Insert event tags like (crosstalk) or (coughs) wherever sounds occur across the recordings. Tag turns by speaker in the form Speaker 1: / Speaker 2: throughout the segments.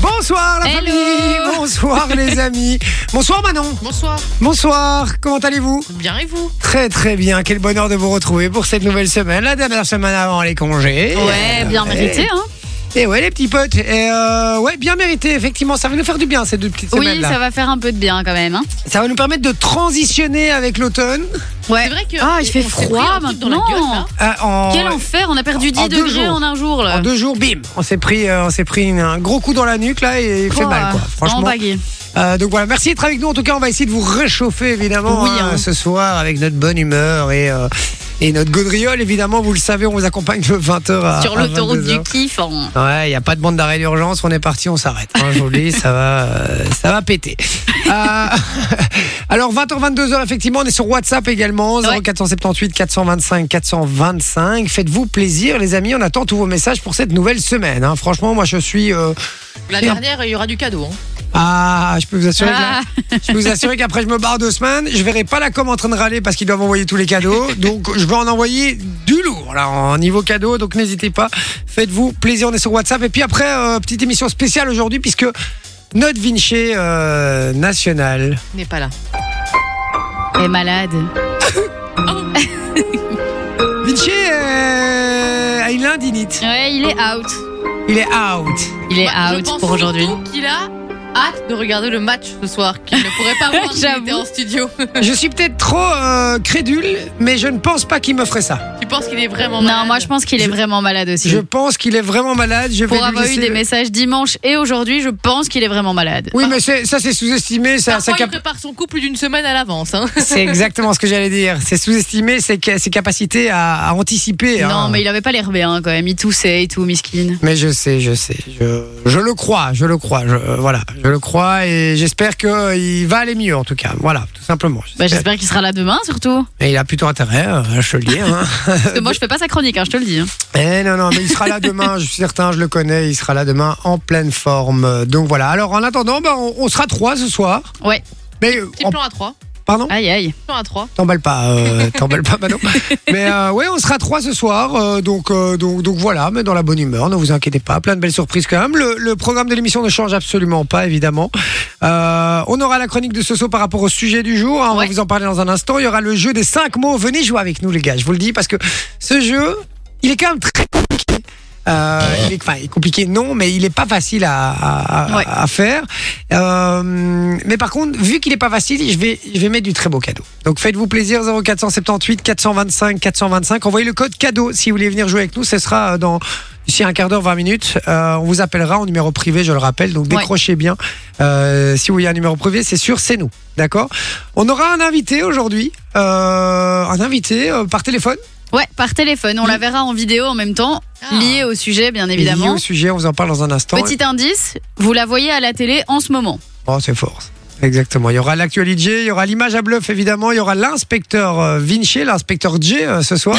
Speaker 1: Bonsoir la
Speaker 2: Hello.
Speaker 1: famille,
Speaker 2: (laughs)
Speaker 1: bonsoir les amis, bonsoir Manon,
Speaker 2: Bonsoir.
Speaker 1: bonsoir, comment allez-vous
Speaker 2: Bien et vous
Speaker 1: Très très bien, quel bonheur de vous retrouver pour cette nouvelle semaine, la dernière semaine avant les congés.
Speaker 2: Ouais, bien
Speaker 1: bah,
Speaker 2: mérité, hein
Speaker 1: Et ouais les petits potes, et euh, ouais bien mérité, effectivement, ça va nous faire du bien ces deux petites
Speaker 3: Oui,
Speaker 1: semaines-là.
Speaker 3: ça va faire un peu de bien quand même. hein.
Speaker 1: Ça... va nous permettre de transitionner avec l'automne.
Speaker 2: C'est vrai que.
Speaker 3: Ah, il fait
Speaker 2: on s'est pris
Speaker 3: froid
Speaker 2: un truc dans la
Speaker 3: maintenant.
Speaker 2: gueule, là.
Speaker 1: Euh, en,
Speaker 3: Quel enfer, on a perdu
Speaker 1: en
Speaker 3: 10
Speaker 1: deux
Speaker 3: degrés
Speaker 1: jours.
Speaker 3: en un jour là.
Speaker 1: en deux jours, bim, on s'est pris, euh, on s'est pris une- un gros coup dans la nuque là et il fait
Speaker 3: Oh,
Speaker 1: mal quoi.
Speaker 3: euh,
Speaker 1: Franchement,
Speaker 3: En
Speaker 2: bah,
Speaker 3: baguette.
Speaker 1: Euh, donc voilà, merci d'être avec nous. En tout cas, on va essayer de vous réchauffer évidemment
Speaker 3: Oui,
Speaker 1: hein,
Speaker 3: hein.
Speaker 1: ce soir avec notre bonne humeur et, euh, et notre gaudriole. Évidemment, vous le savez, on vous accompagne de 20h à
Speaker 3: Sur
Speaker 1: à
Speaker 3: l'autoroute
Speaker 1: 22h.
Speaker 3: du kiff. en-
Speaker 1: Ouais, il n'y a pas de bande d'arrêt d'urgence, on est parti, on s'arrête. Hein, je vous le dis, ça va, euh, ça va péter. Euh, (laughs) alors 20h, 22h, effectivement, on est sur WhatsApp également,
Speaker 3: Ouais.
Speaker 1: 0478 425 425. Faites-vous plaisir, les amis, on attend tous vos messages pour cette nouvelle semaine. hein. Franchement, moi je suis... euh,
Speaker 2: La dernière, il y aura du cadeau. hein.
Speaker 1: Ah, je peux vous assurer que là-
Speaker 3: Ah,
Speaker 1: je peux vous assurer qu'après je me barre deux semaines, je verrai pas la com en train de râler parce qu'ils doivent envoyer tous les
Speaker 3: (laughs)
Speaker 1: cadeaux. Donc je vais en envoyer du lourd là en niveau cadeau. Donc n'hésitez pas, faites-vous plaisir. On est sur WhatsApp et puis après euh, petite émission spéciale aujourd'hui puisque notre Vinci euh, national.
Speaker 2: Il n'est pas là.
Speaker 3: elle est malade.
Speaker 1: Vinci euh, a une lindinite.
Speaker 3: Ouais, il est out.
Speaker 1: Il est out.
Speaker 3: Il est
Speaker 2: Bah, je
Speaker 3: out
Speaker 2: pense
Speaker 3: pour aujourd'hui.
Speaker 2: surtout qu'il a hâte de regarder le match ce soir, qu'il ne pourrait
Speaker 3: (laughs)
Speaker 2: pas voir s'il
Speaker 3: J'avoue.
Speaker 2: était en studio. (laughs)
Speaker 1: Je suis peut-être trop euh, crédule, mais je ne pense pas qu'il me ferait ça.
Speaker 2: tu penses qu'il est vraiment.
Speaker 3: Non,
Speaker 2: malade
Speaker 3: moi je pense qu'il est
Speaker 1: Je-
Speaker 3: vraiment malade aussi.
Speaker 1: Je pense qu'il est vraiment malade. Je vais
Speaker 3: Pour
Speaker 1: lui
Speaker 3: avoir eu
Speaker 1: laisser
Speaker 3: des
Speaker 1: le-
Speaker 3: messages dimanche et aujourd'hui, je pense qu'il est vraiment malade. Ah,
Speaker 1: Oui, mais c'est- ça c'est sous-estimé, ça,
Speaker 2: Parfois,
Speaker 1: ça cap-
Speaker 2: il prépare son couple d'une semaine à l'avance. hein.
Speaker 1: C'est exactement ce que j'allais dire. C'est sous-estimer ses, ca- ses capacités à, à anticiper. hein.
Speaker 3: Non, mais il avait pas l'air bien quand même. Il toussait et tout, miskin.
Speaker 1: Mais je sais, je sais. Je, je le crois, je le crois. Je, euh, voilà, je le crois et j'espère qu'il va aller mieux en tout cas. Voilà, tout simplement.
Speaker 3: Bah,
Speaker 1: J'espère.
Speaker 3: J'espère qu'il sera là demain surtout.
Speaker 1: Et il a plutôt intérêt, euh, je te le dis.
Speaker 3: (laughs)
Speaker 1: hein.
Speaker 3: Parce que moi je fais pas sa chronique, hein, je te le dis. hein.
Speaker 1: Eh non, non, mais il sera là demain, je suis certain, je le connais. Il sera là demain en pleine forme. Donc voilà. Alors en attendant, bah, on, on sera trois ce soir.
Speaker 3: Ouais.
Speaker 1: Mais euh,
Speaker 2: Petit
Speaker 1: en-
Speaker 2: plan à 3.
Speaker 1: pardon
Speaker 3: Aïe aïe.
Speaker 2: Plan à Ah, 3.
Speaker 1: T'emballe pas, euh, t'emballe pas, Manon. Mais euh, ouais, on sera trois ce soir, euh, donc euh, donc donc voilà, mais dans la bonne humeur, ne vous inquiétez pas, plein de belles surprises quand même. Le, le programme de l'émission ne change absolument pas, évidemment. Euh, on aura la chronique de Soso par rapport au sujet du jour. hein, On
Speaker 3: Ouais.
Speaker 1: va vous en parler dans un instant. Il y aura le jeu des cinq mots. Venez jouer avec nous, les gars. Je vous le dis parce que ce jeu, il est quand même très compliqué. Euh, il est, enfin, il est compliqué, non, mais il est pas facile à, à- à-
Speaker 3: Ouais.
Speaker 1: à faire. Euh, mais par contre, vu qu'il est pas facile, je vais, je vais mettre du très beau cadeau. Donc faites-vous plaisir 0478 425 425. Envoyez le code cadeau si vous voulez venir jouer avec nous. Ce sera euh, dans d'ici un quart d'heure, 20 minutes. Euh, on vous appellera en numéro privé, je le rappelle. Donc
Speaker 3: Ouais.
Speaker 1: décrochez bien. Euh, si vous voyez un numéro privé, c'est sûr, c'est nous. D'accord On aura un invité aujourd'hui. Euh, un invité euh, par téléphone.
Speaker 3: Ouais, par téléphone. On la verra en vidéo en même temps,
Speaker 2: Ah.
Speaker 3: liée au sujet, bien
Speaker 1: Lié
Speaker 3: évidemment.
Speaker 1: au sujet, on vous en parle dans un instant.
Speaker 3: Petit indice, vous la voyez à la télé en ce moment.
Speaker 1: Oh, c'est fort. Exactement. Il y aura l'actualité, il y aura l'image à bluff évidemment, il y aura l'inspecteur euh, Vinci, l'inspecteur J euh, ce
Speaker 2: (laughs)
Speaker 1: soir.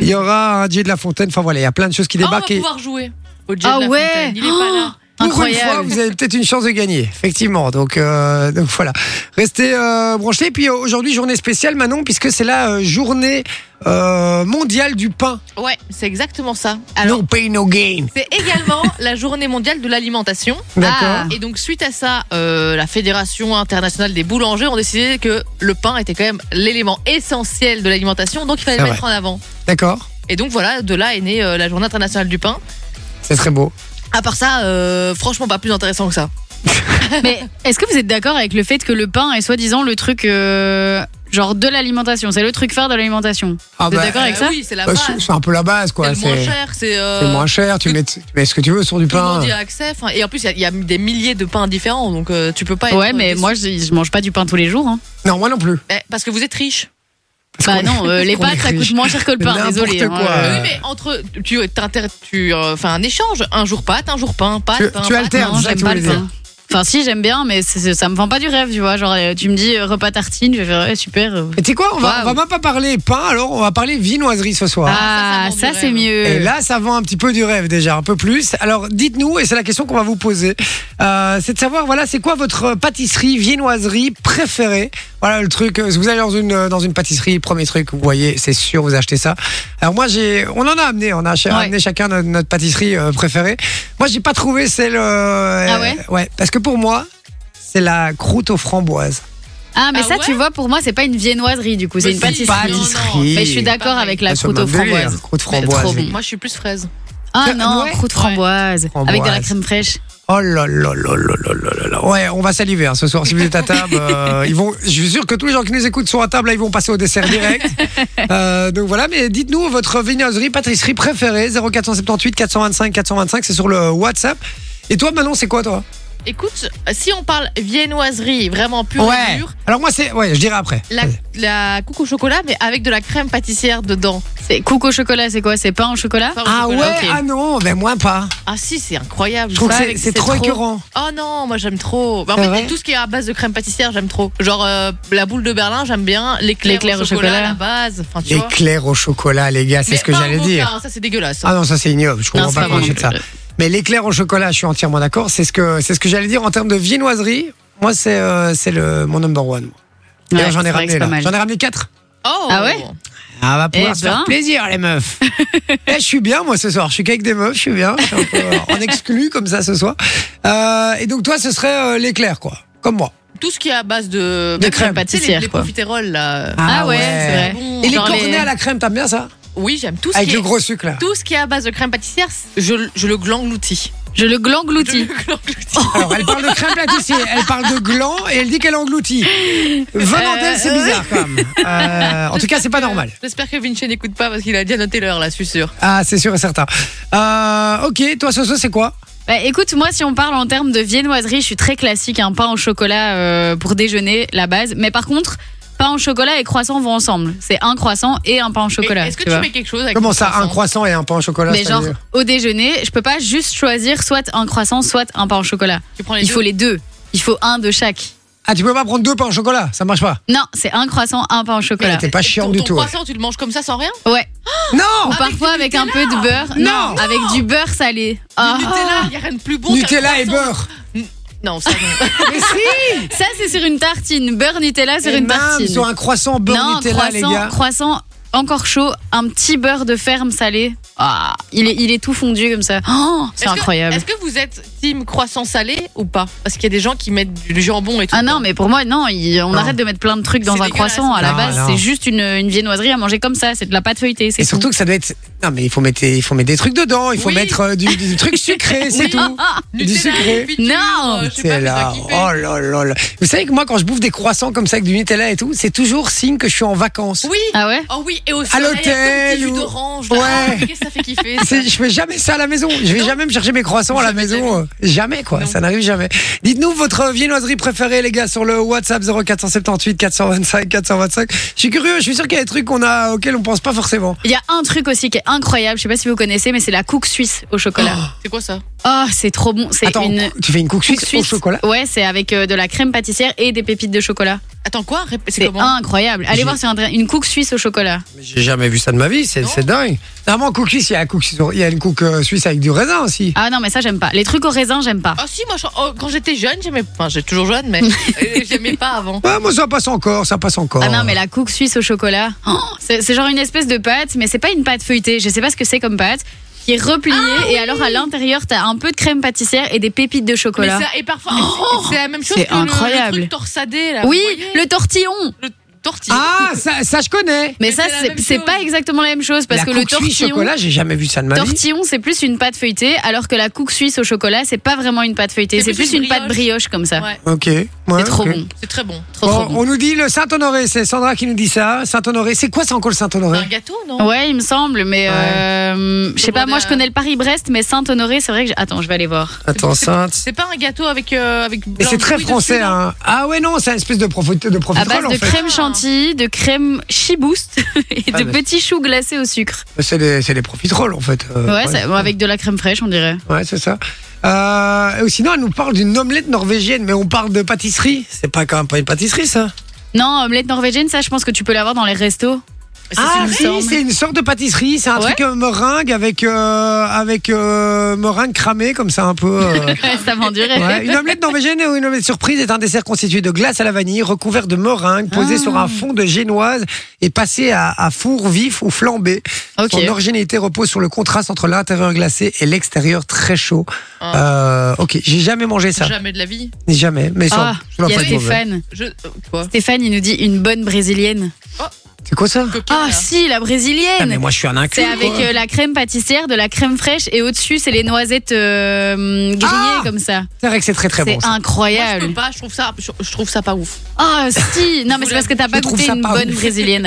Speaker 1: il y aura un J de la Fontaine. Enfin voilà, il y a plein de choses qui
Speaker 2: Ah, on va
Speaker 1: débarquent. et
Speaker 2: pouvoir jouer. Au Jet
Speaker 3: Ah
Speaker 2: de la
Speaker 3: ouais.
Speaker 2: Fontaine. Il est pas là.
Speaker 1: pour une fois,
Speaker 3: (gasps) Incroyable.
Speaker 1: vous avez peut-être une chance de gagner. Effectivement. Donc, euh, donc voilà. Restez euh, branchés. Puis euh, aujourd'hui, journée spéciale, Manon, puisque c'est la euh, journée euh, mondiale du pain.
Speaker 3: Oh.
Speaker 2: Ouais, c'est exactement ça. Alors,
Speaker 1: no pain, no gain.
Speaker 2: c'est également (laughs) la journée mondiale de l'alimentation.
Speaker 1: D'accord.
Speaker 3: Ah.
Speaker 2: Et donc, suite à ça, euh, la Fédération internationale des boulangers ont décidé que le pain était quand même l'élément essentiel de l'alimentation, donc il fallait
Speaker 1: C'est
Speaker 2: le mettre en avant.
Speaker 1: D'accord.
Speaker 2: Et donc, voilà, de là est née euh, la journée internationale du pain.
Speaker 1: C'est très beau.
Speaker 2: À part ça, euh, franchement, pas plus intéressant que ça.
Speaker 3: Mais est-ce que vous êtes d'accord avec le fait que le pain est soi-disant le truc euh, genre de l'alimentation C'est le truc phare de l'alimentation.
Speaker 1: Ah,
Speaker 3: Vous êtes d'accord
Speaker 2: Euh,
Speaker 3: avec ça
Speaker 2: Oui, c'est la
Speaker 1: bah,
Speaker 2: base.
Speaker 1: c'est c'est un peu la base,
Speaker 2: C'est
Speaker 1: quoi.
Speaker 2: le moins
Speaker 1: C'est
Speaker 2: cher, c'est. euh,
Speaker 1: c'est le moins cher. Tu
Speaker 2: que-
Speaker 1: mets, tu mets ce que tu veux sur du
Speaker 2: Tout le monde
Speaker 1: pain.
Speaker 2: y a accès. enfin, Et en plus, il y a- il y, a des milliers de pains différents, donc euh, tu peux pas.
Speaker 3: Ouais,
Speaker 2: être
Speaker 3: mais
Speaker 2: déçu.
Speaker 3: moi je, je mange pas du pain tous les jours. hein.
Speaker 1: Non, moi non plus.
Speaker 2: Eh, Parce que vous êtes riche.
Speaker 3: Bah non, euh, les
Speaker 1: qu'on est
Speaker 3: pâtes ça
Speaker 1: riche.
Speaker 3: coûte moins cher que le pain,
Speaker 1: N'importe
Speaker 3: désolé. hein.
Speaker 1: quoi.
Speaker 2: Oui, mais entre. Tu t'inter- tu, euh, fais un échange. Un jour pâte, un jour pain, pâte.
Speaker 1: Tu-
Speaker 2: pain,
Speaker 1: tu
Speaker 2: pâte.
Speaker 1: alternes.
Speaker 3: Non,
Speaker 1: c'est ça que
Speaker 3: j'aime
Speaker 1: tu voulais
Speaker 3: pas le
Speaker 1: dire.
Speaker 3: pain. Enfin si, j'aime bien, mais c'est- c'est- ça me vend pas du rêve, tu vois. Genre euh, tu me dis euh, repas tartine, je vais faire ouais, super. euh.
Speaker 1: Et tu sais quoi, on va,
Speaker 3: Waouh.
Speaker 1: on va même pas parler pain, alors on va parler viennoiserie ce soir.
Speaker 3: Ah,
Speaker 2: Ah, ça, ça
Speaker 3: ça,
Speaker 2: vend du
Speaker 3: c'est
Speaker 2: rêve.
Speaker 3: mieux.
Speaker 1: Et là, ça vend un petit peu du rêve déjà, un peu plus. Alors dites-nous, et c'est la question qu'on va vous poser, euh, c'est de savoir, voilà, c'est quoi votre pâtisserie, viennoiserie préférée Voilà le truc, euh, si vous allez dans une, euh, dans une pâtisserie, premier truc, vous voyez, c'est sûr, vous achetez ça. Alors moi, j'ai, on en a amené, on a ch-
Speaker 3: Ouais.
Speaker 1: amené chacun notre, notre pâtisserie euh, préférée. Moi, j'ai pas trouvé celle... euh,
Speaker 3: Ah ouais
Speaker 1: Ouais, parce que pour moi, c'est la croûte aux framboises.
Speaker 3: Ah, mais
Speaker 2: Ah
Speaker 3: ça,
Speaker 2: ouais
Speaker 3: tu vois, pour moi, c'est pas une viennoiserie, du coup, c'est
Speaker 2: Mais
Speaker 3: une
Speaker 2: si,
Speaker 3: pâtisserie.
Speaker 2: non, non.
Speaker 1: Pâtisserie.
Speaker 3: Mais je suis d'accord
Speaker 2: Pareil.
Speaker 3: avec la
Speaker 1: Ah, c'est
Speaker 3: croûte
Speaker 1: un
Speaker 3: aux
Speaker 1: bon délire,
Speaker 3: framboises.
Speaker 1: Croûte
Speaker 2: Mais
Speaker 1: framboise.
Speaker 2: trop
Speaker 1: les
Speaker 2: bon. Moi, je suis plus fraise.
Speaker 3: Ah
Speaker 1: Ah,
Speaker 3: non,
Speaker 1: ouais
Speaker 3: croûte framboise.
Speaker 1: Framboise.
Speaker 3: Avec de la crème fraîche.
Speaker 1: Oh là là là là là là là là. Ouais, on va saliver hein, ce soir si vous êtes à
Speaker 2: (laughs)
Speaker 1: table. euh, ils vont, je suis sûr que tous les gens qui nous écoutent sont à table, là ils vont passer au dessert
Speaker 2: (laughs)
Speaker 1: direct. Euh, donc voilà, mais dites-nous votre viennoiserie, pâtisserie préférée 0478 425 425, c'est sur le WhatsApp. Et toi Manon, c'est quoi toi
Speaker 2: Écoute, si on parle viennoiserie, vraiment pure et dure,
Speaker 1: Alors moi c'est, ouais, je dirai après.
Speaker 2: la, la coucou au chocolat, mais avec de la crème pâtissière dedans.
Speaker 3: C'est coucou au chocolat, c'est quoi C'est pain au chocolat
Speaker 2: Pas au
Speaker 1: Ah ouais,
Speaker 2: chocolat, ok.
Speaker 1: ah non, ben moi pas.
Speaker 2: Ah si, c'est incroyable.
Speaker 1: Je trouve
Speaker 2: Ça,
Speaker 1: que c'est-
Speaker 2: avec-
Speaker 1: c'est trop, écœurant.
Speaker 2: Oh non, moi j'aime trop. Bah, en
Speaker 1: C'est
Speaker 2: fait,
Speaker 1: vrai
Speaker 2: tout ce qui est à base de crème pâtissière, j'aime trop. Genre euh, la boule de Berlin, j'aime bien. L'éclair
Speaker 3: L'éclair
Speaker 2: au chocolat, à la base. Enfin, tu vois.
Speaker 1: L'éclair au chocolat, les gars, c'est
Speaker 2: Mais
Speaker 1: ce que
Speaker 2: pas
Speaker 1: j'allais
Speaker 2: au
Speaker 1: dire.
Speaker 2: mocha, hein, Ça, c'est dégueulasse.
Speaker 1: Ah non, ça c'est ignoble. Je comprends
Speaker 3: c'est
Speaker 1: pas
Speaker 3: pas
Speaker 1: qu'on
Speaker 3: bon.
Speaker 1: achète ça. Mais l'éclair au chocolat, je suis entièrement d'accord. C'est ce que c'est ce que j'allais dire en termes de viennoiserie. Moi, c'est euh, c'est le mon number one. D'ailleurs,
Speaker 3: Ouais,
Speaker 1: j'en
Speaker 3: c'est
Speaker 1: ai
Speaker 3: vrai
Speaker 1: ramené
Speaker 3: que c'est pas
Speaker 1: là.
Speaker 3: mal.
Speaker 1: J'en ai ramené quatre.
Speaker 2: Oh
Speaker 3: Ah ouais
Speaker 1: Ah, on va pouvoir
Speaker 3: Eh
Speaker 1: se faire
Speaker 3: ben.
Speaker 1: plaisir, les
Speaker 3: (laughs)
Speaker 1: meufs. Eh, je suis bien, moi, ce soir. Je suis qu'avec des meufs, je suis bien. Je suis un peu, euh, en exclu, comme ça, ce soir. Euh, et donc, toi, ce serait euh, l'éclair, quoi. Comme moi.
Speaker 2: Tout ce qui est à base de,
Speaker 1: De crème
Speaker 2: bah, tu sais, les-
Speaker 3: pâtissière,
Speaker 2: Les,
Speaker 3: quoi.
Speaker 2: profiteroles, là.
Speaker 3: Ah ouais, c'est vrai.
Speaker 2: Bon,
Speaker 1: Et les
Speaker 2: genre
Speaker 1: cornets à la crème, t'aimes bien ça
Speaker 2: Oui, j'aime tout ce
Speaker 1: Avec
Speaker 2: qui
Speaker 1: le
Speaker 2: est.
Speaker 1: gros sucre, là.
Speaker 2: Tout ce qui est à base de crème pâtissière, je, je le glangloutis.
Speaker 3: Je le glangloutis.
Speaker 2: Je le glangloutis. (laughs)
Speaker 1: Alors, elle parle de crème pâtissière, elle parle de gland et elle dit qu'elle engloutit. Venant d'elle, c'est bizarre, quand même. Euh, en tout cas, c'est pas normal.
Speaker 2: J'espère que Vinci n'écoute pas parce qu'il a déjà noté l'heure là, je suis sûr.
Speaker 1: Ah, c'est sûr et certain. Euh, ok, toi, Soso, c'est quoi
Speaker 3: Bah, écoute, moi, si on parle en termes de viennoiserie, je suis très classique, un pain au chocolat euh, pour déjeuner, la base. Mais par contre, pain au chocolat et croissant vont ensemble. C'est un croissant et un pain au chocolat.
Speaker 2: Et Est-ce que
Speaker 3: tu
Speaker 2: tu,
Speaker 3: vois.
Speaker 2: mets quelque chose avec
Speaker 1: Comment
Speaker 2: ton
Speaker 1: ça, un
Speaker 2: croissant
Speaker 1: croissant et un pain au chocolat
Speaker 3: Mais
Speaker 1: ça
Speaker 3: genre,
Speaker 1: veut dire
Speaker 3: au déjeuner, je peux pas juste choisir soit un croissant, soit un pain au chocolat.
Speaker 2: Tu prends les
Speaker 3: Il
Speaker 2: deux.
Speaker 3: faut les deux. Il faut un de chaque.
Speaker 1: Ah, tu peux pas prendre deux pains au chocolat, ça marche pas.
Speaker 3: Non, c'est un croissant, un pain au chocolat.
Speaker 1: T'es pas chiant
Speaker 2: ton,
Speaker 1: du
Speaker 2: ton
Speaker 1: tout. ouais.
Speaker 2: croissant, tu le manges comme ça sans rien
Speaker 3: Ouais.
Speaker 1: Non
Speaker 3: Ou
Speaker 2: Avec
Speaker 3: parfois
Speaker 2: du
Speaker 3: avec un peu de beurre.
Speaker 1: Non.
Speaker 3: avec du beurre salé. Ah.
Speaker 2: Du Nutella, il n'y a rien de plus bon. qu'un
Speaker 1: Nutella et
Speaker 2: croissant.
Speaker 1: beurre.
Speaker 2: Non, ça non.
Speaker 1: Mais si
Speaker 3: Ça, c'est sur une tartine. Beurre Nutella Ah, sur
Speaker 1: Et
Speaker 3: une
Speaker 1: même
Speaker 3: tartine.
Speaker 1: sur un croissant beurre
Speaker 3: non,
Speaker 1: Nutella, les
Speaker 3: croissant,
Speaker 1: gars.
Speaker 3: croissant encore chaud, un petit beurre de ferme salé. Ah, il est, il est tout fondu comme ça. Oh, c'est
Speaker 2: Est-ce que-
Speaker 3: incroyable.
Speaker 2: Est-ce que vous êtes team croissant salé ou pas Parce qu'il y a des gens qui mettent du jambon et tout.
Speaker 3: Ah non, mais pour moi, non, il- on
Speaker 1: Non.
Speaker 3: arrête de mettre plein de trucs dans
Speaker 2: C'est
Speaker 3: un croissant. À la
Speaker 1: dégueulasse.
Speaker 3: base,
Speaker 1: Non, non.
Speaker 3: c'est juste une, une viennoiserie à manger comme ça. C'est de la pâte feuilletée.
Speaker 1: Et
Speaker 3: C'est
Speaker 1: surtout que ça doit être. Non, mais il faut mettre, il faut mettre des trucs dedans, il faut
Speaker 2: Oui.
Speaker 1: mettre euh, du, du truc sucré, c'est
Speaker 2: Oui.
Speaker 1: tout.
Speaker 3: Ah.
Speaker 1: Du
Speaker 2: Nutella,
Speaker 1: sucré.
Speaker 2: puis tu-
Speaker 3: Non.
Speaker 2: euh, je sais pas,
Speaker 1: C'est
Speaker 2: mais
Speaker 1: là.
Speaker 2: t'as kiffé.
Speaker 1: Oh là là là. Vous savez que moi, quand je bouffe des croissants comme ça avec du Nutella et tout, c'est toujours signe que je suis en vacances.
Speaker 2: Oui.
Speaker 3: Ah ouais
Speaker 2: Oh oui, et au soleil, avec ton
Speaker 1: l'hôtel
Speaker 2: petit jus
Speaker 1: ou-
Speaker 2: d'orange.
Speaker 1: Ouais.
Speaker 2: là. Ah, Qu'est-ce que ça
Speaker 1: (laughs)
Speaker 2: fait kiffer ça.
Speaker 1: C'est- Je fais jamais ça à la maison. Je vais jamais me chercher mes croissants à la
Speaker 2: Jamais de
Speaker 1: maison. euh, Jamais quoi.
Speaker 2: Non.
Speaker 1: Ça n'arrive jamais. Dites-nous votre viennoiserie préférée, les gars, sur le WhatsApp 0478 425 425. Je suis curieux. Je suis sûr qu'il y a des trucs qu'on a auxquels on pense pas forcément.
Speaker 3: Il y a un truc aussi qui est incroyable. Je sais pas si vous connaissez, mais c'est la couque suisse au chocolat.
Speaker 2: C'est quoi ça
Speaker 3: Oh, c'est trop bon. C'est
Speaker 1: Attends,
Speaker 3: une
Speaker 1: tu fais une couche
Speaker 3: couque
Speaker 1: suisse, au chocolat.
Speaker 3: Ouais, c'est avec euh, de la crème pâtissière et des pépites de chocolat.
Speaker 2: Attends, quoi Rép- C'est
Speaker 3: C'est
Speaker 2: comment
Speaker 3: incroyable. Allez
Speaker 1: J'ai-
Speaker 3: voir, c'est un- une couque suisse au chocolat.
Speaker 1: Mais J'ai jamais vu ça de ma vie. C'est
Speaker 2: Non.
Speaker 1: c'est dingue. Normalement, couche suisse, il y a la couche suisse- il y a une couche euh, suisse avec du raisin aussi.
Speaker 3: Ah non, mais ça, j'aime pas. Les trucs au raisin, j'aime pas.
Speaker 2: Ah si, moi, je- oh, quand j'étais jeune, j'aimais. Enfin, j'étais toujours jeune,
Speaker 3: (laughs)
Speaker 2: mais euh, j'aimais pas avant.
Speaker 1: Ah, moi, ça passe encore. Ça passe
Speaker 2: Oh.
Speaker 1: encore.
Speaker 3: Ah non, mais la couque suisse au chocolat, oh, c'est c'est genre une espèce de pâte, mais c'est pas une pâte feuilletée, je sais pas ce que c'est comme pâte, qui est repliée,
Speaker 2: Ah
Speaker 3: et alors à l'intérieur, t'as un peu de crème pâtissière et des pépites de
Speaker 2: Mais
Speaker 3: chocolat.
Speaker 2: ça- et parfois, et c'est- c'est la même chose que
Speaker 3: Oh, c'est
Speaker 2: le- Le,
Speaker 3: incroyable.
Speaker 2: truc torsadé là.
Speaker 3: Oui,
Speaker 2: vous voyez
Speaker 3: le tortillon
Speaker 2: le tortillon.
Speaker 1: Ah, ça, ça, je connais.
Speaker 3: Mais
Speaker 2: Mais
Speaker 3: ça,
Speaker 2: c'est la
Speaker 3: c'est-
Speaker 2: même
Speaker 3: c'est
Speaker 2: chose.
Speaker 3: pas exactement la même chose, parce
Speaker 1: la
Speaker 3: que le
Speaker 1: couche suisse
Speaker 3: tortillon,
Speaker 1: chocolat, j'ai jamais vu ça de ma vie.
Speaker 3: tortillon c'est plus une pâte feuilletée, alors que la couque suisse au chocolat, c'est pas vraiment une pâte feuilletée, c'est plus, une pâte brioche comme ça.
Speaker 2: Ouais.
Speaker 1: Ok. Ouais,
Speaker 3: C'est trop
Speaker 1: ok.
Speaker 3: bon,
Speaker 2: C'est très bon.
Speaker 3: trop,
Speaker 1: Bon,
Speaker 3: trop bon.
Speaker 1: on nous dit le Saint-Honoré, c'est Sandra qui nous dit ça. Saint-Honoré, c'est quoi ça encore le
Speaker 2: C'est
Speaker 1: Saint-Honoré
Speaker 3: Ah,
Speaker 2: un gâteau, non
Speaker 3: Ouais, il me semble, mais
Speaker 1: Ouais.
Speaker 3: euh, je sais pas,
Speaker 2: Demandez
Speaker 3: moi je
Speaker 2: à-
Speaker 3: connais le Paris-Brest, mais Saint-Honoré, c'est vrai que. j'ai- Attends, je vais aller voir.
Speaker 1: Attends,
Speaker 2: c'est-
Speaker 1: Sainte.
Speaker 2: C'est pas un gâteau avec. euh, avec
Speaker 1: Mais
Speaker 2: plein
Speaker 1: c'est
Speaker 2: de
Speaker 1: très
Speaker 2: fruits
Speaker 1: français.
Speaker 2: dessus, non
Speaker 1: Hein. Ah ouais, non, c'est une espèce de profite de
Speaker 3: À
Speaker 1: profiterole
Speaker 3: Ah, base
Speaker 1: en
Speaker 3: de
Speaker 1: fait.
Speaker 3: crème chantilly, de crème chibouste (laughs) et
Speaker 1: Ah,
Speaker 3: de
Speaker 1: mais-
Speaker 3: petits choux glacés au sucre.
Speaker 1: C'est des, c'est des profiteroles en fait. Euh,
Speaker 3: Ouais, ça- bon, avec de la crème fraîche, on dirait.
Speaker 1: Ouais, c'est ça. Euh, et sinon, elle nous parle d'une omelette norvégienne, mais on parle de pâtisserie. C'est pas quand même pas une pâtisserie ça
Speaker 3: Non, omelette norvégienne, ça, je pense que tu peux l'avoir dans les restos.
Speaker 2: C'est
Speaker 1: Ah
Speaker 2: une
Speaker 1: si,
Speaker 2: sorte.
Speaker 3: (laughs)
Speaker 1: c'est une sorte de pâtisserie, c'est un
Speaker 2: Ouais.
Speaker 1: truc euh, meringue avec euh, avec euh, meringue cramée comme ça un peu.
Speaker 3: (laughs)
Speaker 1: euh,
Speaker 3: ça va en durer.
Speaker 1: ouais. Une omelette norvégienne ou une omelette surprise est un dessert constitué de glace à la vanille recouvert de meringue posé
Speaker 3: Ah.
Speaker 1: sur un fond de génoise et passé à, à four vif ou flambé.
Speaker 3: Ok.
Speaker 1: Son originalité repose sur le contraste entre l'intérieur glacé et l'extérieur très chaud.
Speaker 2: Ah.
Speaker 1: Euh, ok, j'ai jamais mangé ça,
Speaker 2: Jamais de la vie.
Speaker 1: jamais. Mais ça,
Speaker 3: Ah,
Speaker 1: je dois
Speaker 3: il y a
Speaker 1: pas être mauvais.
Speaker 3: Stéphane.
Speaker 2: Je... euh, Quoi
Speaker 3: Stéphane, il nous dit une bonne brésilienne.
Speaker 1: C'est quoi ça
Speaker 2: Coquin,
Speaker 3: Ah
Speaker 2: là.
Speaker 3: si, la
Speaker 1: Ah, Mais
Speaker 3: brésilienne
Speaker 1: moi je suis un inclus.
Speaker 3: C'est avec
Speaker 1: quoi.
Speaker 3: euh, la crème pâtissière, de la crème fraîche et au-dessus, c'est les noisettes euh, grillées
Speaker 1: Ah
Speaker 3: comme ça.
Speaker 1: C'est vrai que c'est très très bon. ça.
Speaker 3: C'est
Speaker 2: Moi, je peux
Speaker 3: incroyable.
Speaker 2: pas, je trouve ça, je, je trouve ça pas ouf.
Speaker 3: Ah si, non mais
Speaker 2: Je
Speaker 3: c'est parce que t'as pas
Speaker 1: trouve
Speaker 3: goûté
Speaker 1: ça
Speaker 3: une
Speaker 1: pas
Speaker 3: bonne
Speaker 1: ouf.
Speaker 3: brésilienne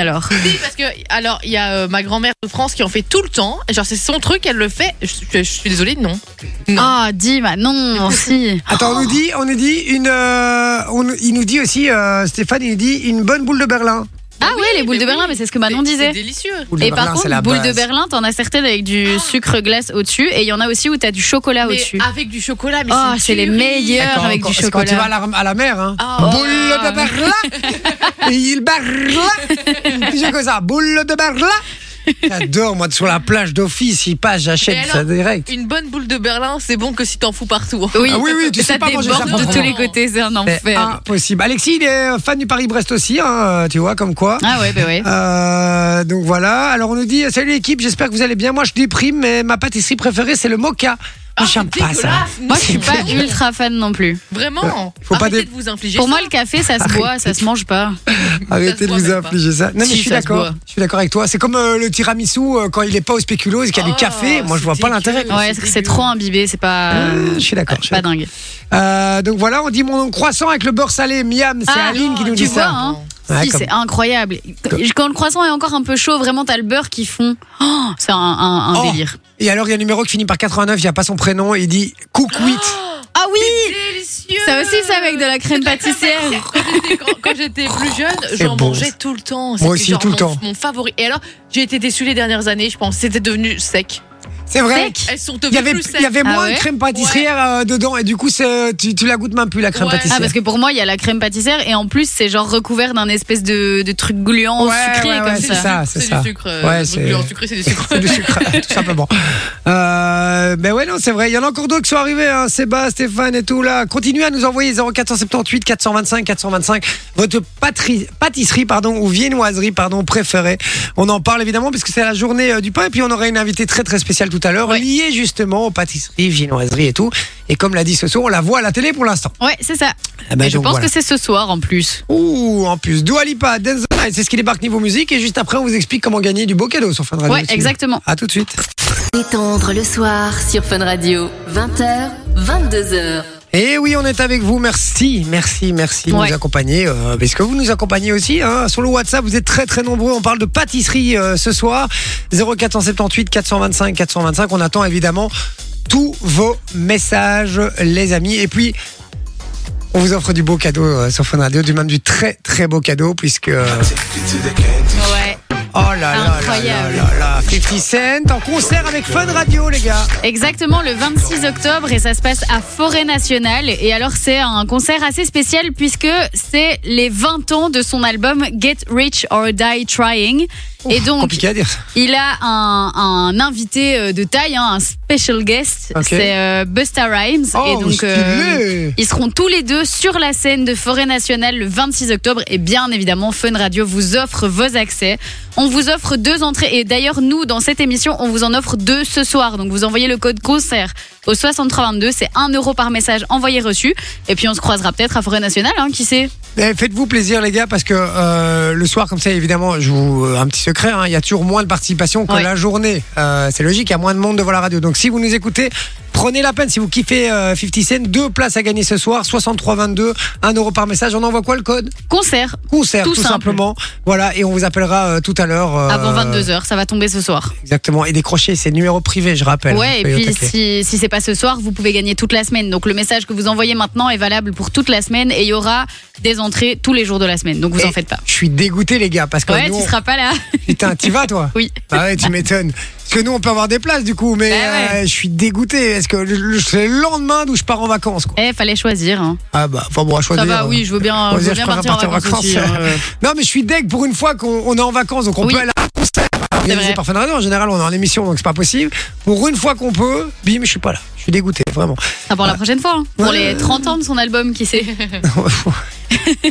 Speaker 1: (laughs)
Speaker 3: alors.
Speaker 2: Si, parce que, alors, il y a euh, ma grand-mère de France qui en fait tout le temps. Et Genre, c'est son truc, elle le fait. Je, je- je suis désolée, non. Non.
Speaker 3: Ah dis bah non, si.
Speaker 1: Attends, on nous dit, on nous dit une, euh, on- il nous dit aussi euh, Stéphane, il nous dit une bonne boule de Berlin.
Speaker 3: Ah ouais, les boules
Speaker 2: mais
Speaker 3: de Berlin,
Speaker 2: oui.
Speaker 3: mais c'est ce que Manon
Speaker 2: C'est-
Speaker 3: Bah, disait.
Speaker 2: C'est délicieux.
Speaker 1: Boule de
Speaker 3: Et
Speaker 1: Berlin,
Speaker 3: par
Speaker 1: c'est
Speaker 3: contre,
Speaker 1: la
Speaker 3: boule de
Speaker 1: base.
Speaker 3: Berlin, t'en as certaines avec du sucre glace au-dessus et il y en a aussi où t'as du chocolat
Speaker 2: Ah. Mais ah,
Speaker 3: au-dessus.
Speaker 2: avec du chocolat, mais
Speaker 3: Ah,
Speaker 2: une
Speaker 3: c'est les
Speaker 2: tuerie.
Speaker 3: meilleurs.
Speaker 1: Quand-
Speaker 3: avec
Speaker 1: quand-
Speaker 3: du
Speaker 1: c'est Quand tu vas
Speaker 3: chocolat.
Speaker 1: à la, à la mer, hein.
Speaker 2: Ah.
Speaker 1: Boule de Berlin.
Speaker 3: (laughs)
Speaker 1: il Berlin. (laughs) Toujours comme ça, boule de Berlin. J'adore, moi, sur la plage d'office, il passe, j'achète
Speaker 2: Mais
Speaker 1: ça
Speaker 2: alors-
Speaker 1: direct.
Speaker 2: Une bonne boule de Berlin, c'est bon que si t'en fous partout. hein.
Speaker 1: Ah oui, oui, tu sais
Speaker 3: ça
Speaker 1: pas manger ça
Speaker 3: déborde de
Speaker 2: proprement.
Speaker 3: tous les côtés, c'est un
Speaker 1: C'est
Speaker 3: enfer.
Speaker 1: impossible. Alexis, il est euh, fan du Paris-Brest aussi, hein, tu vois, comme quoi.
Speaker 3: Ah ouais, bah ouais.
Speaker 1: Euh, donc voilà. Alors on nous dit salut l'équipe, j'espère que vous allez bien. Moi je déprime, mais ma pâtisserie préférée c'est le mocha. Moi j'aime pas ça.
Speaker 3: Ah, Moi, je suis pas ultra fan non plus.
Speaker 2: Vraiment.
Speaker 1: Faut pas dé-
Speaker 2: Arrêtez de vous infliger.
Speaker 3: Pour
Speaker 2: ça.
Speaker 3: moi, le café,
Speaker 1: Ah
Speaker 3: ça se boit, ça se
Speaker 1: (laughs)
Speaker 3: mange pas.
Speaker 1: Arrêtez
Speaker 2: Ça se
Speaker 1: de
Speaker 2: boit
Speaker 1: vous
Speaker 2: même pas.
Speaker 1: infliger ça. Non mais
Speaker 3: Si,
Speaker 1: je suis
Speaker 3: ça se
Speaker 1: d'accord.
Speaker 3: boit.
Speaker 1: Je suis d'accord avec toi. C'est comme euh, le tiramisu euh, quand il est pas au spéculoos et qu'il y a du
Speaker 2: Oh,
Speaker 1: café. Moi je
Speaker 2: c'est
Speaker 1: vois pas l'intérêt.
Speaker 2: dégueu.
Speaker 1: quoi.
Speaker 3: Ouais,
Speaker 2: c'est
Speaker 3: c'est
Speaker 2: dégueu.
Speaker 3: trop imbibé, c'est pas.
Speaker 1: Euh, je suis d'accord, je suis
Speaker 3: Pas dingue.
Speaker 1: Euh, donc voilà, on dit mon nom croissant avec le beurre salé, miam. C'est
Speaker 3: Ah,
Speaker 1: Aline qui nous
Speaker 3: tu
Speaker 1: dit
Speaker 3: vois,
Speaker 1: ça.
Speaker 3: hein
Speaker 1: Ouais,
Speaker 3: Si,
Speaker 1: comme-
Speaker 3: c'est incroyable. Quand le croissant est encore un peu chaud, vraiment, t'as le beurre qui fond. Oh, c'est un, un- un
Speaker 1: Oh.
Speaker 3: délire.
Speaker 1: Et alors il y a un numéro qui finit par 89. Il y a pas son prénom. Et il dit cook wheat.
Speaker 3: Ah oui
Speaker 2: Délicieux.
Speaker 3: Ça aussi, c'est avec de la crème pâtissière.
Speaker 1: (laughs)
Speaker 2: Quand- Quand j'étais plus jeune,
Speaker 1: Oh, C'est
Speaker 2: j'en
Speaker 1: bon,
Speaker 2: mangeais
Speaker 1: ça.
Speaker 2: tout le temps. C'était
Speaker 1: aussi,
Speaker 2: genre
Speaker 1: tout le
Speaker 2: mon-
Speaker 1: temps.
Speaker 2: Mon favori. Et alors, j'ai été déçue les dernières années, je pense. C'était devenu sec.
Speaker 1: C'est vrai.
Speaker 3: Sec.
Speaker 2: Elles sont
Speaker 1: Il y
Speaker 2: devenues
Speaker 1: avait,
Speaker 2: plus
Speaker 1: il
Speaker 2: secs.
Speaker 1: y avait
Speaker 3: Ah
Speaker 1: moins de
Speaker 3: ouais
Speaker 1: crème pâtissière euh, dedans et du coup c'est- tu, tu la goûtes même plus la crème
Speaker 2: Ouais.
Speaker 1: pâtissière.
Speaker 3: Ah, parce que pour moi, il y a la crème pâtissière et en plus, c'est genre recouvert d'un espèce de, de truc gluant,
Speaker 1: Ouais,
Speaker 3: sucré
Speaker 1: ouais,
Speaker 3: comme
Speaker 1: ouais,
Speaker 3: ça.
Speaker 1: c'est ça, c'est
Speaker 2: C'est
Speaker 1: ça.
Speaker 2: du sucre. euh,
Speaker 1: Ouais,
Speaker 2: le
Speaker 1: c'est-
Speaker 2: gluant sucré, c'est du sucre.
Speaker 1: (laughs) (laughs) C'est du sucre, tout simplement. Euh, mais ouais, non, c'est vrai. Il y en a encore d'autres qui sont arrivés, hein. Séba, Stéphane et tout là. Continuez à nous envoyer 0478 425 425 votre patri- pâtisserie pardon, ou viennoiserie pardon, préférée. On en parle évidemment puisque c'est la journée euh, du pain. Et puis on aura une invitée très très spéciale tout à l'heure liée justement aux pâtisseries, viennoiseries et tout. Et comme l'a dit ce soir, on la voit à la télé pour l'instant.
Speaker 3: Ouais, c'est ça.
Speaker 1: Eh ben,
Speaker 3: Et je
Speaker 1: donc,
Speaker 3: pense
Speaker 1: voilà. Ah,
Speaker 3: que c'est ce soir en plus.
Speaker 1: Ouh, en plus, Dua Lipa, Dance the Night, c'est ce qui débarque niveau musique. Et juste après, on vous explique comment gagner du beau cadeau sur Fun Radio.
Speaker 3: Ouais,
Speaker 1: aussi.
Speaker 3: exactement.
Speaker 1: À tout de suite.
Speaker 4: Détendre le soir sur Fun Radio, 20h, 22h.
Speaker 1: Et Eh oui, on est avec vous. Merci, merci, merci de
Speaker 3: Ouais.
Speaker 1: nous accompagner. Euh, parce que vous nous accompagnez aussi hein. sur le WhatsApp. Vous êtes très, très nombreux. On parle de pâtisserie euh, ce soir. 0478 425 425. On attend évidemment tous vos messages, les amis. Et puis. On vous offre du beau cadeau euh, sur Fun Radio, du même du très très beau cadeau puisque euh,
Speaker 3: Ouais,
Speaker 1: oh là là là
Speaker 3: Incroyable.
Speaker 1: là là là 50 Cent en concert avec Fun Radio les gars.
Speaker 3: exactement le 26 octobre et ça se passe à Forêt Nationale. Et alors, c'est un concert assez spécial puisque c'est les 20 ans de son album Get Rich or Die Trying. Et donc,
Speaker 1: Compliqué à dire. ça.
Speaker 3: Il a un, un invité euh, de taille, hein, un special guest.
Speaker 1: Ok.
Speaker 3: C'est euh, Busta Rhymes.
Speaker 1: Oh,
Speaker 3: et donc, euh,
Speaker 1: stylé.
Speaker 3: ils seront tous les deux sur la scène de Forêt Nationale le 26 octobre. Et bien évidemment, Fun Radio vous offre vos accès. On vous offre deux entrées. Et d'ailleurs, nous, dans cette émission, on vous en offre deux ce soir. Donc, vous envoyez le code concert au 6322. C'est 1 euro par message envoyé reçu. Et puis, on se croisera peut-être à Forêt Nationale, hein, qui sait
Speaker 1: Eh, Faites-vous plaisir les gars parce que euh, le soir comme ça évidemment je vous euh, un petit secret hein, il y a toujours moins de participation que
Speaker 3: Ouais.
Speaker 1: la journée Euh, c'est logique il y a moins de monde devant la radio donc si vous nous écoutez prenez la peine si vous kiffez euh, 50 Cent deux places à gagner ce soir 63 22 1 euro par message on envoie quoi le code
Speaker 3: Concert
Speaker 1: concert tout,
Speaker 3: Tout simple.
Speaker 1: simplement voilà et on vous appellera euh, tout à l'heure euh,
Speaker 3: avant 22h. Ça va tomber ce soir.
Speaker 1: exactement et décrochez c'est numéro privé je rappelle hein,
Speaker 3: Ouais, et
Speaker 1: Soyez au
Speaker 3: puis
Speaker 1: taquet.
Speaker 3: si, si c'est pas ce soir, vous pouvez gagner toute la semaine. Donc le message que vous envoyez maintenant est valable pour toute la semaine et il y aura des entrées tous les jours de la semaine. Donc vous
Speaker 1: Et
Speaker 3: en faites pas.
Speaker 1: je suis dégoûté les gars parce que
Speaker 3: Ouais,
Speaker 1: nous,
Speaker 3: tu
Speaker 1: on-
Speaker 3: seras pas là.
Speaker 1: Putain, t'y vas toi
Speaker 3: Oui.
Speaker 1: Ah ouais, tu m'étonnes. Parce que nous, on peut avoir des places du coup, mais
Speaker 3: Bah
Speaker 1: euh, je suis dégoûté. Est-ce que le- le- c'est le lendemain d'où je pars en vacances quoi
Speaker 3: (laughs) Eh, fallait choisir. hein.
Speaker 1: Ah bah, enfin bon, à choisir.
Speaker 3: Ça va, oui, je veux bien,
Speaker 1: Vas-y,
Speaker 3: je veux
Speaker 1: je
Speaker 3: bien
Speaker 1: préfère
Speaker 3: partir, en
Speaker 1: partir en (laughs)
Speaker 3: vacances. aussi,
Speaker 1: vacances.
Speaker 3: hein.
Speaker 1: Non, mais je suis deg pour une fois qu'on on est en vacances, donc on
Speaker 3: Oui.
Speaker 1: peut aller. à- organisé
Speaker 3: vrai.
Speaker 1: par Fun Radio. En général, on est en émission, donc c'est pas possible. Pour une fois qu'on peut, bim, je suis pas là. Je suis dégoûté, vraiment.
Speaker 3: Ah, pour la prochaine fois, hein. pour les 30 ans de son album, qui sait.
Speaker 1: Euh,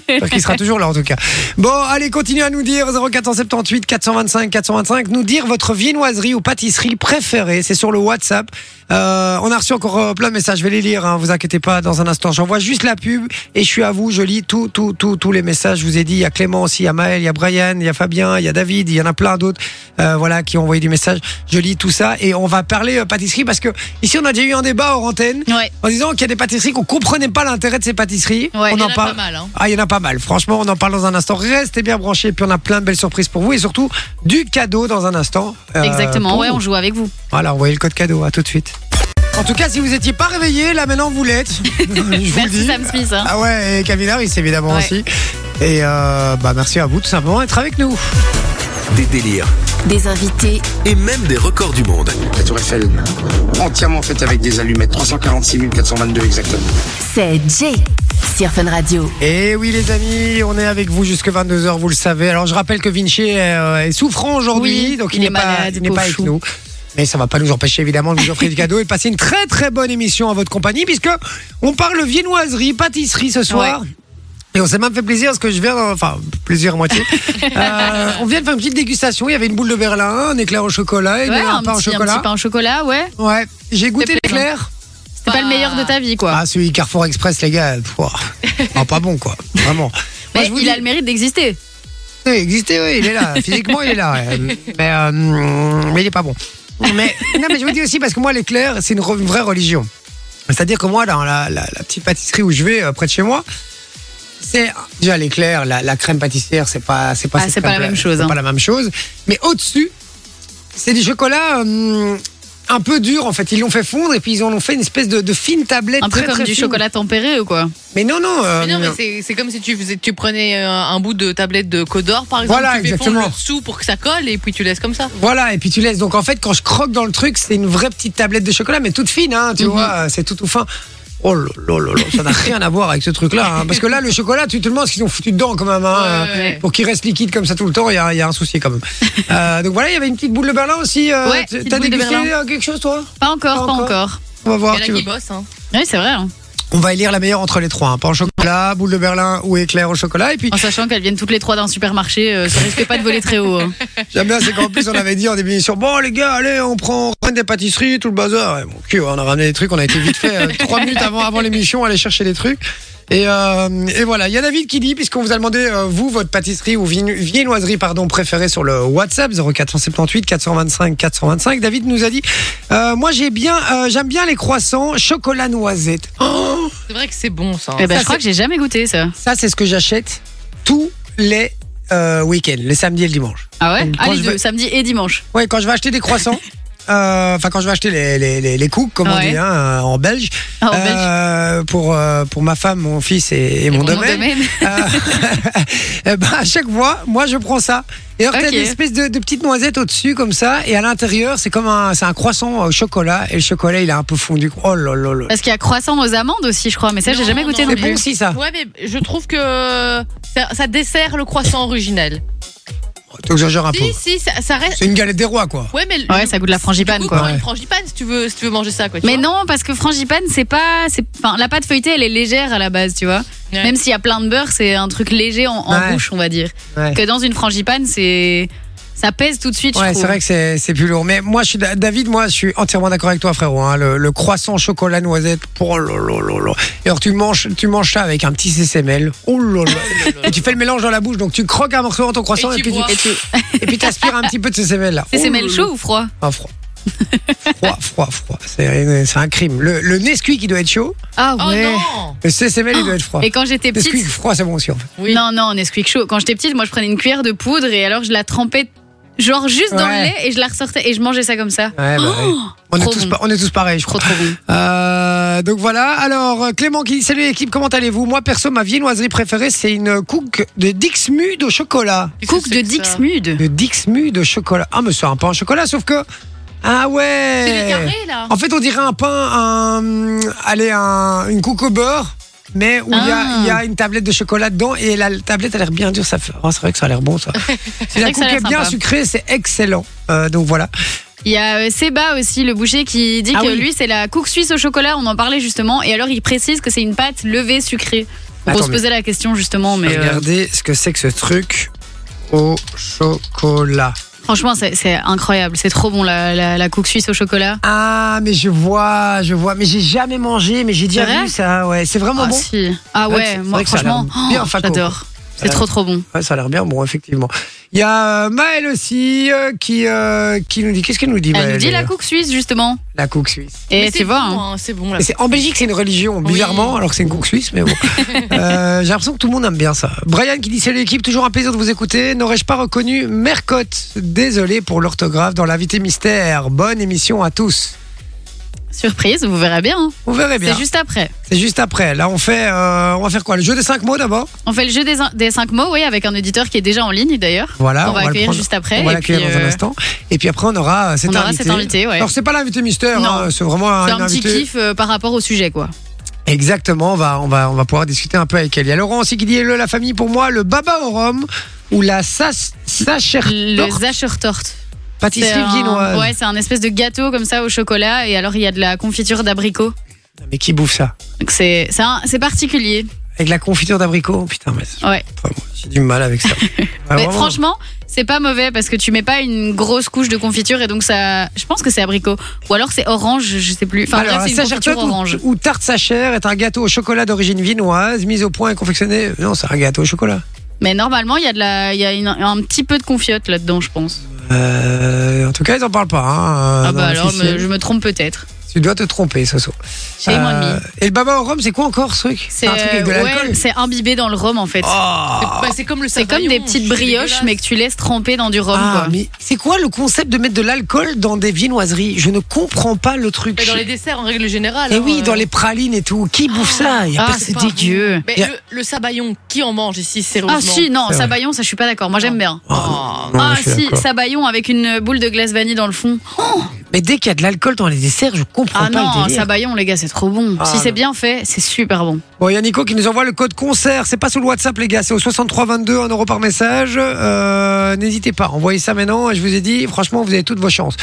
Speaker 1: J'espère qu'il sera toujours là en tout cas. Bon, allez, continuez à nous dire 0478 425 425, nous dire votre viennoiserie ou pâtisserie préférée. C'est sur le WhatsApp. Euh, on a reçu encore euh, plein de messages, je vais les lire, hein, vous inquiétez pas, dans un instant. J'envoie juste la pub et je suis à vous, je lis tout, tout, tout, tous les messages. Je vous ai dit, il y a Clément aussi, il y a Maël, il y a Brian, il y a Fabien, il y a David, il y en a plein d'autres euh, voilà, qui ont envoyé des messages. Je lis tout ça et on va parler euh, pâtisserie parce que ici on a déjà eu un débat hors antenne
Speaker 3: Ouais.
Speaker 1: en disant qu'il y a des pâtisseries qu'on comprenait pas l'intérêt de ces pâtisseries.
Speaker 3: Ouais,
Speaker 1: on
Speaker 2: Il y en a
Speaker 1: parle.
Speaker 2: pas mal, hein.
Speaker 1: Ah, il y en a pas mal. Franchement, on en parle dans un instant. Restez bien branchés, puis on a plein de belles surprises pour vous et surtout du cadeau dans un instant. Euh,
Speaker 3: Exactement,
Speaker 1: pour
Speaker 3: ouais,
Speaker 1: vous.
Speaker 3: on joue avec vous.
Speaker 1: Voilà, envoyez le code cadeau. À tout de suite. En tout cas, si vous étiez pas réveillé, là maintenant vous l'êtes.
Speaker 2: (laughs)
Speaker 1: Je vous le
Speaker 3: Merci
Speaker 1: dis.
Speaker 3: Sam Smith. hein.
Speaker 1: Ah ouais, et Cavinaris évidemment
Speaker 3: Ouais.
Speaker 1: aussi. Et euh, bah merci à vous tout simplement d'être avec nous.
Speaker 5: des délires
Speaker 4: Des invités,
Speaker 5: et même des records du monde.
Speaker 6: La tour Eiffel, entièrement faite avec des allumettes, 346 422 exactement.
Speaker 4: c'est Jay sur Fun Radio.
Speaker 1: Et Eh oui les amis, on est avec vous jusque 22h, vous le savez. Alors je rappelle que Vinci est, euh, est souffrant aujourd'hui,
Speaker 3: Oui,
Speaker 1: donc il,
Speaker 3: il
Speaker 1: n'est
Speaker 3: est
Speaker 1: pas,
Speaker 3: malade,
Speaker 1: il n'est
Speaker 3: pauvre
Speaker 1: pas avec
Speaker 3: chou.
Speaker 1: nous. Mais ça va pas nous empêcher évidemment de vous offrir du cadeau et de passer une très très bonne émission à votre compagnie puisque on parle viennoiserie, pâtisserie ce soir. Et on s'est même fait plaisir parce que je viens, d'en- enfin plaisir à
Speaker 3: (laughs)
Speaker 1: moitié. Euh, on vient de faire une petite dégustation. Il y avait une boule de Berlin, un éclair au chocolat, et
Speaker 3: Ouais,
Speaker 1: un,
Speaker 3: un,
Speaker 1: pain au
Speaker 3: petit, un
Speaker 1: chocolat.
Speaker 3: petit pain au chocolat, ouais.
Speaker 1: Ouais, j'ai goûté
Speaker 3: plaisant.
Speaker 1: l'éclair.
Speaker 3: C'était pas le meilleur de ta vie, quoi.
Speaker 1: Ah celui Carrefour Express les gars, pff,
Speaker 3: (laughs)
Speaker 1: ouah. Ah, pas bon quoi, vraiment. Moi,
Speaker 3: Mais
Speaker 1: je vous
Speaker 3: il
Speaker 1: dis-
Speaker 3: a le mérite d'exister.
Speaker 1: oui, exister, oui, il est
Speaker 3: (laughs)
Speaker 1: là. Physiquement, il est là. ouais. Mais, euh, mais il est pas bon. Mais, non, mais je vous dis aussi, parce que moi, l'éclair, c'est une, re- une vraie religion. C'est-à-dire que moi, dans la, la- la petite pâtisserie où je vais, euh, près de chez moi, c'est déjà l'éclair, la, la crème pâtissière, c'est pas, c'est pas,
Speaker 3: Ah,
Speaker 1: cette
Speaker 3: c'est pas
Speaker 1: crème-
Speaker 3: la même chose,
Speaker 1: c'est
Speaker 3: hein.
Speaker 1: pas la même chose. Mais au-dessus, c'est des chocolats euh, un peu durs, en fait. Ils l'ont fait fondre et puis ils en ont fait une espèce de, de fine tablette.
Speaker 3: Un peu
Speaker 1: très,
Speaker 3: comme
Speaker 1: très
Speaker 3: du
Speaker 1: fine.
Speaker 3: chocolat tempéré ou quoi.
Speaker 1: Mais non, non. euh,
Speaker 2: Mais non, mais c'est- c'est comme si tu, faisais, tu prenais euh, un bout de tablette de Codor, par exemple.
Speaker 1: Voilà,
Speaker 2: tu fais fondre
Speaker 1: exactement.
Speaker 2: le dessous pour que ça colle et puis tu laisses comme ça.
Speaker 1: Voilà, et puis tu laisses. Donc en fait, quand je croque dans le truc, c'est une vraie petite tablette de chocolat, mais toute fine, hein, tu
Speaker 2: Mhm.
Speaker 1: vois, euh, c'est tout tout fin. Oh là là là là, ça
Speaker 2: (laughs)
Speaker 1: n'a rien à voir avec ce truc-là. hein, parce que là, le chocolat, tu te demandes ce qu'ils ont foutu dedans quand même. hein,
Speaker 2: Ouais,
Speaker 1: euh,
Speaker 2: ouais.
Speaker 1: Pour qu'il reste liquide comme ça tout le temps, il y a, il y a un souci
Speaker 2: (laughs)
Speaker 1: quand même. Euh, donc voilà, il y avait une petite boule de Berlin aussi. euh,
Speaker 3: Ouais,
Speaker 1: t-
Speaker 3: petite
Speaker 1: T'as
Speaker 3: boule de
Speaker 1: dégusté
Speaker 3: Berlin.
Speaker 1: euh, quelque chose, toi
Speaker 3: Pas encore,
Speaker 1: Pas
Speaker 3: pas
Speaker 1: encore.
Speaker 3: encore.
Speaker 1: On va voir.
Speaker 2: Il y en
Speaker 1: tu
Speaker 2: a qui
Speaker 1: veux.
Speaker 2: bossent. Hein.
Speaker 3: Oui, c'est vrai. hein.
Speaker 1: On va élire la meilleure entre les trois. Hein, pain au chocolat, boule de Berlin ou éclair au chocolat. Et puis,
Speaker 3: En sachant qu'elles viennent toutes les trois d'un supermarché, euh, ça risque pas de voler très haut. hein.
Speaker 1: J'aime bien, c'est qu'en plus, on avait dit en début d'émission, bon, les gars, allez, on prend, on ramène des pâtisseries, tout le bazar. Et bon, ok, on a ramené des trucs, on a été vite fait, euh, trois minutes avant, avant l'émission, aller chercher des trucs. Et, euh, et voilà, il y a David qui dit, puisqu'on vous a demandé, euh, vous, votre pâtisserie ou vien- viennoiserie, pardon, préférée sur le WhatsApp, 0478 425 425, David nous a dit, euh, moi, j'ai bien, euh, j'aime bien les croissants chocolat noisette. Oh,
Speaker 2: C'est vrai que c'est bon ça.
Speaker 3: Eh ben,
Speaker 1: Ça,
Speaker 3: je crois que j'ai jamais goûté ça.
Speaker 1: ça, c'est ce que j'achète tous les euh, week-ends, les samedis et le dimanche.
Speaker 3: Ah ouais Ah,
Speaker 1: Quand
Speaker 3: les
Speaker 1: je
Speaker 3: deux,
Speaker 1: vais-
Speaker 3: samedi et dimanche.
Speaker 1: Ouais, quand je vais acheter des croissants, euh, enfin quand je vais acheter les, les, les, les cooks, comme on
Speaker 3: Ouais.
Speaker 1: dit hein, en belge,
Speaker 3: Ah, en
Speaker 1: euh, pour, euh, pour ma femme, mon fils et, et mon
Speaker 3: Mon
Speaker 1: domaine, euh, (laughs) eh ben, à chaque fois, moi je prends ça. Et alors t'as
Speaker 3: Ok.
Speaker 1: une espèce de, de petite noisette au-dessus comme ça, et à l'intérieur c'est comme un, c'est un croissant au chocolat, et le chocolat il est un peu fondu. Oh là là là.
Speaker 3: Parce qu'il y a croissant aux amandes aussi, je crois, mais ça, j'ai
Speaker 2: Non,
Speaker 3: jamais goûté
Speaker 2: non,
Speaker 3: non,
Speaker 1: C'est
Speaker 2: mais-
Speaker 1: bon
Speaker 3: plus.
Speaker 1: aussi ça.
Speaker 2: Ouais, mais je trouve que euh, ça, ça dessert le croissant originel.
Speaker 1: T'exagères un peu.
Speaker 2: Si, si, ça, ça reste.
Speaker 1: Ah, C'est une galette des rois quoi.
Speaker 2: Ouais, mais.
Speaker 3: Ouais, ça goûte la frangipane,
Speaker 2: Du coup,
Speaker 3: quoi.
Speaker 2: prends
Speaker 1: Ouais.
Speaker 2: une frangipane si tu veux, si tu veux manger ça, quoi. tu
Speaker 3: Mais
Speaker 2: vois.
Speaker 3: non, parce que frangipane, c'est pas. c'est- Enfin, la pâte feuilletée, elle est légère à la base, tu vois.
Speaker 2: Ouais.
Speaker 3: Même s'il y a plein de beurre, c'est un truc léger en, en
Speaker 1: Ouais.
Speaker 3: bouche, on va dire.
Speaker 1: Ouais.
Speaker 3: Que dans une frangipane, c'est. Ça pèse tout de suite, je
Speaker 1: Ouais,
Speaker 3: trouve.
Speaker 1: c'est vrai que c'est c'est plus lourd. Mais moi, je suis d'a- David, moi, je suis entièrement d'accord avec toi, frérot. hein. Le, le croissant chocolat noisette, oh là là là là. Et alors, tu manges, tu manges ça avec un petit CCML, oh là
Speaker 3: (laughs)
Speaker 1: là. et tu fais le mélange dans la bouche, donc tu croques un morceau dans ton croissant et,
Speaker 2: Et tu
Speaker 1: puis
Speaker 2: bois.
Speaker 1: tu- et puis t'aspires un petit peu de CCML là.
Speaker 3: (laughs) C'est
Speaker 1: Oh
Speaker 3: c'est
Speaker 1: là
Speaker 3: mêle
Speaker 1: là.
Speaker 3: chaud ou froid
Speaker 1: Ah, froid. Froid, froid, froid. C'est c'est un crime. Le, le Nesquik, il doit être chaud.
Speaker 3: Ah
Speaker 2: Oh
Speaker 3: ouais.
Speaker 2: non
Speaker 1: Le CCML, il doit être froid.
Speaker 3: Et quand j'étais
Speaker 1: Nesquik
Speaker 3: petite.
Speaker 1: froid, c'est bon aussi. En fait.
Speaker 2: Oui.
Speaker 3: Non, non, Nesquik chaud. Quand j'étais petite, moi, je prenais une cuillère de poudre et alors je la trempais, genre juste dans
Speaker 1: Ouais.
Speaker 3: le lait et je la ressortais et je mangeais ça comme ça.
Speaker 1: Ouais, bah, ouais. On, est
Speaker 3: Oh, trop
Speaker 1: tous,
Speaker 3: bon.
Speaker 1: pa- on est tous pareils, je crois.
Speaker 3: Trop, trop
Speaker 1: (laughs)
Speaker 3: bon.
Speaker 1: Euh, donc voilà. Alors euh, Clément qui dit salut l'équipe, comment allez-vous Moi perso, ma viennoiserie préférée, c'est une cook de Dixmude au chocolat.
Speaker 2: Qu'est-ce
Speaker 3: Cook
Speaker 2: que
Speaker 3: de
Speaker 2: c'est que ça
Speaker 3: Dixmude.
Speaker 1: De Dixmude au chocolat. Ah mais c'est un pain au chocolat, sauf que ah
Speaker 2: C'est les
Speaker 1: ouais.
Speaker 2: carrés là
Speaker 1: En fait, on dirait un pain, un allez un une cook au beurre. mais où il y a-
Speaker 3: Ah.
Speaker 1: il y, a une tablette de chocolat dedans et la tablette a l'air bien dure. Ça fait... oh, c'est vrai que ça a l'air bon
Speaker 3: (laughs)
Speaker 1: ça. si la
Speaker 3: vrai que ça
Speaker 1: cookie
Speaker 3: a l'air
Speaker 1: est bien
Speaker 3: sympa.
Speaker 1: sucrée, c'est excellent. Euh, donc voilà.
Speaker 3: Il y a euh, Seba aussi, le boucher, qui dit
Speaker 1: Ah
Speaker 3: que
Speaker 1: oui.
Speaker 3: lui, c'est la couque suisse au chocolat. On en parlait justement. Et alors, il précise que c'est une pâte levée sucrée. Donc,
Speaker 1: Attends,
Speaker 3: on se posait la question justement, mais euh,
Speaker 1: Regardez ce que c'est que ce truc au chocolat.
Speaker 3: franchement, c'est c'est incroyable. C'est trop bon la, la, la couque suisse au chocolat.
Speaker 1: Ah, mais je vois, je vois. Mais j'ai jamais mangé, mais j'ai déjà
Speaker 3: C'est vrai
Speaker 1: vu ça. Ouais, c'est vraiment
Speaker 3: ah,
Speaker 1: bon.
Speaker 3: si. Ah
Speaker 1: C'est vrai que
Speaker 3: ouais,
Speaker 1: c'est- c'est
Speaker 3: moi
Speaker 1: vrai que ça a l'air
Speaker 3: franchement,
Speaker 1: bien
Speaker 3: oh,
Speaker 1: faco.
Speaker 3: j'adore.
Speaker 1: a
Speaker 3: C'est
Speaker 1: l'air-
Speaker 3: trop trop bon.
Speaker 1: Ouais, ça a l'air bien bon, effectivement. Il y a euh, Maëlle aussi euh, qui, euh, qui nous dit. Qu'est-ce qu'elle nous dit,
Speaker 3: Elle
Speaker 1: Maëlle,
Speaker 3: nous dit la
Speaker 1: euh,
Speaker 3: couque suisse justement.
Speaker 1: La couque suisse.
Speaker 3: Et
Speaker 2: Mais
Speaker 3: tu vois,
Speaker 2: bon,
Speaker 3: hein.
Speaker 2: hein, c'est bon. là.
Speaker 1: Mais c'est- en Belgique, c'est une religion, bizarrement, alors que c'est une coupe suisse,
Speaker 3: (laughs)
Speaker 1: mais bon. Euh, J'ai l'impression que tout le monde aime bien ça. Brian qui dit c'est l'équipe, toujours un plaisir de vous écouter. N'aurais-je pas reconnu Mercotte Désolé pour l'orthographe dans l'invité mystère. Bonne émission à tous.
Speaker 3: surprise, vous verrez bien. hein.
Speaker 1: Vous verrez bien.
Speaker 3: C'est juste après.
Speaker 1: C'est juste... après. Là, on fait, euh, on va faire quoi Le jeu des cinq mots d'abord.
Speaker 3: On fait le jeu des, des cinq mots, oui, avec un auditeur qui est déjà en ligne d'ailleurs.
Speaker 1: Voilà,
Speaker 3: on,
Speaker 1: on
Speaker 3: va
Speaker 1: va le
Speaker 3: accueillir
Speaker 1: prendre-
Speaker 3: juste après.
Speaker 1: on va
Speaker 3: et
Speaker 1: l'accueillir
Speaker 3: puis,
Speaker 1: dans un
Speaker 3: euh,
Speaker 1: instant. Et puis après, on aura euh, cet
Speaker 3: on aura
Speaker 1: invité.
Speaker 3: cet invité, ouais.
Speaker 1: Alors, c'est pas l'invité mystère,
Speaker 3: Non.
Speaker 1: hein, c'est vraiment un,
Speaker 3: C'est un petit
Speaker 1: invité.
Speaker 3: kiff euh, par rapport au sujet, quoi.
Speaker 1: Exactement, on va, on, va, on va pouvoir discuter un peu avec elle. Il y a Laurent aussi qui dit Hello, la famille, pour moi, le baba au rhum ou la sas- sachère
Speaker 3: Le
Speaker 1: torte,
Speaker 3: Zachertorte. C'est
Speaker 1: pâtisserie
Speaker 3: un-
Speaker 1: viennoise.
Speaker 3: Ouais, c'est un espèce de gâteau comme ça au chocolat et alors il y a de la confiture d'abricot.
Speaker 1: Mais qui bouffe ça
Speaker 3: Donc c'est c'est un- c'est particulier.
Speaker 1: Avec la confiture d'abricot Putain, mais
Speaker 3: Ouais.
Speaker 1: Enfin, moi, j'ai du mal
Speaker 3: (laughs)
Speaker 1: avec ça. Ouais,
Speaker 3: Mais
Speaker 1: Ah, vraiment.
Speaker 3: franchement, c'est pas mauvais parce que tu mets pas une grosse couche de confiture et donc ça je pense que c'est abricot ou alors c'est orange, je sais plus. Enfin
Speaker 1: Alors,
Speaker 3: bref,
Speaker 1: la
Speaker 3: c'est une
Speaker 1: sachère
Speaker 3: confiture
Speaker 1: torte
Speaker 3: orange.
Speaker 1: ou, ou tarte sachère est un gâteau au chocolat d'origine viennoise, mis au point et confectionné. Non, c'est un gâteau au chocolat.
Speaker 3: Mais normalement, il y a de la il y a une- un petit peu de confiote là-dedans, je pense.
Speaker 1: Euh, en tout cas, ils en parlent pas. hein,
Speaker 3: ah
Speaker 1: dans
Speaker 3: bah alors
Speaker 1: l'officiel.
Speaker 3: me- je me trompe peut-être.
Speaker 1: Tu dois te tromper, Soso.
Speaker 3: J'ai moins de
Speaker 1: Euh,
Speaker 3: mille.
Speaker 1: Et le baba au rhum, c'est quoi encore ce truc
Speaker 3: C'est
Speaker 1: un truc avec de
Speaker 3: euh, ouais,
Speaker 1: l'alcool
Speaker 3: c'est imbibé dans le rhum en fait.
Speaker 1: Oh.
Speaker 2: Bah, c'est comme le
Speaker 3: C'est comme des petites brioches mais que tu laisses tremper dans du rhum
Speaker 1: Ah,
Speaker 3: quoi.
Speaker 1: mais c'est quoi le concept de mettre de l'alcool dans des viennoiseries Je ne comprends pas le truc.
Speaker 2: Mais dans les desserts en règle générale.
Speaker 1: Et
Speaker 3: Eh
Speaker 2: hein,
Speaker 1: oui,
Speaker 2: euh,
Speaker 1: dans les pralines et tout. Qui bouffe ça Il y a
Speaker 3: Ah,
Speaker 1: personne-
Speaker 3: c'est
Speaker 2: pas bon.
Speaker 3: dégueu.
Speaker 2: Mais
Speaker 1: Y a-
Speaker 2: le, le sabayon, qui en mange ici sérieusement
Speaker 3: Ah si, non,
Speaker 1: C'est vrai. Ah.
Speaker 3: Sabayon, ça je suis pas d'accord. Moi j'aime bien.
Speaker 2: Oh.
Speaker 1: Ouais,
Speaker 3: ah
Speaker 1: je suis
Speaker 3: si,
Speaker 1: d'accord.
Speaker 3: Sabayon avec une boule de glace vanille dans le fond. Oh
Speaker 1: Mais dès qu'il y a de l'alcool dans les desserts, je comprends
Speaker 3: Ah
Speaker 1: pas le
Speaker 3: non,
Speaker 1: délire.
Speaker 3: Sabayon les gars, c'est trop bon.
Speaker 1: Ah,
Speaker 3: si
Speaker 1: non.
Speaker 3: c'est bien fait, c'est super bon.
Speaker 1: Bon, il y a Nico qui nous envoie le code concert. C'est pas sur le WhatsApp, les gars. C'est au 6322, 1 euro par message. Euh, N'hésitez pas. Envoyez ça maintenant. Et je vous ai dit, franchement, vous avez toutes vos chances.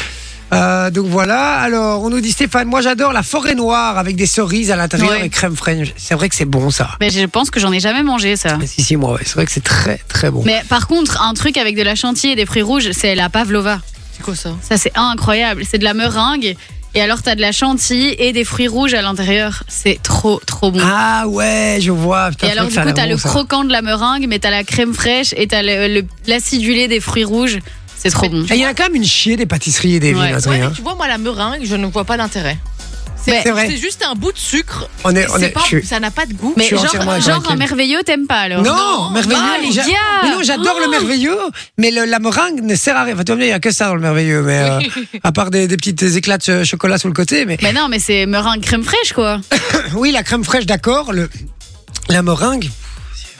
Speaker 1: Euh, donc voilà. Alors, on nous dit Stéphane, moi j'adore la forêt noire avec des cerises à l'intérieur
Speaker 3: Ouais.
Speaker 1: et crème fraîche. C'est vrai que c'est bon ça.
Speaker 3: Mais je pense que j'en ai jamais mangé ça.
Speaker 1: Si, si, moi, ouais. c'est vrai que c'est très, très bon.
Speaker 3: Mais par contre, un truc avec de la chantilly et des fruits rouges, c'est la pavlova.
Speaker 2: C'est quoi ça
Speaker 3: Ça c'est incroyable, c'est de la meringue et alors t'as de la chantilly et des fruits rouges à l'intérieur, c'est trop trop bon.
Speaker 1: Ah ouais, je vois. Putain,
Speaker 3: Et
Speaker 1: c'est
Speaker 3: alors
Speaker 1: vrai que
Speaker 3: du
Speaker 1: ça a
Speaker 3: coup
Speaker 1: l'air
Speaker 3: t'as
Speaker 1: bon,
Speaker 3: le
Speaker 1: ça.
Speaker 3: croquant de la meringue, mais t'as la crème fraîche et t'as le- le- l'acidulé des fruits rouges, c'est trop bon.
Speaker 1: Et Eh, Il y a quand même une chier des pâtisseries et des
Speaker 3: Ouais.
Speaker 1: viennoiseries.
Speaker 2: Ouais, mais
Speaker 1: hein.
Speaker 2: tu vois, moi, la meringue, je ne vois pas l'intérêt.
Speaker 1: Mais- C'est vrai.
Speaker 2: C'est juste un bout de sucre.
Speaker 1: On est,
Speaker 2: et
Speaker 1: on
Speaker 2: c'est
Speaker 1: est-
Speaker 2: pas-
Speaker 1: je suis-
Speaker 2: Ça n'a pas de goût.
Speaker 1: Je
Speaker 3: Mais
Speaker 1: suis
Speaker 3: genre,
Speaker 1: entièrement d'accord
Speaker 3: genre
Speaker 1: avec
Speaker 3: un
Speaker 1: elle.
Speaker 3: merveilleux, t'aimes pas alors
Speaker 1: Non,
Speaker 2: non,
Speaker 1: merveilleux.
Speaker 2: ah, les Ah.
Speaker 1: j'a-
Speaker 3: gars. Oh.
Speaker 1: mais non, j'adore le merveilleux, mais le- la meringue ne sert à rien. Enfin, tu vois, il y a que ça dans le merveilleux, mais euh, à part des, des petites éclats de ch- chocolat sur le côté. Mais (coughs)
Speaker 3: Mais non, mais c'est meringue crème fraîche quoi.
Speaker 1: oui, la crème fraîche, d'accord. Le, la meringue,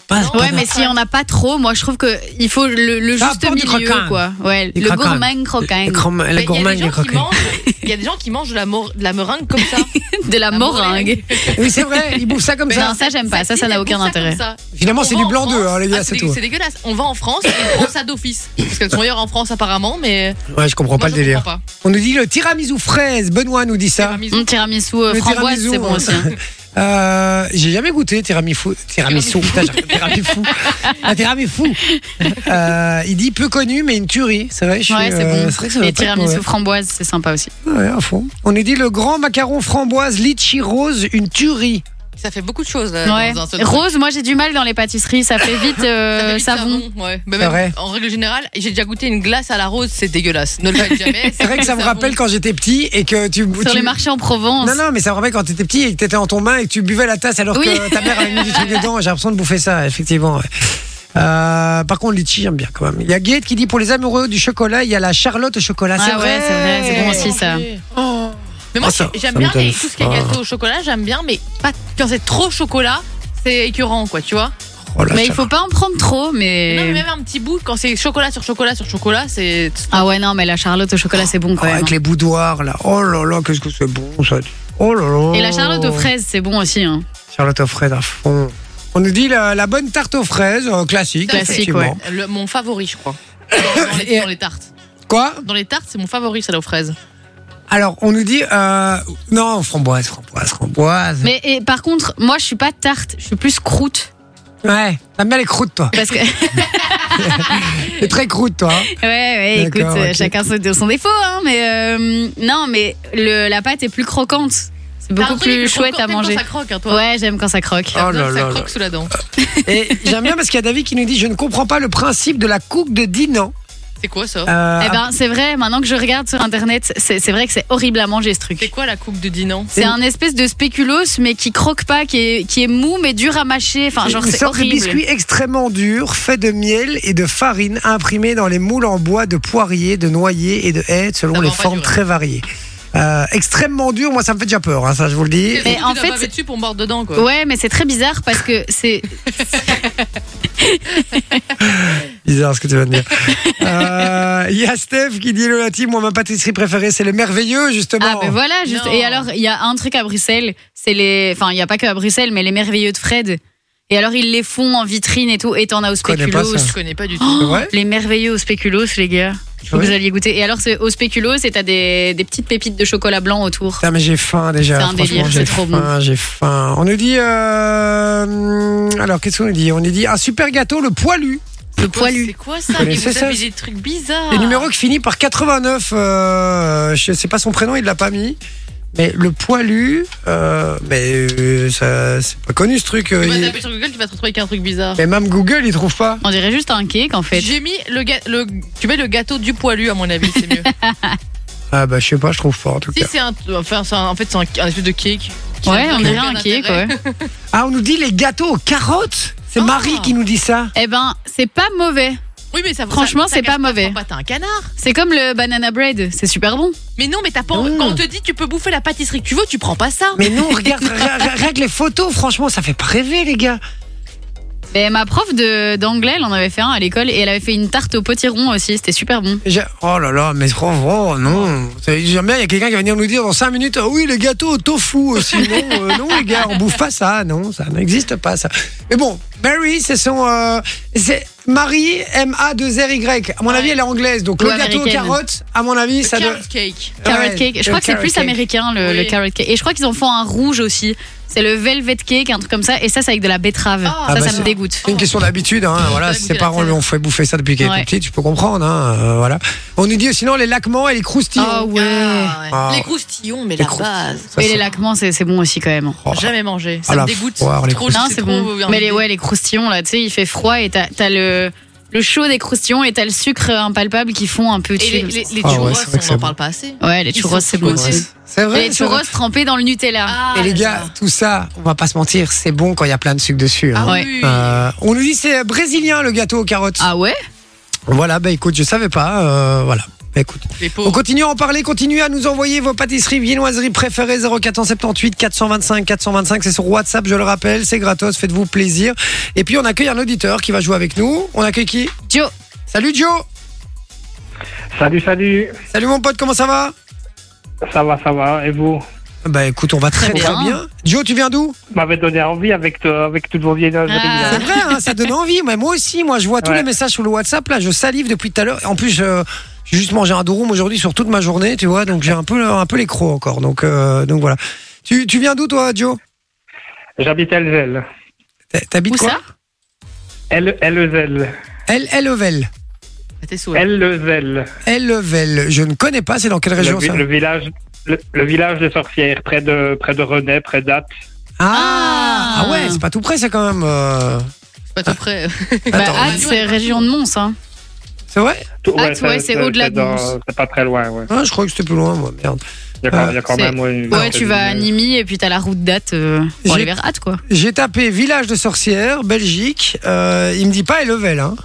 Speaker 1: pas. pas
Speaker 3: Ouais,
Speaker 1: de-
Speaker 3: mais s'il y en a pas trop, moi je trouve que il faut le, le
Speaker 1: Ça
Speaker 3: juste
Speaker 1: apporte Ah, du
Speaker 3: milieu
Speaker 1: croquant.
Speaker 3: quoi. Ouais,
Speaker 1: Du
Speaker 3: le
Speaker 1: croquant.
Speaker 3: gourmand croquant
Speaker 1: le crom- la
Speaker 2: Mais il y a des
Speaker 1: gourmande,
Speaker 2: gens
Speaker 1: les
Speaker 2: qui
Speaker 1: croquettes.
Speaker 2: mangent- Il y a des gens qui mangent de la, mor- de la meringue comme ça.
Speaker 3: (laughs) de la
Speaker 2: La
Speaker 3: meringue.
Speaker 2: meringue.
Speaker 1: Oui, c'est vrai, ils bouffent ça
Speaker 2: (laughs)
Speaker 1: comme ça.
Speaker 3: non, ça j'aime pas, ça ça
Speaker 2: ils
Speaker 3: n'a aucun
Speaker 2: font
Speaker 3: intérêt.
Speaker 2: comme ça.
Speaker 1: Finalement,
Speaker 2: On
Speaker 1: c'est
Speaker 2: va
Speaker 1: du
Speaker 2: en
Speaker 1: blanc
Speaker 2: France.
Speaker 1: d'œuf, hein, les gars,
Speaker 2: Ah,
Speaker 1: c'est tout.
Speaker 2: C'est dégueulasse. On va en France et on prend ça d'office. Parce qu'elles sont meilleures en France apparemment, mais.
Speaker 1: Ouais, je comprends pas
Speaker 2: Ben, moi,
Speaker 1: le
Speaker 2: je
Speaker 1: délire.
Speaker 2: comprends pas.
Speaker 1: On nous dit le tiramisu fraise. Benoît nous dit ça.
Speaker 2: Tiramisu.
Speaker 3: Un tiramisu euh,
Speaker 1: Le
Speaker 3: framboise,
Speaker 1: tiramisu,
Speaker 3: c'est bon
Speaker 1: hein.
Speaker 3: aussi. hein.
Speaker 1: (laughs) Euh, j'ai jamais goûté tiramisu. Tiramisu. Putain, j'ai- tiramisu. Un
Speaker 3: (laughs)
Speaker 1: tiramisu. Euh, il dit peu connu, mais une tuerie. C'est vrai, je suis,
Speaker 3: Ouais, c'est
Speaker 1: euh,
Speaker 3: bon.
Speaker 1: c'est vrai que ça doit
Speaker 3: Et
Speaker 1: pas être
Speaker 3: tiramisu framboise, c'est sympa aussi.
Speaker 1: mauvais. Ouais, à fond. On nous dit le grand macaron framboise litchi rose, une tuerie.
Speaker 2: Ça fait beaucoup de choses. euh,
Speaker 3: Ouais.
Speaker 2: dans un seul truc.
Speaker 3: Rose, moi j'ai du mal dans les pâtisseries, ça fait vite
Speaker 2: (laughs) Ça fait
Speaker 3: euh,
Speaker 2: vite
Speaker 3: savon.
Speaker 2: ouais. Mais
Speaker 1: C'est
Speaker 2: même,
Speaker 1: vrai.
Speaker 2: en règle générale, j'ai déjà goûté une glace à la rose, c'est dégueulasse. Ne le faites jamais.
Speaker 1: (laughs) C'est vrai que ça me rappelle quand j'étais petit et que tu.
Speaker 3: Sur
Speaker 1: tu-
Speaker 3: les marchés en Provence.
Speaker 1: Non, non, mais ça me rappelle quand t'étais petit et que t'étais en ton bain et que tu buvais la tasse alors
Speaker 3: Oui.
Speaker 1: que ta mère avait mis du
Speaker 3: (laughs)
Speaker 1: truc dedans. J'ai l'impression de bouffer ça, effectivement. ouais. Euh, par contre, litchi, j'aime bien quand même. Il y a Gate qui dit pour les amoureux du chocolat, il y a la charlotte au chocolat.
Speaker 3: Ah
Speaker 1: c'est
Speaker 3: ouais,
Speaker 1: vrai,
Speaker 3: c'est vrai, c'est bon aussi. ça.
Speaker 2: Oh. Mais moi,
Speaker 1: Ah, ça,
Speaker 2: j'aime
Speaker 1: ça
Speaker 2: bien
Speaker 1: m'étonne
Speaker 2: les- tout ce qui est
Speaker 1: pas.
Speaker 2: gâteau au chocolat, j'aime bien, mais pas quand c'est trop chocolat, c'est écœurant, quoi, tu vois.
Speaker 1: Oh là,
Speaker 3: Mais il
Speaker 1: ça-
Speaker 3: faut pas en prendre trop, mais.
Speaker 2: Non, mais même un petit bout, quand c'est chocolat sur chocolat sur chocolat, c'est.
Speaker 3: Ah ouais, non, mais la Charlotte au chocolat, c'est bon quand
Speaker 1: Ah,
Speaker 3: même.
Speaker 1: avec les boudoirs là. Oh là là, qu'est-ce que c'est bon ça. Oh là là.
Speaker 3: Et la Charlotte aux fraises, c'est bon aussi. hein.
Speaker 1: Charlotte aux fraises à fond. On nous dit la, la bonne tarte aux fraises, euh, classique,
Speaker 3: Classique,
Speaker 1: effectivement.
Speaker 3: ouais.
Speaker 2: Euh, Le- mon
Speaker 3: (coughs)
Speaker 2: favori, je crois. Dans les,
Speaker 1: Et-
Speaker 2: dans les tartes.
Speaker 1: Quoi
Speaker 2: Dans les tartes, c'est mon favori, celle aux fraises.
Speaker 1: Alors, on nous dit... euh, non, framboise, framboise, framboise.
Speaker 3: Mais et, par contre, moi, je suis pas tarte, je suis plus croûte.
Speaker 1: Ouais, t'aimes bien les croûtes,
Speaker 3: (laughs)
Speaker 1: toi.
Speaker 3: Parce que, ouais,
Speaker 1: T'es très croûte, toi. hein.
Speaker 3: ouais, écoute,
Speaker 1: D'accord,
Speaker 3: euh,
Speaker 1: ok.
Speaker 3: chacun son, son défaut, hein, mais euh, non, mais le, la pâte est plus croquante. C'est
Speaker 2: T'as
Speaker 3: beaucoup
Speaker 2: un truc
Speaker 3: plus
Speaker 2: avec le
Speaker 3: chouette
Speaker 2: croquant,
Speaker 3: à
Speaker 2: t'aimes quand
Speaker 3: manger.
Speaker 2: Ça croque, hein, toi.
Speaker 3: Ouais, j'aime quand ça croque.
Speaker 1: Oh
Speaker 2: T'as
Speaker 1: là
Speaker 2: besoin que ça
Speaker 1: là
Speaker 2: croque
Speaker 1: là. Euh.
Speaker 2: sous la dent.
Speaker 1: Et j'aime bien parce qu'il y a David qui nous dit Je ne comprends pas le principe de la coupe de Dinan.
Speaker 2: C'est quoi ça
Speaker 1: Euh,
Speaker 3: Eh ben, c'est vrai, maintenant que je regarde sur internet, c'est c'est vrai que c'est horrible à manger ce
Speaker 2: C'est
Speaker 3: truc.
Speaker 2: quoi la coupe de Dinan
Speaker 3: C'est un espèce de spéculoos, mais qui croque pas, qui est, qui est mou, mais dur à mâcher. Enfin, genre,
Speaker 1: une
Speaker 3: c'est
Speaker 1: sorte de
Speaker 3: horrible.
Speaker 1: biscuit extrêmement dur, fait de miel et de farine, imprimé dans les moules en bois de poirier, de noyer et de haie, selon
Speaker 2: Ça
Speaker 1: les
Speaker 2: va pas
Speaker 1: formes
Speaker 2: durer.
Speaker 1: très variées. Euh, extrêmement dur, moi ça me fait déjà peur, hein, ça je vous le
Speaker 3: (laughs)
Speaker 1: dis.
Speaker 3: Mais en
Speaker 2: Tu dois
Speaker 3: fait-
Speaker 2: baver dessus pour mordre dedans, quoi.
Speaker 3: Ouais, mais c'est très bizarre parce que c'est.
Speaker 1: Bizarre ce que tu viens de dire. Euh, Il y a Steph qui dit Hello la team, moi ma pâtisserie préférée c'est le merveilleux justement.
Speaker 3: Ah, ben voilà, juste.
Speaker 2: Non.
Speaker 3: Et alors, il y a un truc à Bruxelles, c'est les. Enfin, il n'y a pas que à Bruxelles, mais les merveilleux de Fred. Et alors, ils les font en vitrine et tout, et t'en as au
Speaker 1: connais pas
Speaker 3: spéculoos.
Speaker 1: ça.
Speaker 2: Je connais
Speaker 3: Oh,
Speaker 2: pas du tout.
Speaker 1: C'est vrai
Speaker 3: Les merveilleux au spéculoos, les gars. Il faut que
Speaker 1: Ouais.
Speaker 3: vous alliez goûter. Et alors, c'est au spéculoos, et t'as des, des petites pépites de chocolat blanc autour.
Speaker 1: Putain, mais j'ai faim déjà.
Speaker 3: C'est un
Speaker 1: Franchement,
Speaker 3: délire,
Speaker 1: j'ai
Speaker 3: c'est trop
Speaker 1: faim, J'ai faim. On nous dit. euh, Alors, qu'est-ce qu'on nous dit On nous dit un super gâteau, le poilu.
Speaker 3: Le
Speaker 2: Quoi,
Speaker 3: poilu.
Speaker 2: C'est quoi ça
Speaker 1: Vous
Speaker 2: Mais
Speaker 1: connaissez
Speaker 2: vous
Speaker 1: ça
Speaker 2: avez des trucs
Speaker 3: Ah.
Speaker 2: bizarres.
Speaker 1: Le numéro qui finit par 89. Euh... Je sais pas son prénom, il l'a pas mis. Mais le poilu. euh, Mais euh, ça, c'est pas connu ce truc. euh,
Speaker 2: Tu vas
Speaker 1: il-
Speaker 2: taper sur Google, tu vas te retrouver avec un truc bizarre.
Speaker 1: Mais même Google, il trouve pas.
Speaker 3: On dirait juste un cake, en fait.
Speaker 2: J'ai mis le, ga- le tu mets le gâteau du poilu à mon avis
Speaker 3: (laughs)
Speaker 2: c'est mieux.
Speaker 1: Ah bah je sais pas, je trouve pas en tout
Speaker 2: si
Speaker 1: cas.
Speaker 2: c'est un enfin c'est un- en fait c'est un, un espèce de cake. qui
Speaker 3: Ouais,
Speaker 2: n'a
Speaker 3: on
Speaker 2: aucun
Speaker 3: dirait un
Speaker 2: intérêt.
Speaker 3: cake, ouais.
Speaker 1: Ah, on nous dit les gâteaux aux carottes. C'est
Speaker 2: Ah.
Speaker 1: Marie qui nous dit ça.
Speaker 3: Eh ben, c'est pas mauvais.
Speaker 2: (laughs) Oui mais ça
Speaker 3: Franchement,
Speaker 2: ça- ça
Speaker 3: c'est pas
Speaker 2: cache
Speaker 3: mauvais.
Speaker 2: ton pain, T'as un canard.
Speaker 3: C'est comme le banana bread, c'est super bon.
Speaker 2: Mais non mais t'as pas
Speaker 1: Non.
Speaker 2: quand on te dit tu peux bouffer la pâtisserie que tu veux, tu prends pas ça.
Speaker 1: Ah. Mais non,
Speaker 3: (laughs)
Speaker 1: regarde, ra- ra- regarde les photos, franchement, ça fait pas rêver, les gars.
Speaker 3: Mais ma prof de- d'anglais, elle en avait fait un à l'école et elle avait fait une tarte au potiron aussi, c'était super bon.
Speaker 1: J'ai- Oh là là, mais trop oh, non. C'est- J'aime bien, il y a quelqu'un qui va venir nous dire dans 5 minutes, Ah oui, les gâteaux au tofu aussi. non,
Speaker 3: (laughs)
Speaker 1: euh, non, les gars, on bouffe pas ça, non, ça n'existe pas, ça. Mais bon, Mary, c'est son. euh, c'est Marie, M-A-2-R-Y. À mon avis, elle est anglaise, donc
Speaker 3: Ou
Speaker 1: le gâteau aux
Speaker 3: américaine.
Speaker 1: carottes, à mon avis,
Speaker 2: Le
Speaker 1: ça doit.
Speaker 2: carrot cake.
Speaker 3: Carrot
Speaker 1: Ouais,
Speaker 3: cake, je
Speaker 1: le
Speaker 3: crois que c'est
Speaker 1: carrot
Speaker 3: plus
Speaker 1: cake.
Speaker 3: américain le, le
Speaker 2: Oui.
Speaker 3: carrot cake. Et je crois qu'ils en font un rouge aussi. C'est le velvet cake, un truc comme ça. Et ça, c'est avec de la betterave.
Speaker 2: Ah,
Speaker 3: ça,
Speaker 1: bah,
Speaker 3: ça
Speaker 1: c'est-
Speaker 3: me dégoûte.
Speaker 1: C'est une question d'habitude, hein, voilà.
Speaker 2: goûter
Speaker 1: Ses
Speaker 2: la
Speaker 1: parents
Speaker 2: terre.
Speaker 1: lui ont fait bouffer ça depuis qu'elle était
Speaker 3: Ouais.
Speaker 1: petite, tu peux comprendre, hein, euh, voilà. On nous dit sinon les laquements et les croustillons.
Speaker 3: Ah ouais.
Speaker 2: Ah, ouais.
Speaker 1: Ah.
Speaker 2: Les croustillons mais
Speaker 1: Les
Speaker 2: la
Speaker 1: crous-
Speaker 2: base.
Speaker 1: Ça,
Speaker 3: Et
Speaker 1: c'est-
Speaker 3: les laquements, c'est c'est bon aussi quand même.
Speaker 1: Oh.
Speaker 2: Jamais mangé, ça
Speaker 1: Ah, la
Speaker 2: me dégoûte.
Speaker 1: foire, les
Speaker 2: Trop-
Speaker 1: croustillons.
Speaker 3: Non,
Speaker 2: c'est
Speaker 3: c'est
Speaker 2: trop
Speaker 3: bon.
Speaker 2: envie.
Speaker 3: Mais les, ouais, les croustillons, là, tu sais, il fait froid et t'as t'as le, le chaud des croustillons et t'as le sucre impalpable qui font un peu
Speaker 2: Et les,
Speaker 3: chill.
Speaker 2: les, les
Speaker 1: Ah ouais,
Speaker 2: churros,
Speaker 1: c'est vrai que
Speaker 2: on
Speaker 1: c'est
Speaker 2: n'en parle pas assez.
Speaker 3: Ouais, les
Speaker 2: Ils
Speaker 3: churros,
Speaker 2: sont
Speaker 3: c'est bon
Speaker 2: trop
Speaker 3: aussi.
Speaker 1: C'est vrai.
Speaker 3: Et les
Speaker 1: c'est vrai.
Speaker 3: churros trempés dans le Nutella.
Speaker 1: Et les gars, tout ça, on va pas se mentir, c'est bon quand il y a plein de sucre dessus. hein.
Speaker 2: Ah
Speaker 3: Ouais.
Speaker 2: oui.
Speaker 1: Euh, on nous dit c'est brésilien le gâteau aux carottes.
Speaker 3: Ah ouais
Speaker 1: Voilà, bah écoute, je savais pas. euh, voilà. Bah, écoute.
Speaker 2: Les
Speaker 1: On
Speaker 2: pauvres.
Speaker 1: continue à en parler, continuez à nous envoyer vos pâtisseries viennoiseries préférées 0478 425 425, c'est sur WhatsApp, je le rappelle, c'est gratos, faites-vous plaisir. Et puis on accueille un auditeur qui va jouer avec nous. On accueille qui
Speaker 3: Joe.
Speaker 1: Salut Joe
Speaker 7: Salut, salut.
Speaker 1: Salut mon pote, comment ça va
Speaker 7: Ça va, ça va. Et vous
Speaker 1: Bah écoute, on va très
Speaker 3: Très
Speaker 1: très
Speaker 3: bien.
Speaker 1: bien. Joe, tu viens d'où
Speaker 7: Vous m'avez donné envie avec, euh, avec toutes vos viennoiseries.
Speaker 3: Ah.
Speaker 7: là.
Speaker 1: C'est vrai, hein, ça donne envie. Mais moi aussi, moi, je vois tous
Speaker 7: Ouais.
Speaker 1: les messages sur le WhatsApp. Là, je salive depuis tout à l'heure. En plus, euh, j'ai juste mangé un durum aujourd'hui sur toute ma journée, tu vois. Donc, j'ai un peu, un peu les crocs encore. Donc, euh, donc voilà. Tu, tu viens d'où, toi, Joe
Speaker 7: J'habite Elzel.
Speaker 1: T'ha- T'habites
Speaker 3: Où
Speaker 1: quoi
Speaker 3: ça
Speaker 7: L- Elzel.
Speaker 1: Elle, Ellevel.
Speaker 2: T'es saoul.
Speaker 7: Elzel.
Speaker 1: E Ellevel. Je ne connais pas. C'est dans quelle région
Speaker 7: le, vi-
Speaker 1: ça
Speaker 7: le village. Le, le village des sorcières, près de, près de René, près d'Ath.
Speaker 1: Ah, ah ouais, c'est pas tout près, ça quand même. euh.
Speaker 2: C'est pas tout près.
Speaker 3: Bah,
Speaker 1: (laughs) Attends,
Speaker 3: Ath, c'est région de Mons. Hein.
Speaker 1: c'est vrai
Speaker 7: Tout-
Speaker 3: Ath, Ah, ouais, c'est au-delà de
Speaker 7: dans-
Speaker 3: Mons.
Speaker 7: C'est pas très loin, ouais.
Speaker 1: Ah, Je crois que c'était plus loin, moi. Merde.
Speaker 7: Il y a quand,
Speaker 1: Euh,
Speaker 7: il y a quand
Speaker 3: c'est-
Speaker 7: même. ouais, une-
Speaker 3: Ouais, tu vas à Nimi et puis t'as la route date pour aller
Speaker 1: J'ai-
Speaker 3: vers Hâte, quoi.
Speaker 1: J'ai tapé village de sorcières, Belgique. Euh, il me dit pas Ellevel. Hein.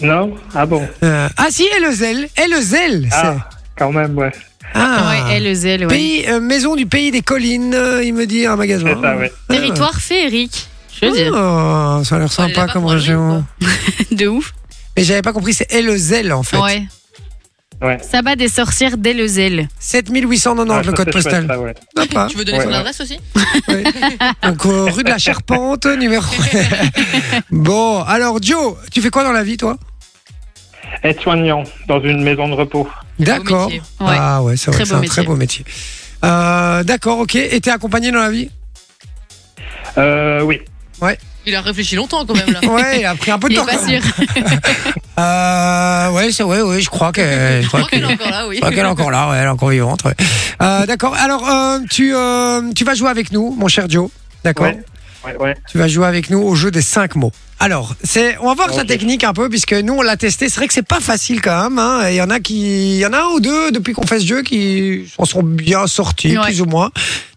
Speaker 7: Non Ah bon
Speaker 1: Euh, ah si, Ellezel. Ellezel.
Speaker 7: Ah,
Speaker 1: c'est-
Speaker 7: quand même, ouais.
Speaker 1: Ah.
Speaker 3: Ouais, LEZL, ouais.
Speaker 1: Pays, euh, maison du pays des collines, euh, il me dit un magasin.
Speaker 7: C'est ça, ouais.
Speaker 1: Ah.
Speaker 3: Territoire féerique. Je veux dire,
Speaker 1: Oh, ça a l'air
Speaker 2: On est
Speaker 1: sympa
Speaker 2: là-bas
Speaker 1: comme
Speaker 2: pour aller,
Speaker 1: région.
Speaker 2: quoi.
Speaker 3: (laughs) de ouf.
Speaker 1: Mais j'avais pas compris, c'est Elzel en fait.
Speaker 3: Ouais.
Speaker 7: Ouais.
Speaker 3: Sabbat des sorcières d'Eleuzel.
Speaker 1: 7890
Speaker 7: Ah,
Speaker 1: le
Speaker 7: ça,
Speaker 1: code
Speaker 7: c'est chouette,
Speaker 1: postal.
Speaker 7: ça, ouais.
Speaker 1: Sympa.
Speaker 2: Tu veux donner
Speaker 7: Ouais,
Speaker 2: son
Speaker 7: ouais.
Speaker 2: adresse aussi
Speaker 1: Oui.
Speaker 3: (laughs)
Speaker 1: Donc euh, rue de la Charpente, numéro. (laughs) bon, alors Joe, tu fais quoi dans la vie toi
Speaker 7: Être soignant dans une maison de repos.
Speaker 1: D'accord.
Speaker 2: métier.
Speaker 3: Ouais.
Speaker 1: Ah ouais, c'est vrai,
Speaker 3: Très
Speaker 1: que c'est
Speaker 3: beau
Speaker 1: un très
Speaker 3: métier.
Speaker 1: beau métier. Euh, D'accord, ok. Et t'es accompagné dans la
Speaker 3: (laughs)
Speaker 1: vie
Speaker 7: Euh, oui.
Speaker 2: Il a réfléchi longtemps quand même là.
Speaker 1: Ouais, (laughs) il a pris un peu de
Speaker 3: Il est
Speaker 1: temps.
Speaker 3: pas
Speaker 1: quand même.
Speaker 3: sûr.
Speaker 1: Euh, ouais, c'est ouais, ouais, je crois que je
Speaker 2: Je
Speaker 1: crois
Speaker 2: crois
Speaker 1: que-
Speaker 2: qu'elle est encore là, oui.
Speaker 1: je crois qu'elle est encore là, ouais, elle est encore vivante. ouais. Euh, D'accord. Alors euh, tu euh, tu vas jouer avec nous, mon cher Joe. D'accord.
Speaker 7: Ouais. Ouais, ouais.
Speaker 1: Tu vas jouer avec nous au jeu des cinq mots. Alors, c'est, on va voir sa
Speaker 7: Ok.
Speaker 1: technique un peu, puisque nous, on l'a testé. C'est vrai que c'est pas facile quand même. hein. Il y en a qui, il y en a un ou deux depuis qu'on fait ce jeu qui s'en sont bien sortis,
Speaker 3: Ouais.
Speaker 1: plus ou moins.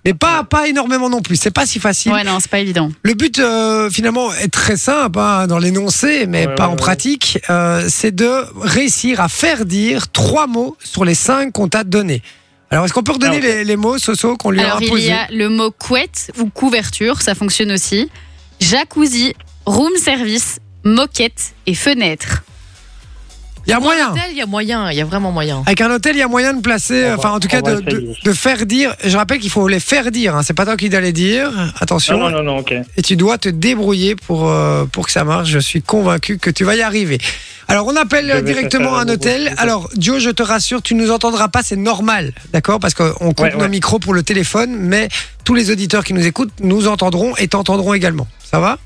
Speaker 1: Mais pas, pas énormément non plus. C'est pas si facile.
Speaker 3: Ouais, non, c'est pas évident.
Speaker 1: Le but, euh, finalement, est très simple hein, dans l'énoncé, mais
Speaker 7: Ouais,
Speaker 1: pas
Speaker 7: ouais,
Speaker 1: en
Speaker 7: ouais.
Speaker 1: pratique. Euh, c'est de réussir à faire dire trois mots sur les cinq qu'on t'a donnés. Alors, est-ce qu'on peut redonner
Speaker 7: Ah, ok.
Speaker 1: les, les mots, Soso, qu'on lui
Speaker 3: Alors,
Speaker 1: a
Speaker 3: il
Speaker 1: imposés
Speaker 3: y a le mot couette ou couverture, ça fonctionne aussi. Jacuzzi, room service, moquette et fenêtre.
Speaker 1: Il y a moyen.
Speaker 2: Hôtel, Il y a moyen, il y a vraiment moyen.
Speaker 1: Avec un hôtel, il y a moyen de placer,
Speaker 7: On va-
Speaker 1: enfin en tout
Speaker 7: on
Speaker 1: cas
Speaker 7: va
Speaker 1: de, de-
Speaker 7: essayer.
Speaker 1: de faire dire. Je rappelle qu'il faut les faire dire. hein, C'est pas toi qui dois les dire. Attention.
Speaker 7: Non, non, non, non, ok.
Speaker 1: Et tu dois te débrouiller pour euh, pour que ça marche. Je suis convaincu que tu vas y arriver. Alors on appelle
Speaker 7: Je vais
Speaker 1: euh, directement
Speaker 7: faire
Speaker 1: un
Speaker 7: ça,
Speaker 1: hôtel.
Speaker 7: beaucoup.
Speaker 1: Alors Joe, je te rassure, tu nous entendras pas, c'est normal, d'accord Parce qu'on coupe
Speaker 7: Ouais,
Speaker 1: nos
Speaker 7: ouais.
Speaker 1: micros pour le téléphone, mais tous les auditeurs qui nous écoutent nous entendront et t'entendront également. Ça va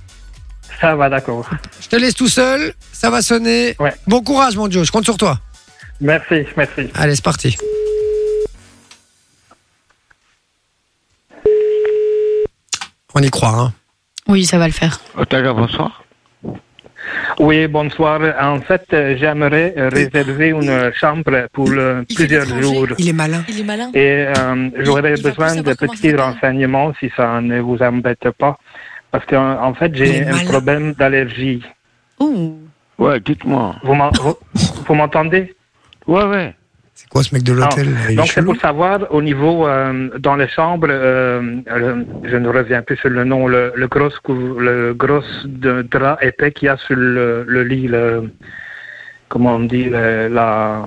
Speaker 7: Ça va, d'accord.
Speaker 1: Je te laisse tout seul. Ça va sonner.
Speaker 7: Ouais.
Speaker 1: Bon courage, mon Joe. Je compte sur toi.
Speaker 7: Merci, merci.
Speaker 1: Allez, c'est parti. On y croit, hein.
Speaker 3: Oui, ça va le faire.
Speaker 8: bonsoir.
Speaker 7: Oui, bonsoir. En fait, euh, j'aimerais euh, réserver une chambre pour euh,
Speaker 2: Il fait
Speaker 7: plusieurs
Speaker 2: l'étranger.
Speaker 7: jours.
Speaker 1: Il est malin.
Speaker 2: Il est malin.
Speaker 7: Et euh, j'aurais
Speaker 2: Il- il va plus
Speaker 7: besoin de
Speaker 2: savoir comment ça
Speaker 7: petits
Speaker 2: s'appelle.
Speaker 7: renseignements si ça ne vous embête pas. Parce qu'en en fait, j'ai
Speaker 1: Il est
Speaker 7: un
Speaker 1: malin.
Speaker 7: problème d'allergie.
Speaker 3: Ouh.
Speaker 8: Ouais, dites-moi.
Speaker 7: Vous m'en- vous- vous m'entendez
Speaker 8: Ouais, ouais.
Speaker 1: C'est quoi ce mec de l'hôtel là, il est
Speaker 7: Donc c'est
Speaker 1: chelou.
Speaker 7: pour savoir au niveau euh, dans les chambres, euh, euh, je ne reviens plus sur le nom, le, le gros cou- le gros de drap épais qu'il y a sur le, le lit, le, comment on dit, le- la,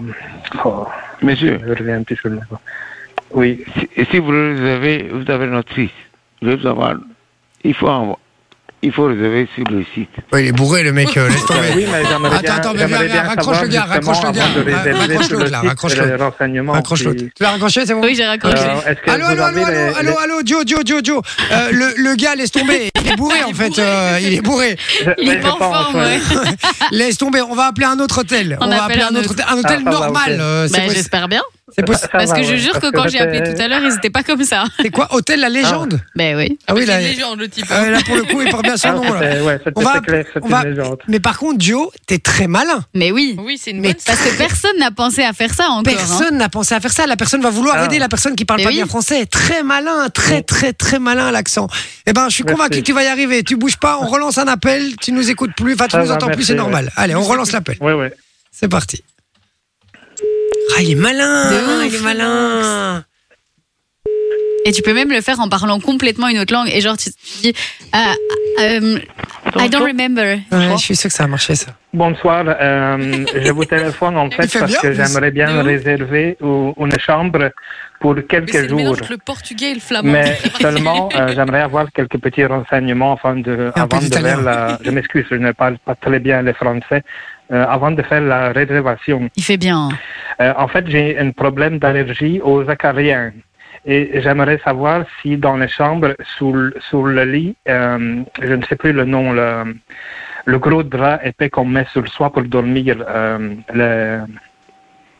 Speaker 7: oh,
Speaker 8: Monsieur,
Speaker 7: je ne reviens plus sur le nom. Oui,
Speaker 8: si, si vous réservez, vous avez notre site. Vous devez avoir- il faut, en- il faut réserver sur le site.
Speaker 1: Ouais, il est bourré, le mec. euh, laisse tomber.
Speaker 7: oui, mais j'aimerais
Speaker 1: Attends,
Speaker 7: bien,
Speaker 1: attends, mais
Speaker 7: j'aimerais
Speaker 1: viens, viens,
Speaker 7: bien
Speaker 1: raccroche le
Speaker 7: savoir
Speaker 1: gars, raccroche le
Speaker 7: justement
Speaker 1: gars.
Speaker 7: avant de réserver
Speaker 1: Raccroche-le,
Speaker 7: sur
Speaker 1: là,
Speaker 7: site
Speaker 1: raccroche-le.
Speaker 7: les renseignements.
Speaker 1: Raccroche-le.
Speaker 7: si-
Speaker 1: Tu l'as raccroché, c'est bon
Speaker 3: Oui, j'ai raccroché.
Speaker 7: Euh, est-ce que
Speaker 1: Allô,
Speaker 7: vous
Speaker 1: allô, allô,
Speaker 7: avez les-
Speaker 1: allô, allô, allô, Joe, Joe, Joe, Joe. Euh, le, le gars, laisse tomber. Il est bourré, en fait. euh, il est bourré.
Speaker 7: les- euh,
Speaker 3: Il
Speaker 7: je-
Speaker 3: est
Speaker 7: je
Speaker 3: pas en
Speaker 7: pense,
Speaker 3: forme,
Speaker 7: ouais.
Speaker 3: ouais.
Speaker 1: Laisse tomber. On va appeler un autre hôtel.
Speaker 3: On
Speaker 1: va
Speaker 3: appelle
Speaker 1: appeler
Speaker 3: un
Speaker 1: un autre
Speaker 3: autre.
Speaker 1: hôtel. Un hôtel
Speaker 7: Ah, ça va,
Speaker 1: normal.
Speaker 7: ok.
Speaker 1: euh, c'est
Speaker 2: Bah,
Speaker 1: possi-
Speaker 2: j'espère bien.
Speaker 1: c'est possi-
Speaker 7: Ça
Speaker 3: Parce
Speaker 7: va,
Speaker 3: que je
Speaker 7: ouais,
Speaker 3: jure
Speaker 7: parce
Speaker 3: que quand j'ai
Speaker 7: j'étais-
Speaker 3: appelé tout à l'heure, ils étaient pas comme ça.
Speaker 1: C'est quoi Hôtel La Légende
Speaker 3: Ben oui.
Speaker 1: Ah oui,
Speaker 2: C'est
Speaker 1: là,
Speaker 2: une légende, le type.
Speaker 1: euh, là, pour le coup, il porte bien son
Speaker 7: Ah,
Speaker 1: nom. là.
Speaker 7: c'était- ouais, c'était
Speaker 1: On va-
Speaker 7: clair, c'était
Speaker 1: on va-
Speaker 7: une légende.
Speaker 1: Mais par contre, Joe, t'es très malin.
Speaker 3: Mais oui.
Speaker 2: Oui, c'est une
Speaker 1: Mais
Speaker 2: bonne
Speaker 3: Parce
Speaker 7: (laughs)
Speaker 3: que personne n'a pensé à faire ça encore. hein.
Speaker 1: Personne n'a pensé à faire ça. La personne va vouloir
Speaker 7: Ah.
Speaker 1: aider la personne qui parle
Speaker 3: Mais
Speaker 1: pas
Speaker 3: oui.
Speaker 1: bien français. Très malin, très très très malin à l'accent. Eh ben, je suis
Speaker 7: Merci.
Speaker 1: convaincu que tu vas y arriver. Tu bouges pas, on relance un appel, tu nous écoutes plus, enfin tu
Speaker 7: Ça
Speaker 1: nous
Speaker 7: va,
Speaker 1: entends plus,
Speaker 7: merci,
Speaker 1: c'est normal. Allez, on relance l'appel.
Speaker 7: Oui, oui.
Speaker 1: C'est parti. Ah, il est malin,
Speaker 3: De
Speaker 1: il est
Speaker 3: ouf.
Speaker 1: malin.
Speaker 3: Et tu peux même le faire en parlant complètement une autre langue. Et genre, tu te dis, ah, euh, I don't remember.
Speaker 1: Ouais, je suis sûr que ça a marché ça.
Speaker 7: Bonsoir, euh, je vous téléphone en fait,
Speaker 1: fait
Speaker 7: parce
Speaker 1: bien,
Speaker 7: que
Speaker 1: mais
Speaker 7: j'aimerais
Speaker 2: de
Speaker 7: bien
Speaker 2: ouf.
Speaker 7: réserver ou- une chambre pour
Speaker 2: Mais c'est
Speaker 7: quelques
Speaker 2: le mélange
Speaker 7: jours.
Speaker 2: entre le portugais et le flamand.
Speaker 7: Mais seulement, euh, j'aimerais avoir quelques petits renseignements afin de,
Speaker 1: Et un peu
Speaker 7: avant de
Speaker 1: d'italien.
Speaker 7: faire la, je m'excuse, je ne parle pas très bien le français, Euh, avant de faire la réservation.
Speaker 3: Il fait bien. hein.
Speaker 1: (laughs)
Speaker 7: Euh, en fait, j'ai un problème d'allergie aux acariens. Et j'aimerais savoir si dans les chambres, sous le, sous le lit, euh, je ne sais plus le nom, le, le gros drap épais qu'on met sur soi pour dormir, euh, le-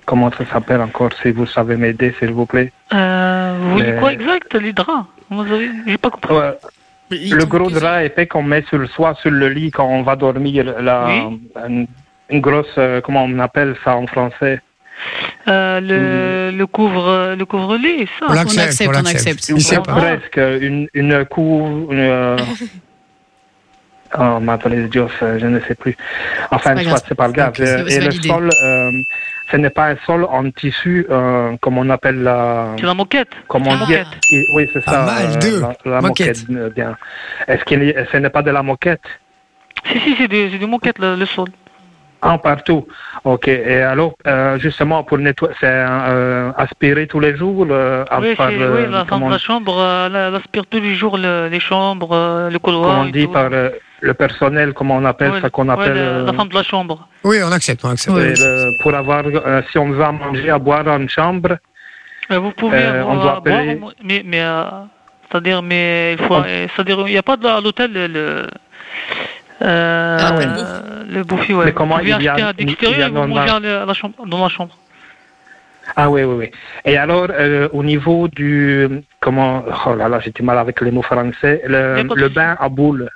Speaker 7: comment ça s'appelle encore, si vous savez m'aider, s'il vous plaît.
Speaker 9: Euh,
Speaker 8: vous
Speaker 7: voulez quoi
Speaker 8: exact, l'hydra J'ai pas compris.
Speaker 7: Euh,
Speaker 2: Il
Speaker 7: le
Speaker 2: tombe
Speaker 7: gros
Speaker 2: plus-
Speaker 7: drap épais qu'on met sur soi, sur le lit, quand on va dormir, la,
Speaker 8: Oui.
Speaker 7: une, une grosse, euh, comment on appelle ça en français
Speaker 9: Euh,
Speaker 8: le, couvre, le couvre-lit, ça.
Speaker 1: On l'accepte,
Speaker 3: accepte,
Speaker 1: on
Speaker 3: on
Speaker 1: l'accepte.
Speaker 3: accepte.
Speaker 1: Il sait pas.
Speaker 7: Presque une, une couve. Une,
Speaker 3: (laughs)
Speaker 7: euh, oh, m'appelez Dios, euh, je ne sais plus. Enfin,
Speaker 3: C'est pas
Speaker 7: soit
Speaker 3: grave.
Speaker 7: c'est pas grave.
Speaker 3: Ok, c'est-
Speaker 7: Euh,
Speaker 3: c'est
Speaker 7: Et le
Speaker 3: validé.
Speaker 7: sol, euh, ce n'est pas un sol en tissu, euh, comme on appelle la.
Speaker 8: la moquette
Speaker 7: Comme on
Speaker 2: Ah.
Speaker 7: dit. Et- Oui, c'est
Speaker 1: Ah,
Speaker 7: ça.
Speaker 1: mal,
Speaker 7: euh,
Speaker 1: deux.
Speaker 7: La, la
Speaker 1: Moquette.
Speaker 7: moquette. euh, bien. Est-ce que ce n'est pas de la moquette
Speaker 8: Si, si, c'est du, moquette, le, sol.
Speaker 7: Un partout. Ok. Et alors, euh, justement, pour nettoyer, c'est euh, aspirer tous les jours euh,
Speaker 8: Ah,
Speaker 7: à
Speaker 9: Oui,
Speaker 7: part,
Speaker 9: c'est-
Speaker 7: euh,
Speaker 9: oui, la,
Speaker 7: comment,
Speaker 9: la chambre, euh, elle, elle aspire tous les jours le- les chambres, euh, le
Speaker 7: comment
Speaker 9: couloir.
Speaker 7: on
Speaker 9: et
Speaker 7: dit
Speaker 9: tout.
Speaker 7: par euh, le personnel, comment on appelle
Speaker 9: Ouais,
Speaker 7: ça, qu'on
Speaker 9: ouais,
Speaker 7: appelle
Speaker 9: la, la
Speaker 7: euh,
Speaker 9: femme de la chambre.
Speaker 1: Oui, on accepte, on accepte.
Speaker 7: et le- pour avoir, euh, si on veut à manger, à boire en chambre,
Speaker 9: Euh, Vous pouvez
Speaker 7: Euh, on
Speaker 9: avoir-
Speaker 7: doit
Speaker 9: boire,
Speaker 7: appeler-
Speaker 9: mais, mais euh, c'est-à-dire, mais il faut,
Speaker 7: On-
Speaker 9: euh, c'est-à-dire, il n'y a pas de, à l'hôtel le, le, euh,
Speaker 2: Ah, ouais, le
Speaker 9: le bouffier, ouais.
Speaker 7: Mais comment
Speaker 9: vous pouvez
Speaker 7: il y a-
Speaker 9: acheter à
Speaker 7: il y a
Speaker 9: l'extérieur et vous
Speaker 7: normal-
Speaker 9: mangez à la, à la chambre, dans la chambre.
Speaker 7: Ah oui, oui, oui. Et alors, euh, au niveau du... Comment... Oh là là, j'ai du mal avec les mots français.
Speaker 9: Y
Speaker 7: Le,
Speaker 9: a pas de
Speaker 7: le
Speaker 9: souci.
Speaker 7: bain
Speaker 9: (laughs)
Speaker 7: à boule.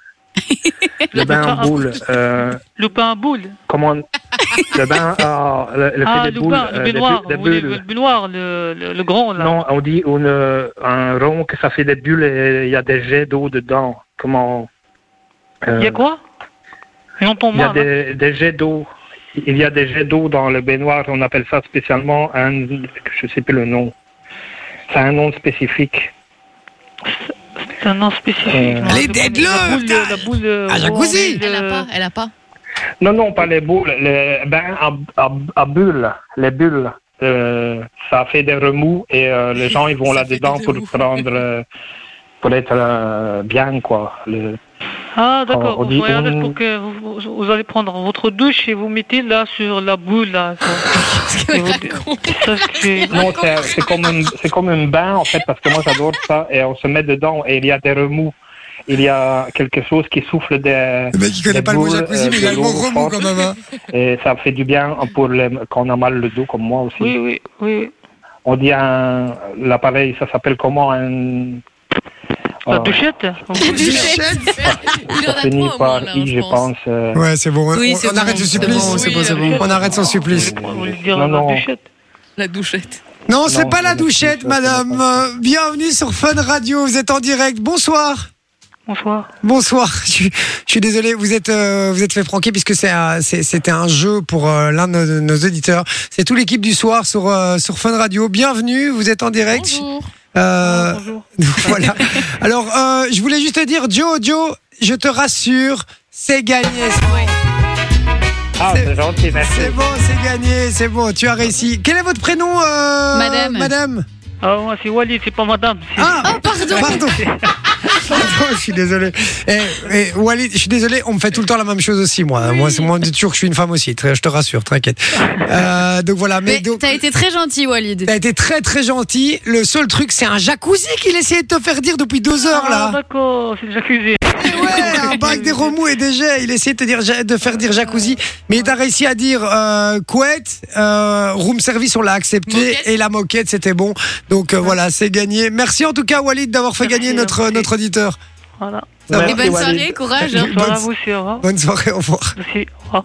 Speaker 7: Le bain
Speaker 9: pas
Speaker 7: à
Speaker 9: à
Speaker 7: boule. euh,
Speaker 9: Le pain à boules.
Speaker 7: comment... Le bain... ah, le, le
Speaker 9: ah,
Speaker 7: fait
Speaker 9: le
Speaker 7: des boules.
Speaker 9: pain, le
Speaker 7: euh, des
Speaker 9: baignoire.
Speaker 7: bu- des
Speaker 9: vous voulez
Speaker 7: bulles.
Speaker 9: le baignoire, le, le, le grand, là.
Speaker 7: Non, on dit une, euh, un rond que ça fait des bulles et il y a des jets d'eau dedans. Comment... euh,
Speaker 9: Il y a quoi Et on tombe
Speaker 7: il y a
Speaker 9: mal. hein.
Speaker 7: des, des jets d'eau. Il y a des jets d'eau dans le baignoire. On appelle ça spécialement un... Je sais plus le nom. C'est un nom spécifique.
Speaker 9: C'est un nom spécifique.
Speaker 7: Euh,
Speaker 9: non,
Speaker 1: Allez,
Speaker 9: c'est-
Speaker 1: aide-le,
Speaker 9: la boule,
Speaker 1: putain.
Speaker 9: la boule, euh,
Speaker 1: Un jacuzzi.
Speaker 9: orange,
Speaker 2: Elle a
Speaker 9: euh,
Speaker 2: pas, elle a (laughs) pas.
Speaker 7: Non, non, pas les boules. Les bains à, à, à bulles. Les bulles. Euh, ça fait des remous et euh, les gens ils vont
Speaker 2: Ça fait
Speaker 7: là-dedans
Speaker 2: des
Speaker 7: pour
Speaker 2: remous.
Speaker 7: prendre euh, pour être euh, bien quoi. Le-
Speaker 9: Ah,
Speaker 7: On- on
Speaker 9: d'accord.
Speaker 7: dit
Speaker 9: Vous soyez à l'aise
Speaker 7: on-
Speaker 9: pour que vous, vous- vous allez prendre votre douche et vous mettez là sur la boule. Là, ça. Et vous- ça,
Speaker 10: (laughs)
Speaker 9: c'est-
Speaker 7: Non, c'est c'est comme un c'est comme un bain en fait parce que moi j'adore ça et on se met dedans et il y a des remous. Il y a quelque chose qui souffle des
Speaker 1: Le mec, il connaît
Speaker 7: des
Speaker 1: pas le mot
Speaker 7: boules,
Speaker 1: jacuzzi,
Speaker 7: euh,
Speaker 1: mais il a le
Speaker 7: de
Speaker 1: mot
Speaker 7: l'eau
Speaker 1: remous
Speaker 7: forte.
Speaker 1: quand même. hein.
Speaker 7: et ça fait du bien pour les, quand on a mal le dos comme moi aussi.
Speaker 9: Oui, oui, oui.
Speaker 7: On dit un l'appareil ça s'appelle comment un
Speaker 9: La
Speaker 7: euh,
Speaker 9: douchette.
Speaker 2: Il en
Speaker 7: Ça
Speaker 2: a trois
Speaker 7: finit
Speaker 2: au moins,
Speaker 7: par
Speaker 2: là,
Speaker 7: I, je pense. euh,
Speaker 1: Ouais, c'est bon.
Speaker 3: Oui,
Speaker 1: on-
Speaker 3: c'est
Speaker 1: on,
Speaker 3: bon,
Speaker 1: arrête ce
Speaker 3: c'est
Speaker 1: supplice.
Speaker 3: bon,
Speaker 2: c'est bon, c'est
Speaker 9: bon.
Speaker 1: On arrête son supplice.
Speaker 9: On va lui dire
Speaker 7: Non, non.
Speaker 9: la douchette.
Speaker 2: La douchette.
Speaker 1: Non, c'est
Speaker 7: Non,
Speaker 1: pas
Speaker 7: c'est
Speaker 1: la
Speaker 7: le supplice,
Speaker 1: douchette,
Speaker 7: ça, c'est la
Speaker 1: madame. Euh, bienvenue sur Fun Radio. Vous êtes en direct. Bonsoir.
Speaker 9: Bonsoir.
Speaker 1: Bonsoir. (laughs) Je, suis- je suis désolé. Vous êtes, euh, vous êtes fait franquer puisque c'est, euh, c'est- c'était un jeu pour euh, l'un de nos, de nos auditeurs. C'est toute l'équipe du soir sur, euh, sur Fun Radio. Bienvenue. Vous êtes en direct.
Speaker 2: Bonjour.
Speaker 1: Euh,
Speaker 9: Bonjour.
Speaker 1: (laughs) voilà. Alors, euh, je voulais juste te dire, Joe, Joe, je te rassure, c'est gagné.
Speaker 7: Ah,
Speaker 1: c'est-
Speaker 7: c'est gentil, merci.
Speaker 1: C'est bon, c'est gagné, c'est bon, tu as réussi. Quel est votre prénom, euh,
Speaker 3: Madame.
Speaker 1: Madame
Speaker 9: Ah, moi, c'est Walid, c'est pas madame. c'est-
Speaker 1: Ah,
Speaker 3: pardon.
Speaker 1: pardon. Pardon, je suis désolé. Eh, eh, Walid, je suis désolé, on me fait tout le temps la même chose aussi, moi. Moi, c'est- moi, on me dit toujours que je suis une femme aussi. Très- Je te rassure, t'inquiète. Euh, donc voilà, mais,
Speaker 3: (laughs) Mais
Speaker 1: donc,
Speaker 3: t'as été très gentil, Walid.
Speaker 1: t'as été très très gentil. Le seul truc, c'est un jacuzzi qu'il essayait de te faire dire depuis deux heures
Speaker 9: Ah,
Speaker 1: là.
Speaker 9: d'accord, c'est le jacuzzi.
Speaker 1: Ouais, un bac des remous et des jets. Il essayait de, te dire, ja- de faire dire jacuzzi, mais t'as réussi à dire euh, couette, euh, room service, on l'a accepté,
Speaker 2: Moquette.
Speaker 1: et la moquette, c'était bon. Donc euh, voilà, c'est gagné. Merci en tout cas, Walid, d'avoir fait
Speaker 9: Merci,
Speaker 3: hein.
Speaker 1: gagner notre, euh,
Speaker 9: merci.
Speaker 1: notre auditeur.
Speaker 9: Voilà.
Speaker 1: Ça va
Speaker 3: Et
Speaker 7: Merci,
Speaker 3: bonne
Speaker 7: Walid.
Speaker 3: soirée, courage. hein.
Speaker 9: Bonsoir à
Speaker 1: Bonne-
Speaker 9: vous aussi, au revoir.
Speaker 1: Bonne soirée, au
Speaker 3: (laughs)
Speaker 1: revoir.
Speaker 9: Merci, au revoir.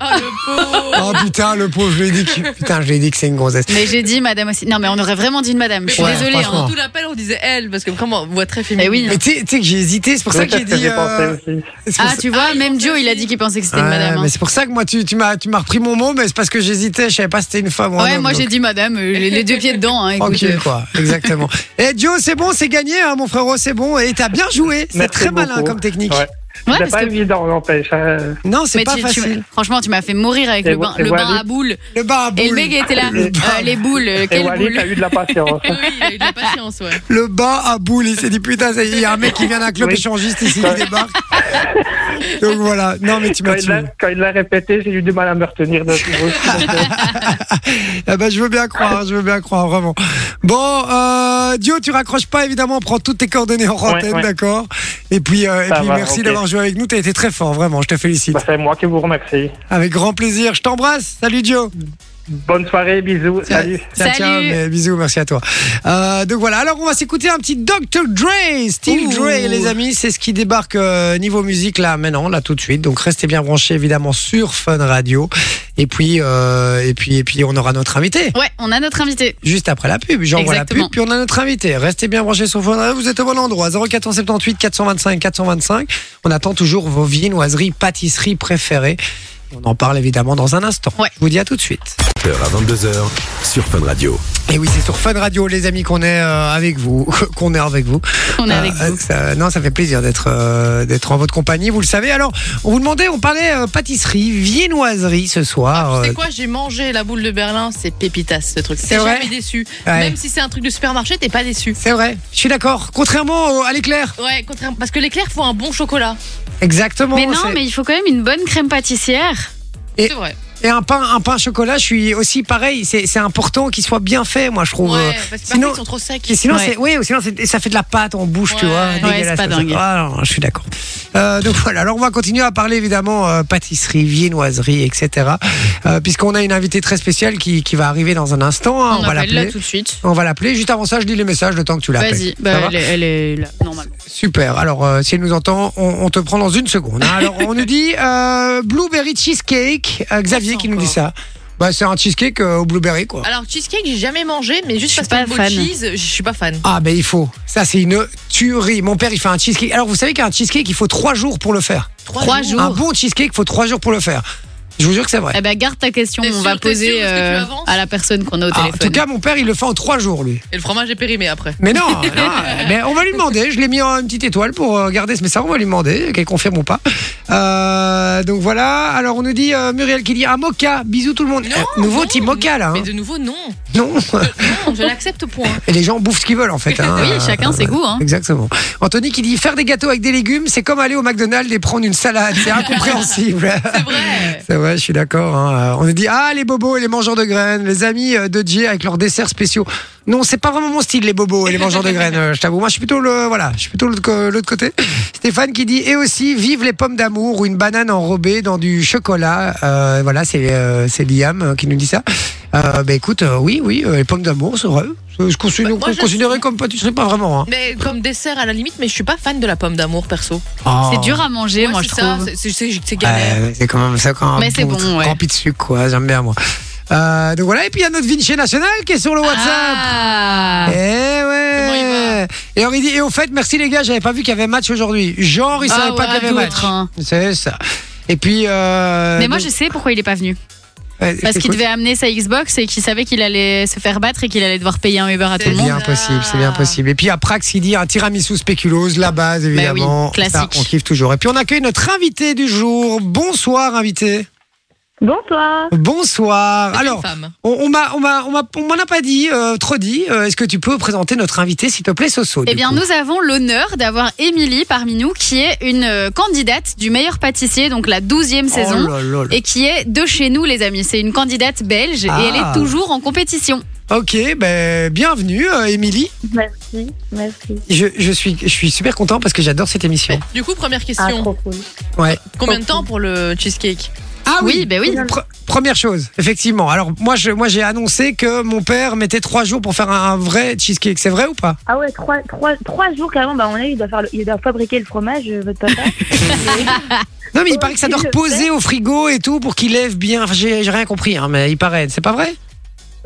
Speaker 2: Ah, le pauvre.
Speaker 1: Oh putain, le pauvre, je l'ai dit que, putain, je l'ai dit que c'est une grossesse.
Speaker 3: Mais j'ai dit madame aussi. Non, mais on aurait vraiment dit une madame. Je suis
Speaker 1: Ouais,
Speaker 3: désolée.
Speaker 1: franchement.
Speaker 3: hein.
Speaker 2: Pendant tout l'appel, on disait elle, parce que vraiment, on voit très féminine.
Speaker 3: Eh oui.
Speaker 1: Mais tu sais- tu sais que j'ai hésité, c'est pour ça que j'ai
Speaker 7: Peut-être que
Speaker 1: dit.
Speaker 7: j'ai pensé
Speaker 1: euh,
Speaker 7: aussi.
Speaker 1: c'est pour
Speaker 3: Ah,
Speaker 1: ça-
Speaker 3: tu vois,
Speaker 2: Ah,
Speaker 3: même
Speaker 2: ils ont
Speaker 3: Joe,
Speaker 2: fait
Speaker 3: il a
Speaker 2: aussi.
Speaker 3: dit qu'il pensait que c'était
Speaker 1: Ouais,
Speaker 3: une madame. hein.
Speaker 1: mais c'est pour ça que moi tu, tu m'as tu m'as repris mon mot mais c'est parce que j'hésitais je savais pas si c'était une femme ou un
Speaker 3: Ouais,
Speaker 1: homme,
Speaker 3: moi
Speaker 1: donc.
Speaker 3: j'ai dit madame, euh, les les deux pieds dedans. hein, écoute.
Speaker 1: Tranquille,
Speaker 3: (laughs)
Speaker 1: quoi. Exactement. Et Joe, c'est bon, c'est gagné, hein, mon frérot, c'est bon. Et t'as bien joué. C'est
Speaker 7: Merci
Speaker 1: très malin
Speaker 7: beaucoup.
Speaker 1: comme technique.
Speaker 7: Ouais.
Speaker 3: Ouais,
Speaker 7: c'est
Speaker 3: parce
Speaker 7: pas
Speaker 3: que-
Speaker 7: évident, n'empêche. hein.
Speaker 1: Non, c'est
Speaker 3: Mais
Speaker 1: pas
Speaker 3: tu- tu-
Speaker 1: facile.
Speaker 3: franchement, tu m'as fait mourir avec
Speaker 7: Et
Speaker 3: le
Speaker 7: Wa-
Speaker 3: bain,
Speaker 7: et
Speaker 3: le bain
Speaker 7: Walid.
Speaker 3: à boules.
Speaker 1: Le bar à
Speaker 3: Et le
Speaker 1: boules.
Speaker 3: mec était là.
Speaker 1: (laughs) Le
Speaker 3: euh,
Speaker 1: bain.
Speaker 3: les boules, euh,
Speaker 7: Et
Speaker 3: quelle
Speaker 7: Walid a
Speaker 1: (laughs)
Speaker 3: boule
Speaker 7: eu de la patience.
Speaker 2: Oui, il a eu de
Speaker 3: Ah.
Speaker 2: la patience, ouais.
Speaker 1: Le bas à boules. Il s'est dit, putain, ça y est, il y a un mec qui vient d'un club
Speaker 7: Oui.
Speaker 1: échangiste ici qui
Speaker 7: Ouais.
Speaker 1: débarque. (laughs) Donc voilà. Non, mais tu
Speaker 7: quand,
Speaker 1: m'as
Speaker 7: il
Speaker 1: tué.
Speaker 7: l'a, quand il l'a répété, j'ai eu du mal à me retenir de
Speaker 1: Eh ben, je veux bien croire, je veux bien croire, vraiment. Bon, euh, Joe, tu raccroches pas, évidemment. Prends toutes tes coordonnées en
Speaker 7: Ouais,
Speaker 1: antenne,
Speaker 7: ouais.
Speaker 1: d'accord Et puis, euh, et
Speaker 7: Ça
Speaker 1: puis
Speaker 7: va,
Speaker 1: merci
Speaker 7: ok.
Speaker 1: d'avoir joué avec nous. T'as été très fort, vraiment. Je te félicite.
Speaker 7: Bah, c'est moi qui vous remercie.
Speaker 1: Avec grand plaisir. Je t'embrasse. Salut, Joe.
Speaker 7: Bonne soirée, bisous, salut.
Speaker 1: Tiens,
Speaker 3: Salut.
Speaker 1: tiens, mais bisous, merci à toi. Euh, donc voilà, alors on va s'écouter un petit Dr. Dre, Steve
Speaker 3: Ouh.
Speaker 1: Dre, les amis. C'est ce qui débarque euh, niveau musique là maintenant, là tout de suite. Donc restez bien branchés évidemment sur Fun Radio. Et puis, euh, et puis, et puis, on aura notre invité
Speaker 3: Ouais, on a notre invité.
Speaker 1: juste après la pub. J'envoie la pub,
Speaker 3: Exactement.
Speaker 1: puis on a notre invité. Restez bien branchés sur Fun Radio, vous êtes au bon endroit. 0478 425 425. On attend toujours vos viennoiseries, pâtisseries préférées. On en parle évidemment dans un instant.
Speaker 2: Ouais.
Speaker 1: Je vous dis à tout de suite.
Speaker 5: 20h à 22h sur Fun Radio.
Speaker 1: Et oui, c'est sur Fun Radio, les amis, qu'on est euh, avec vous, (laughs) qu'on est avec vous.
Speaker 3: On est avec
Speaker 1: Euh,
Speaker 3: vous.
Speaker 1: ça- non, ça fait plaisir d'être euh, d'être en votre compagnie. Vous le savez. Alors, on vous demandait, on parlait euh, pâtisserie, viennoiserie ce soir.
Speaker 3: Ah,
Speaker 2: Tu
Speaker 1: Euh,
Speaker 2: sais quoi, j'ai mangé la boule de Berlin, c'est pépitas ce truc.
Speaker 1: C'est
Speaker 2: C'est
Speaker 1: vrai
Speaker 2: jamais déçu.
Speaker 1: Ouais.
Speaker 2: Même si c'est un truc de supermarché, t'es pas déçu.
Speaker 1: c'est vrai. Je suis d'accord. Contrairement au- à l'éclair.
Speaker 2: Ouais, contrairement. Parce que l'éclair faut un bon chocolat.
Speaker 1: Exactement.
Speaker 3: mais non,
Speaker 1: c'est-
Speaker 3: mais il faut quand même une bonne crème pâtissière.
Speaker 1: Et-
Speaker 2: C'est vrai.
Speaker 1: Et un pain, un pain chocolat. Je suis aussi pareil. C'est c'est important qu'il soit bien fait. Moi, je trouve.
Speaker 2: Ouais,
Speaker 1: euh,
Speaker 2: parce que parfois,
Speaker 1: sinon-
Speaker 2: ils sont trop secs.
Speaker 1: Et sinon,
Speaker 3: Ouais.
Speaker 1: c'est, oui, ou sinon c'est- ça fait de la pâte en bouche, tu
Speaker 2: Ouais.
Speaker 1: vois.
Speaker 2: Ouais,
Speaker 1: dégueulasse, ça.
Speaker 3: c'est pas dingue.
Speaker 1: Ah, non, je suis d'accord. Euh, donc voilà, alors on va continuer à parler évidemment euh, pâtisserie, viennoiserie, etc. Euh, Puisqu'on a une invitée très spéciale qui, qui va arriver dans un instant. hein, on,
Speaker 3: on
Speaker 1: va
Speaker 3: appelle là
Speaker 1: l'appeler.
Speaker 3: tout de suite.
Speaker 1: On va l'appeler. Juste avant ça, je lis les messages le temps que tu l'appelles.
Speaker 3: Vas-y,
Speaker 1: Ça
Speaker 3: Bah,
Speaker 1: va
Speaker 3: elle, est- elle est là, normalement.
Speaker 1: Super. Alors, euh, si elle nous entend, on, on te prend dans une seconde. hein. Alors, on nous dit euh, blueberry cheesecake. Euh, Xavier qui nous dit ça. Bah, c'est un cheesecake euh, au blueberry, quoi.
Speaker 2: Alors, cheesecake, j'ai jamais mangé, mais juste
Speaker 3: Je suis
Speaker 2: parce qu'il y a
Speaker 3: pas
Speaker 2: beaucoup de
Speaker 3: fan.
Speaker 2: cheese, je suis pas fan.
Speaker 1: Ah ben il faut. Ça c'est une tuerie. Mon père il fait un cheesecake. Alors vous savez qu'un cheesecake il faut trois jours pour le faire.
Speaker 3: Trois jours.
Speaker 1: Un bon cheesecake il faut trois jours pour le faire. Je vous jure que c'est vrai.
Speaker 3: Eh ben, garde ta question.
Speaker 2: T'es
Speaker 3: On
Speaker 2: sûr-
Speaker 3: va
Speaker 2: t'es sûr
Speaker 3: poser
Speaker 2: parce que tu
Speaker 3: euh,
Speaker 2: avances
Speaker 3: à la personne qu'on a au
Speaker 1: Ah, en
Speaker 3: téléphone.
Speaker 1: tout cas mon père il le fait en trois jours lui.
Speaker 2: Et le fromage est périmé après.
Speaker 1: Mais non, non, mais on va lui demander. Je l'ai mis en une petite étoile pour euh, garder ce message. On va lui demander qu'elle confirme ou pas. Euh, donc voilà. Alors on nous dit euh, Muriel qui dit un mocha. Bisous tout le monde. Euh, nouveau
Speaker 2: non,
Speaker 1: team mocha là. hein.
Speaker 2: Mais de nouveau, non.
Speaker 1: Non. (laughs)
Speaker 2: Non, je l'accepte point.
Speaker 1: Et les gens bouffent ce qu'ils veulent en fait. hein.
Speaker 3: (laughs) oui, chacun ses goûts. Hein.
Speaker 1: (laughs) Exactement. Anthony qui dit faire des gâteaux avec des légumes, c'est comme aller au McDonald's et prendre une salade. C'est incompréhensible.
Speaker 2: (laughs) C'est
Speaker 1: (laughs)
Speaker 2: vrai.
Speaker 1: C'est vrai, je suis d'accord. hein. Euh, On nous dit ah les bobos et les mangeurs de graines, les amis euh, de Jay avec leurs desserts spéciaux. Non, c'est pas vraiment mon style les bobos et les mangeurs
Speaker 2: (laughs)
Speaker 1: de graines. euh, Je t'avoue, moi je suis plutôt le voilà, je suis plutôt l'autre co- l'autre côté. Stéphane qui dit et aussi vive les pommes d'amour ou une banane enrobée dans du chocolat. Euh, voilà, c'est euh, c'est Liam euh, qui nous dit ça. Euh, bah écoute, euh, oui, oui, euh, les pommes d'amour, c'est vrai. Je considère,
Speaker 2: Bah, moi, je
Speaker 1: considéré comme pâtisserie, pas vraiment. hein.
Speaker 2: Mais comme dessert à la limite, mais je suis pas fan de la pomme d'amour perso.
Speaker 1: Oh.
Speaker 3: C'est dur à manger,
Speaker 2: Ouais,
Speaker 3: moi,
Speaker 2: c'est
Speaker 3: je
Speaker 2: ça,
Speaker 3: trouve.
Speaker 2: c'est- c'est- C'est c'est galère.
Speaker 1: Ouais, Euh, c'est quand même ça quand
Speaker 3: Mais c'est bon, ouais.
Speaker 1: rempli de sucre, quoi. J'aime bien, moi. Euh, donc voilà, et puis il y a notre Vinci National qui est sur le WhatsApp.
Speaker 3: Ah.
Speaker 1: Eh ouais. Et alors il dit, et au fait, merci les gars, j'avais pas vu qu'il y avait match aujourd'hui. Genre, ils
Speaker 3: Ah
Speaker 1: savaient pas qu'il
Speaker 3: ouais,
Speaker 1: y avait match.
Speaker 3: d'autres, hein.
Speaker 1: C'est ça. Et puis. euh,
Speaker 3: Mais moi,
Speaker 1: donc-
Speaker 3: je sais pourquoi il est pas venu.
Speaker 1: ouais,
Speaker 3: Parce
Speaker 1: c'est
Speaker 3: qu'il
Speaker 1: quoi
Speaker 3: devait amener sa Xbox et qu'il savait qu'il allait se faire battre et qu'il allait devoir payer un Uber à tout
Speaker 1: C'est
Speaker 3: le monde.
Speaker 1: bien possible, c'est bien possible. Et puis à Prax, il dit un tiramisu spéculose, la base évidemment.
Speaker 3: Bah oui, classique.
Speaker 1: Ça, on kiffe toujours. Et puis on accueille notre invité du jour. Bonsoir invité.
Speaker 10: Bonsoir.
Speaker 1: Bonsoir.
Speaker 2: C'est
Speaker 1: Alors,
Speaker 2: une femme.
Speaker 1: On, on m'a, on m'a, on m'a, on m'en a pas dit, euh, trop dit. Euh, est-ce que tu peux présenter notre invité, s'il te plaît, Soso
Speaker 3: Eh
Speaker 1: du
Speaker 3: bien,
Speaker 1: coup
Speaker 3: nous avons l'honneur d'avoir Émilie parmi nous, qui est une euh, candidate du meilleur pâtissier, donc la 12e
Speaker 1: Oh
Speaker 3: saison,
Speaker 1: là là là.
Speaker 3: et qui est de chez nous, les amis. C'est une candidate belge
Speaker 1: Ah.
Speaker 3: et elle est toujours en compétition.
Speaker 1: Ok, ben bienvenue, euh, Émilie.
Speaker 10: Merci, merci.
Speaker 1: Je, je suis, je suis super content parce que j'adore cette émission.
Speaker 2: Du coup, première
Speaker 10: Ah,
Speaker 2: question.
Speaker 10: trop cool.
Speaker 1: Ouais.
Speaker 2: Combien de temps pour le cheesecake
Speaker 1: Ah
Speaker 3: oui, ben
Speaker 2: Eh
Speaker 3: oui.
Speaker 1: Pre- première chose, effectivement. Alors moi, je, moi, j'ai annoncé que mon père mettait trois jours pour faire un, un vrai cheesecake. C'est vrai ou pas
Speaker 10: Ah ouais, trois, trois, trois jours carrément, bah, on a eu, il doit, faire le- il doit fabriquer le fromage, euh, votre papa.
Speaker 9: (laughs)
Speaker 1: Non, mais il
Speaker 10: Oui,
Speaker 1: paraît que ça
Speaker 10: Oh, si,
Speaker 1: doit
Speaker 10: je
Speaker 1: reposer au frigo et tout pour qu'il lève bien. Enfin, j'ai, j'ai rien compris, hein, mais il paraît. C'est pas vrai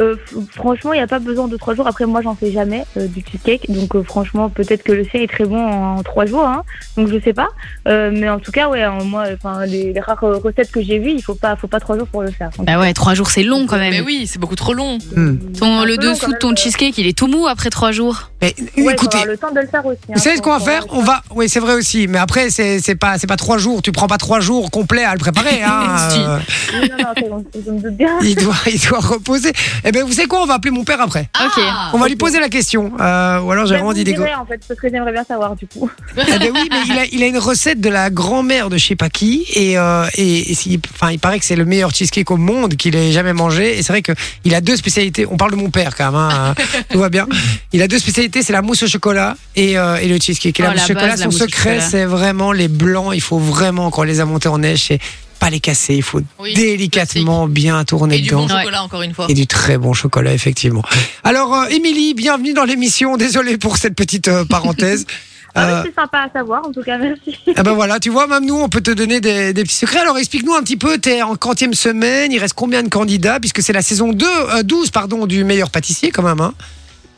Speaker 10: Euh, f- franchement, il n'y a pas besoin de trois jours. Après, moi, j'en fais jamais euh, du cheesecake. Donc, euh, franchement, peut-être que le sien est très bon en trois jours. Hein, donc, je sais pas. Euh, mais en tout cas, ouais, hein, moi, enfin, les, les rares euh, recettes que j'ai vues, il faut pas, faut pas trois jours pour le faire.
Speaker 3: Bah ouais, trois jours, c'est long quand même.
Speaker 2: Mais oui, c'est beaucoup trop long.
Speaker 1: Hmm.
Speaker 3: Ton-
Speaker 10: Un
Speaker 3: le
Speaker 10: peu long,
Speaker 3: dessous
Speaker 10: quand
Speaker 3: de ton
Speaker 10: même.
Speaker 3: cheesecake, il est tout mou après trois jours.
Speaker 1: Mais
Speaker 10: Ouais, faut
Speaker 1: écoutez,
Speaker 10: avoir le temps de le faire aussi. hein,
Speaker 1: Vous savez ce qu'on va faire
Speaker 10: euh,
Speaker 1: On va. Oui, c'est vrai aussi. Mais après, c'est c'est pas c'est pas trois jours. Tu prends pas trois jours complets à le
Speaker 10: (laughs)
Speaker 1: préparer. hein.
Speaker 3: Si.
Speaker 1: Euh,
Speaker 10: Oui, (laughs) non, non, c'est bon, je me doute bien.
Speaker 1: il doit il doit reposer. Eh ben, vous savez quoi On va appeler mon père après.
Speaker 3: ok.
Speaker 1: On va lui poser la question. Euh, ou alors (laughs) j'ai
Speaker 10: Ah, Bah,
Speaker 1: vraiment
Speaker 10: vous me
Speaker 1: dit des
Speaker 10: direz, en fait, parce que j'aimerais bien savoir du coup.
Speaker 1: Eh ben oui, mais il a, il a une recette de la grand-mère de je sais pas qui. Et, euh, et, et si- enfin, il paraît que c'est le meilleur cheesecake au monde qu'il ait jamais mangé. Et c'est vrai que il a deux spécialités. On parle de mon père quand même. hein. Tout va bien. Il a deux spécialités c'est la mousse au chocolat et, euh, et le cheesecake. Et la
Speaker 3: Oh, la
Speaker 1: mousse au chocolat,
Speaker 3: base, la
Speaker 1: son
Speaker 3: mousse au
Speaker 1: secret,
Speaker 3: chocolat.
Speaker 1: c'est vraiment les blancs. Il faut vraiment, quand on les a montés en neige, c'est pas les casser. Il faut
Speaker 2: Oui,
Speaker 1: délicatement bien tourner
Speaker 2: Et du
Speaker 1: dedans.
Speaker 2: bon chocolat, encore une fois.
Speaker 1: Et du très bon chocolat, effectivement. Alors, euh, Émilie, bienvenue dans l'émission. Désolé pour cette petite euh, parenthèse.
Speaker 10: Ah,
Speaker 1: Euh,
Speaker 10: oui, c'est sympa à savoir, en tout cas, merci. (laughs)
Speaker 1: ah ben voilà, tu vois, même nous, on peut te donner des, des petits secrets. Alors explique-nous un petit peu, t'es en quantième semaine, il reste combien de candidats, puisque c'est la saison 2, euh, 12 pardon, du meilleur pâtissier quand même. Hein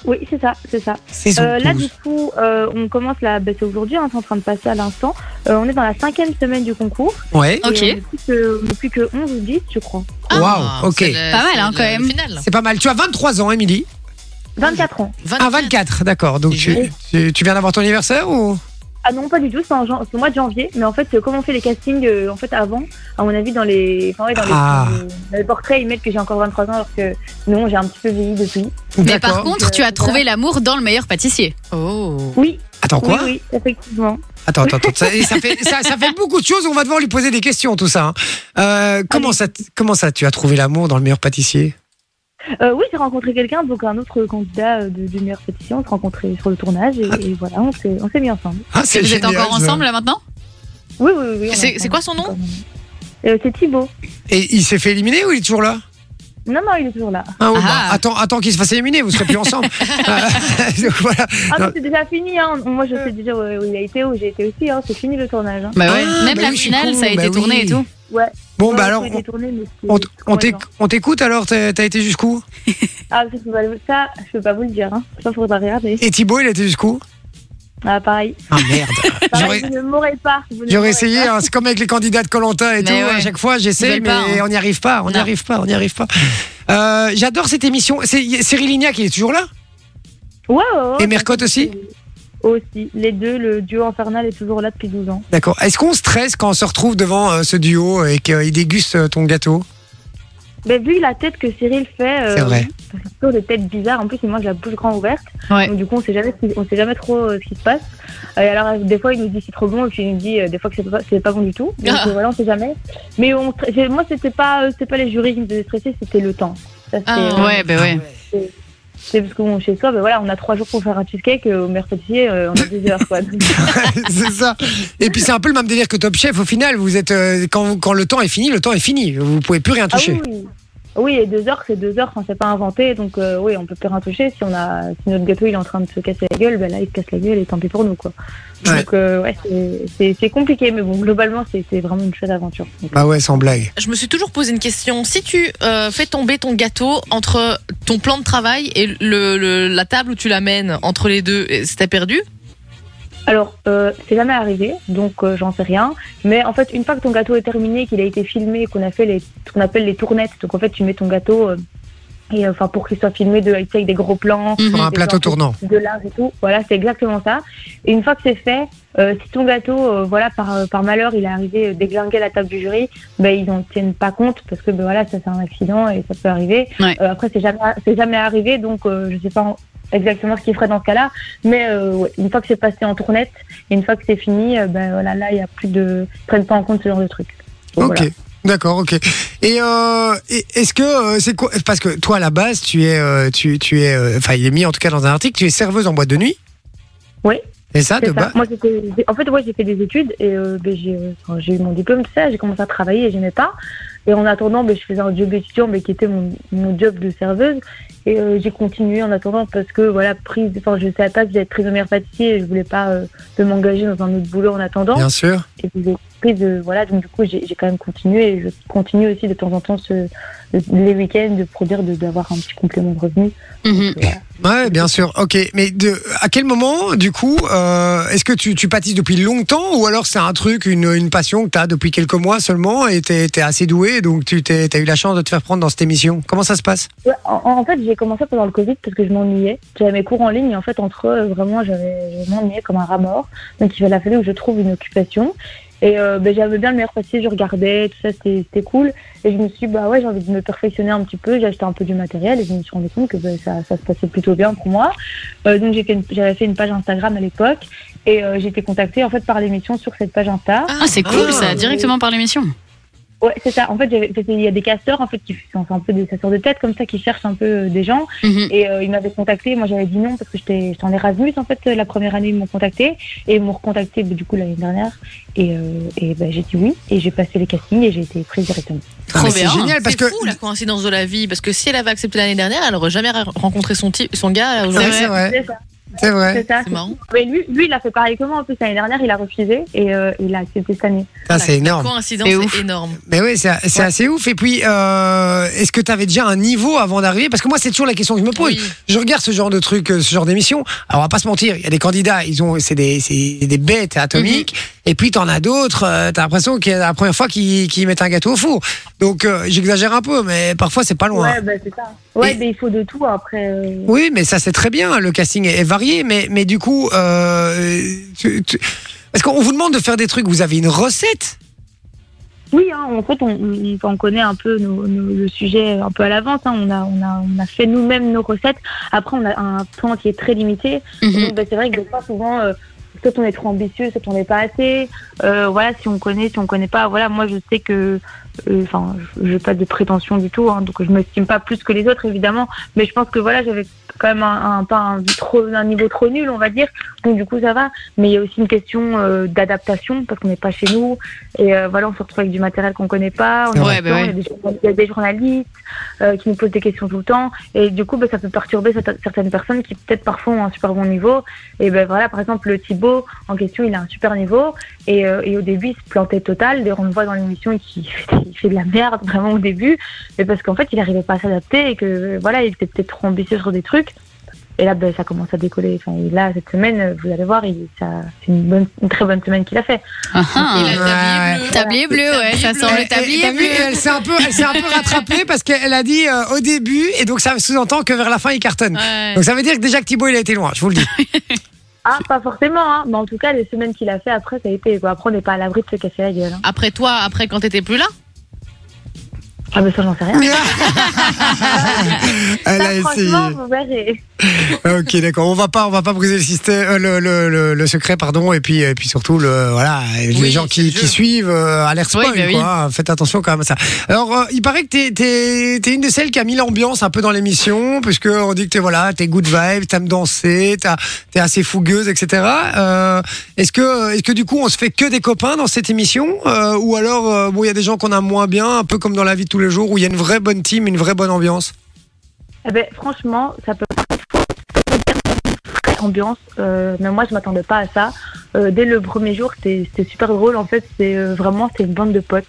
Speaker 10: Oui, c'est ça, c'est ça.
Speaker 1: C'est son
Speaker 10: Euh, là,
Speaker 1: pouce.
Speaker 10: du coup, euh, on commence la. bah, c'est aujourd'hui, hein, c'est en train de passer à l'instant. Euh, on est dans la cinquième semaine du concours.
Speaker 1: Ouais.
Speaker 10: Et euh,
Speaker 3: Ok.
Speaker 10: on est plus que, on est plus que 11 ou 10, je crois.
Speaker 2: Ah,
Speaker 1: Waouh, ok.
Speaker 3: Pas mal, hein, quand même.
Speaker 2: Final.
Speaker 1: C'est pas mal. Tu as 23 ans, Émilie
Speaker 10: 24 ans.
Speaker 1: Ah, 24, d'accord. Donc, tu,
Speaker 10: jeune.
Speaker 1: tu, tu viens d'avoir ton anniversaire ou
Speaker 10: Ah non, pas du tout, c'est en jan- c'est au mois de janvier. Mais en fait, euh, comme on fait les castings euh, en fait, avant, à mon avis, dans les, enfin, ouais, dans, les-
Speaker 1: Ah.
Speaker 10: dans les, dans les portraits, ils mettent que j'ai encore 23 ans, alors que non, j'ai un petit peu vieilli depuis.
Speaker 3: Mais par
Speaker 1: D'accord.
Speaker 3: contre, tu as trouvé l'amour dans le meilleur pâtissier.
Speaker 2: Oh.
Speaker 10: Oui,
Speaker 1: Attends,
Speaker 10: oui,
Speaker 1: quoi
Speaker 10: oui, effectivement.
Speaker 1: Attends, attends, attends. Ça, et ça fait, ça, ça fait beaucoup de choses. On va devoir lui poser des questions, tout ça. hein. Euh, comment, ça, t- comment ça, tu as trouvé l'amour dans le meilleur pâtissier Ah,
Speaker 10: Euh, oui, j'ai rencontré quelqu'un, donc un autre candidat euh, de, du meilleur pétition, on s'est rencontrés sur le tournage et, et voilà, on s'est on s'est mis ensemble.
Speaker 1: ah,
Speaker 3: Et
Speaker 1: c'est
Speaker 3: vous êtes
Speaker 1: génial,
Speaker 3: encore
Speaker 1: ça.
Speaker 3: ensemble là maintenant
Speaker 10: Oui, oui, oui. oui, on est
Speaker 2: C'est
Speaker 10: ensemble.
Speaker 2: c'est quoi son nom
Speaker 10: Euh, C'est Thibaut.
Speaker 1: Et il s'est fait éliminer ou il est toujours là
Speaker 10: Non, non, il est toujours là.
Speaker 1: Ah oui,
Speaker 3: Ah.
Speaker 1: bah, attends, attends qu'il se fasse éliminer, vous serez plus
Speaker 3: (laughs)
Speaker 1: ensemble. Euh, (laughs) donc voilà.
Speaker 10: Ah,
Speaker 1: Non.
Speaker 10: mais c'est déjà fini, hein. Moi,
Speaker 2: Euh.
Speaker 10: je sais déjà où, où il a été, où j'ai été aussi, hein. C'est fini le tournage. Hein.
Speaker 3: Bah ouais.
Speaker 1: Ah,
Speaker 3: Même
Speaker 1: bah
Speaker 3: la
Speaker 1: oui, je suis
Speaker 3: finale,
Speaker 1: con,
Speaker 3: ça a
Speaker 1: bah
Speaker 3: été tourné
Speaker 1: oui.
Speaker 3: et tout.
Speaker 10: Ouais.
Speaker 1: Bon,
Speaker 10: Ouais,
Speaker 1: bah
Speaker 10: ouais,
Speaker 1: alors,
Speaker 10: il a été tourné, mais c'est-
Speaker 1: on t- on
Speaker 10: ouais,
Speaker 1: t'éc-
Speaker 10: non.
Speaker 1: on t'écoute alors T'as t'as été jusqu'où
Speaker 10: Ah, ça, je peux pas, le- ça, je peux pas vous le dire. Hein. Ça, faudra regarder.
Speaker 1: Et Thibaut, il a été jusqu'où
Speaker 10: Ah, pareil.
Speaker 1: Ah merde.
Speaker 10: pareil
Speaker 1: J'aurais-
Speaker 10: vous ne m'aurez pas. vous ne
Speaker 1: (laughs) J'aurais
Speaker 10: m'aurez
Speaker 1: essayé,
Speaker 10: pas.
Speaker 1: hein, c'est comme avec les candidats de Colanta et
Speaker 3: Mais
Speaker 1: tout.
Speaker 3: ouais.
Speaker 1: À chaque fois,
Speaker 3: Ils
Speaker 1: j'essaie,
Speaker 3: veulent
Speaker 1: mais
Speaker 3: pas, hein.
Speaker 1: on n'y arrive pas, on n'y
Speaker 3: Non.
Speaker 1: arrive pas, on n'y arrive pas. Euh, J'adore cette émission. C'est y- Cyril Lignac, il est toujours
Speaker 10: Oh,
Speaker 1: là
Speaker 10: Ouais, ouais, ouais.
Speaker 1: Et Mercotte aussi
Speaker 10: Aussi. Les deux, le duo infernal est toujours là depuis 12 ans.
Speaker 1: D'accord. Est-ce qu'on stresse quand on se retrouve devant euh, ce duo et qu'il déguste euh, ton gâteau
Speaker 10: Mais vu la tête que Cyril fait. euh,
Speaker 1: C'est vrai.
Speaker 10: Parce qu'il a toujours des têtes bizarres. En plus, il mange la bouche grande ouverte.
Speaker 3: Ouais.
Speaker 10: Donc, du coup, on sait jamais, ce qui- on sait jamais trop euh, ce qui se passe. Euh, Et alors, euh, des fois, il nous dit c'est trop bon, et puis il nous dit euh, des fois que c'est pas, c'est pas bon du
Speaker 3: (laughs)
Speaker 10: tout. Donc
Speaker 2: Ah.
Speaker 10: euh, voilà, on sait jamais. Mais on, stre- j'ai- moi, c'était pas, euh, c'était pas les jurys qui me faisaient stresser, c'était le temps. Ça, c'était,
Speaker 2: Ah,
Speaker 10: euh,
Speaker 3: Ouais, bah ouais.
Speaker 10: C'est parce que bon, chez soi, ben voilà, on a trois jours pour faire un cheesecake. euh, Au meilleur pâtissier, euh, on a deux heures.
Speaker 1: (laughs)
Speaker 10: Quoi. Donc,
Speaker 1: C'est ça. Et puis c'est un peu le même délire que Top Chef. Au final, vous êtes euh, quand, vous- quand le temps est fini, le temps est fini. Vous pouvez plus rien
Speaker 10: ah
Speaker 1: toucher.
Speaker 10: oui, oui. Oui, et deux heures, c'est deux heures. Enfin, c'est pas inventé. Donc euh, oui, on peut plus rien toucher. Si on a, si notre gâteau il est en train de se casser la gueule, ben là, il se casse la gueule et tant pis pour nous, quoi.
Speaker 1: Ouais.
Speaker 10: Donc euh, ouais, c'est- c'est c'est compliqué, mais bon, globalement, c'est c'est vraiment une chouette aventure. Donc,
Speaker 1: Bah ouais, sans blague.
Speaker 2: Ah, Je me suis toujours posé une question. Si tu euh, fais tomber ton gâteau entre ton plan de travail et le, le- la table où tu l'amènes, entre les deux, et c'était perdu
Speaker 10: Alors, euh, c'est jamais arrivé, donc euh, j'en sais rien. Mais en fait, une fois que ton gâteau est terminé, qu'il a été filmé, qu'on a fait les, ce qu'on appelle les tournettes, donc en fait, tu mets ton gâteau euh, et euh, enfin pour qu'il soit filmé de, avec des gros plans,
Speaker 1: Sur un
Speaker 10: des
Speaker 1: plateau
Speaker 10: gens
Speaker 1: tournant.
Speaker 10: de large et tout. Voilà, c'est exactement ça. Et une fois que c'est fait, euh, si ton gâteau, euh, voilà, par, euh, par malheur, il est arrivé euh, déglingué à la table du jury, ben ils n'en tiennent pas compte parce que ben voilà, ça c'est un accident et ça peut arriver.
Speaker 3: Ouais.
Speaker 10: Euh, après, c'est jamais, c'est jamais arrivé, donc euh, je sais pas en- exactement ce qu'ils feraient dans ce cas-là. Mais euh, ouais, une fois que c'est passé en tournette et une fois que c'est fini, euh, ben voilà, là, il y a plus de, ils prennent pas en compte ce genre de truc. Donc,
Speaker 1: Ok.
Speaker 10: voilà.
Speaker 1: D'accord, ok. Et, euh, et est-ce que euh, c'est quoi Parce que toi, à la base, tu es, euh, tu, tu es, euh, enfin, il est mis en tout cas dans un article. Tu es serveuse en boîte de nuit.
Speaker 10: Oui.
Speaker 1: C'est ça,
Speaker 10: C'est
Speaker 1: de
Speaker 10: ça.
Speaker 1: base.
Speaker 10: Moi, j'étais- j'ai- en fait, ouais, j'ai fait des études et euh, ben, j'ai euh, enfin, j'ai eu mon diplôme, tout ça. J'ai commencé à travailler et j'aimais pas. Et en attendant, ben, je faisais un job étudiant, mais qui était mon, mon job de serveuse. Et euh, j'ai continué en attendant parce que voilà, prise, enfin, je savais pas que j'allais être prise au meilleur pâtissier et je voulais pas euh, de m'engager dans un autre boulot en attendant.
Speaker 1: Bien sûr.
Speaker 10: Et puis, j'ai prise, euh, voilà, donc du coup, j'ai j'ai quand même continué et je continue aussi de temps en temps ce, les week-ends de produire, de- d'avoir un petit complément de revenu.
Speaker 3: Mhm.
Speaker 1: Ouais, bien sûr. Ok. Mais de, à quel moment, du coup, euh, est-ce que tu, tu pâtisses depuis longtemps ou alors c'est un truc, une, une passion que tu as depuis quelques mois seulement et t'es es assez doué, donc tu t'es- t'as eu la chance de te faire prendre dans cette émission. Comment ça se passe
Speaker 10: Ouais, en, en fait, j'ai commencé pendant le Covid parce que je m'ennuyais. J'avais mes cours en ligne et en fait, entre eux, vraiment, j'avais, je m'ennuyais comme un rat mort. Donc, il fallait falloir que je trouve une occupation. Et euh, ben, j'avais bien le meilleur passé, je regardais, tout ça, c'était, c'était cool. Et je me suis dit, bah ouais, j'ai envie de me perfectionner un petit peu. J'ai acheté un peu du matériel et je me suis rendu compte que ben, ça, ça se passait plutôt bien pour moi. Euh, donc, j'ai fait une- j'avais fait une page Instagram à l'époque et euh, j'ai été contactée en fait par l'émission sur cette page Insta.
Speaker 3: Ah, c'est cool
Speaker 1: Ah.
Speaker 3: ça, directement par l'émission.
Speaker 10: Ouais, c'est ça. En fait, j'avais- c'était- il y a des casteurs en fait qui sont un peu des chasseurs de tête comme ça qui cherchent un peu euh, des gens.
Speaker 3: Mhm.
Speaker 10: Et euh, ils m'avaient contacté. Moi, j'avais dit non parce que j'étais j'étais en Erasmus en fait euh, la première année ils m'ont contacté et ils m'ont recontacté bah, du coup l'année dernière. Et, euh, et ben, j'ai dit oui et j'ai passé les castings et j'ai été prise directement.
Speaker 1: Ah, mais
Speaker 3: Trop
Speaker 1: C'est
Speaker 3: bien.
Speaker 1: génial parce
Speaker 2: C'est
Speaker 1: que
Speaker 2: fou la coïncidence de la vie, parce que si elle avait accepté l'année dernière, elle aurait jamais ra- rencontré son, type- son gars
Speaker 1: Ouais,
Speaker 2: aujourd'hui.
Speaker 1: c'est vrai.
Speaker 10: C'est ça.
Speaker 1: C'est vrai.
Speaker 10: C'est ça. Mais lui, lui, il a fait pareil que moi. En plus, l'année dernière, il a refusé et euh, il a accepté cette année.
Speaker 1: Ça, c'est énorme.
Speaker 2: Coïncidence
Speaker 1: C'est ouf.
Speaker 2: énorme.
Speaker 1: Mais oui, c'est c'est assez ouf. Et puis, euh, est-ce que tu avais déjà un niveau avant d'arriver Parce que moi, c'est toujours la question que je me pose. Je regarde ce genre de truc, euh, ce genre d'émission. Alors, on va pas se mentir, il y a des candidats, ils ont, c'est des, c'est des bêtes atomiques. Et puis, t'en as d'autres. euh, T'as l'impression que c'est la première fois qu'ils qu'ils mettent un gâteau au four. Donc, euh, j'exagère un peu, mais parfois, c'est pas loin.
Speaker 10: Ouais, bah, c'est ça. Ouais, mais il faut de tout après. euh.
Speaker 1: Oui, mais ça c'est très bien. Le casting est est varié, mais mais du coup, euh, tu- tu- parce qu'on vous demande de faire des trucs. Vous avez une recette
Speaker 10: Oui, hein, en fait, on, on- enfin, on connaît un peu nos- nos- le sujet un peu à l'avance. hein. On, a, on, a, on a fait nous-mêmes nos recettes. Après, on a un plan qui est très limité. Et
Speaker 3: Mhm.
Speaker 10: donc, bah, c'est vrai que des fois, souvent, euh, soit on est trop ambitieux, soit on n'est pas assez. Euh, voilà, si on connaît, si on connaît pas. Voilà, moi, je sais que. euh, Enfin, je n'ai pas de prétention du tout, hein, donc je m'estime pas plus que les autres, évidemment. Mais je pense que voilà, j'avais quand même un, un- pas un, trop, un niveau trop nul, on va dire. Donc, du coup, ça va. Mais il y a aussi une question euh, d'adaptation, parce qu'on n'est pas chez nous. Et euh, voilà, on se retrouve avec du matériel qu'on connaît pas. On est
Speaker 3: Ouais,
Speaker 10: dedans,
Speaker 3: bah
Speaker 10: il, y a des, journa- il y a des journalistes euh, qui nous posent des questions tout le temps. Et du coup, bah, ça peut perturber certaines- certaines personnes qui peut-être parfois ont un super bon niveau. Et ben voilà, par exemple, le Thibaut en question, il a un super niveau. Et, euh, et au début, il se plantait total. D'ailleurs, on le voit dans (laughs) l'émission qui fait de la merde vraiment au début. Mais parce qu'en fait, il n'arrivait pas à s'adapter et que euh, voilà, il était peut-être trop ambitieux sur des trucs. Et là, ben, ça commence à décoller. Enfin, et là, cette semaine, euh, vous allez voir, il- ça- c'est une, bonne- une très bonne semaine qu'il a fait.
Speaker 3: Ah, ah.
Speaker 2: Et la
Speaker 3: Tablier
Speaker 2: tablier bleue.
Speaker 3: bleu, ouais, ça sent le
Speaker 1: Eh, eh,
Speaker 3: tablier
Speaker 1: T'as vu,
Speaker 3: bleu.
Speaker 1: elle s'est un peu, elle s'est un peu rattrapée parce qu'elle a dit euh, au début, et donc ça sous-entend que vers la fin il cartonne.
Speaker 2: Ouais.
Speaker 1: Donc ça veut dire que déjà que Thibaut il a été loin. Je vous le dis.
Speaker 10: Ah, pas forcément, hein. mais en tout cas, les semaines qu'il a fait après, ça a été. Quoi. Après, on n'est pas à l'abri de se casser la gueule. hein.
Speaker 2: Après toi, après quand t'étais plus là
Speaker 10: Ah, ben ça, j'en sais rien.
Speaker 1: (laughs) elle
Speaker 10: Ça,
Speaker 1: a essayé.
Speaker 10: franchement, vous verrez.
Speaker 1: Ok, d'accord. On va pas, on va pas briser le système, euh, le, le, le, le secret, pardon. Et puis, et puis surtout le, voilà, les
Speaker 2: Oui,
Speaker 1: gens
Speaker 2: c'est
Speaker 1: qui,
Speaker 2: le
Speaker 1: qui
Speaker 2: jeu.
Speaker 1: suivent euh, alerte
Speaker 2: Oui,
Speaker 1: spoil,
Speaker 2: bah oui.
Speaker 1: quoi. Faites attention quand même à ça. Alors, euh, il paraît que t'es, t'es, t'es une de celles qui a mis l'ambiance un peu dans l'émission, puisque on dit que t'es voilà, t'es good vibe, t'aimes danser, t'as, t'es assez fougueuse, etc. Euh, est-ce que, est-ce que du coup, on se fait que des copains dans cette émission, Euh, ou alors, euh, bon, il y a des gens qu'on aime moins bien, un peu comme dans la vie de tous les jours, où il y a une vraie bonne team, une vraie bonne ambiance.
Speaker 10: Eh ben, franchement, ça peut vraie ambiance, euh, mais moi je m'attendais pas à ça. Euh, dès le premier jour, c'était c'était super drôle. En fait, c'est euh, vraiment c'est une bande de potes.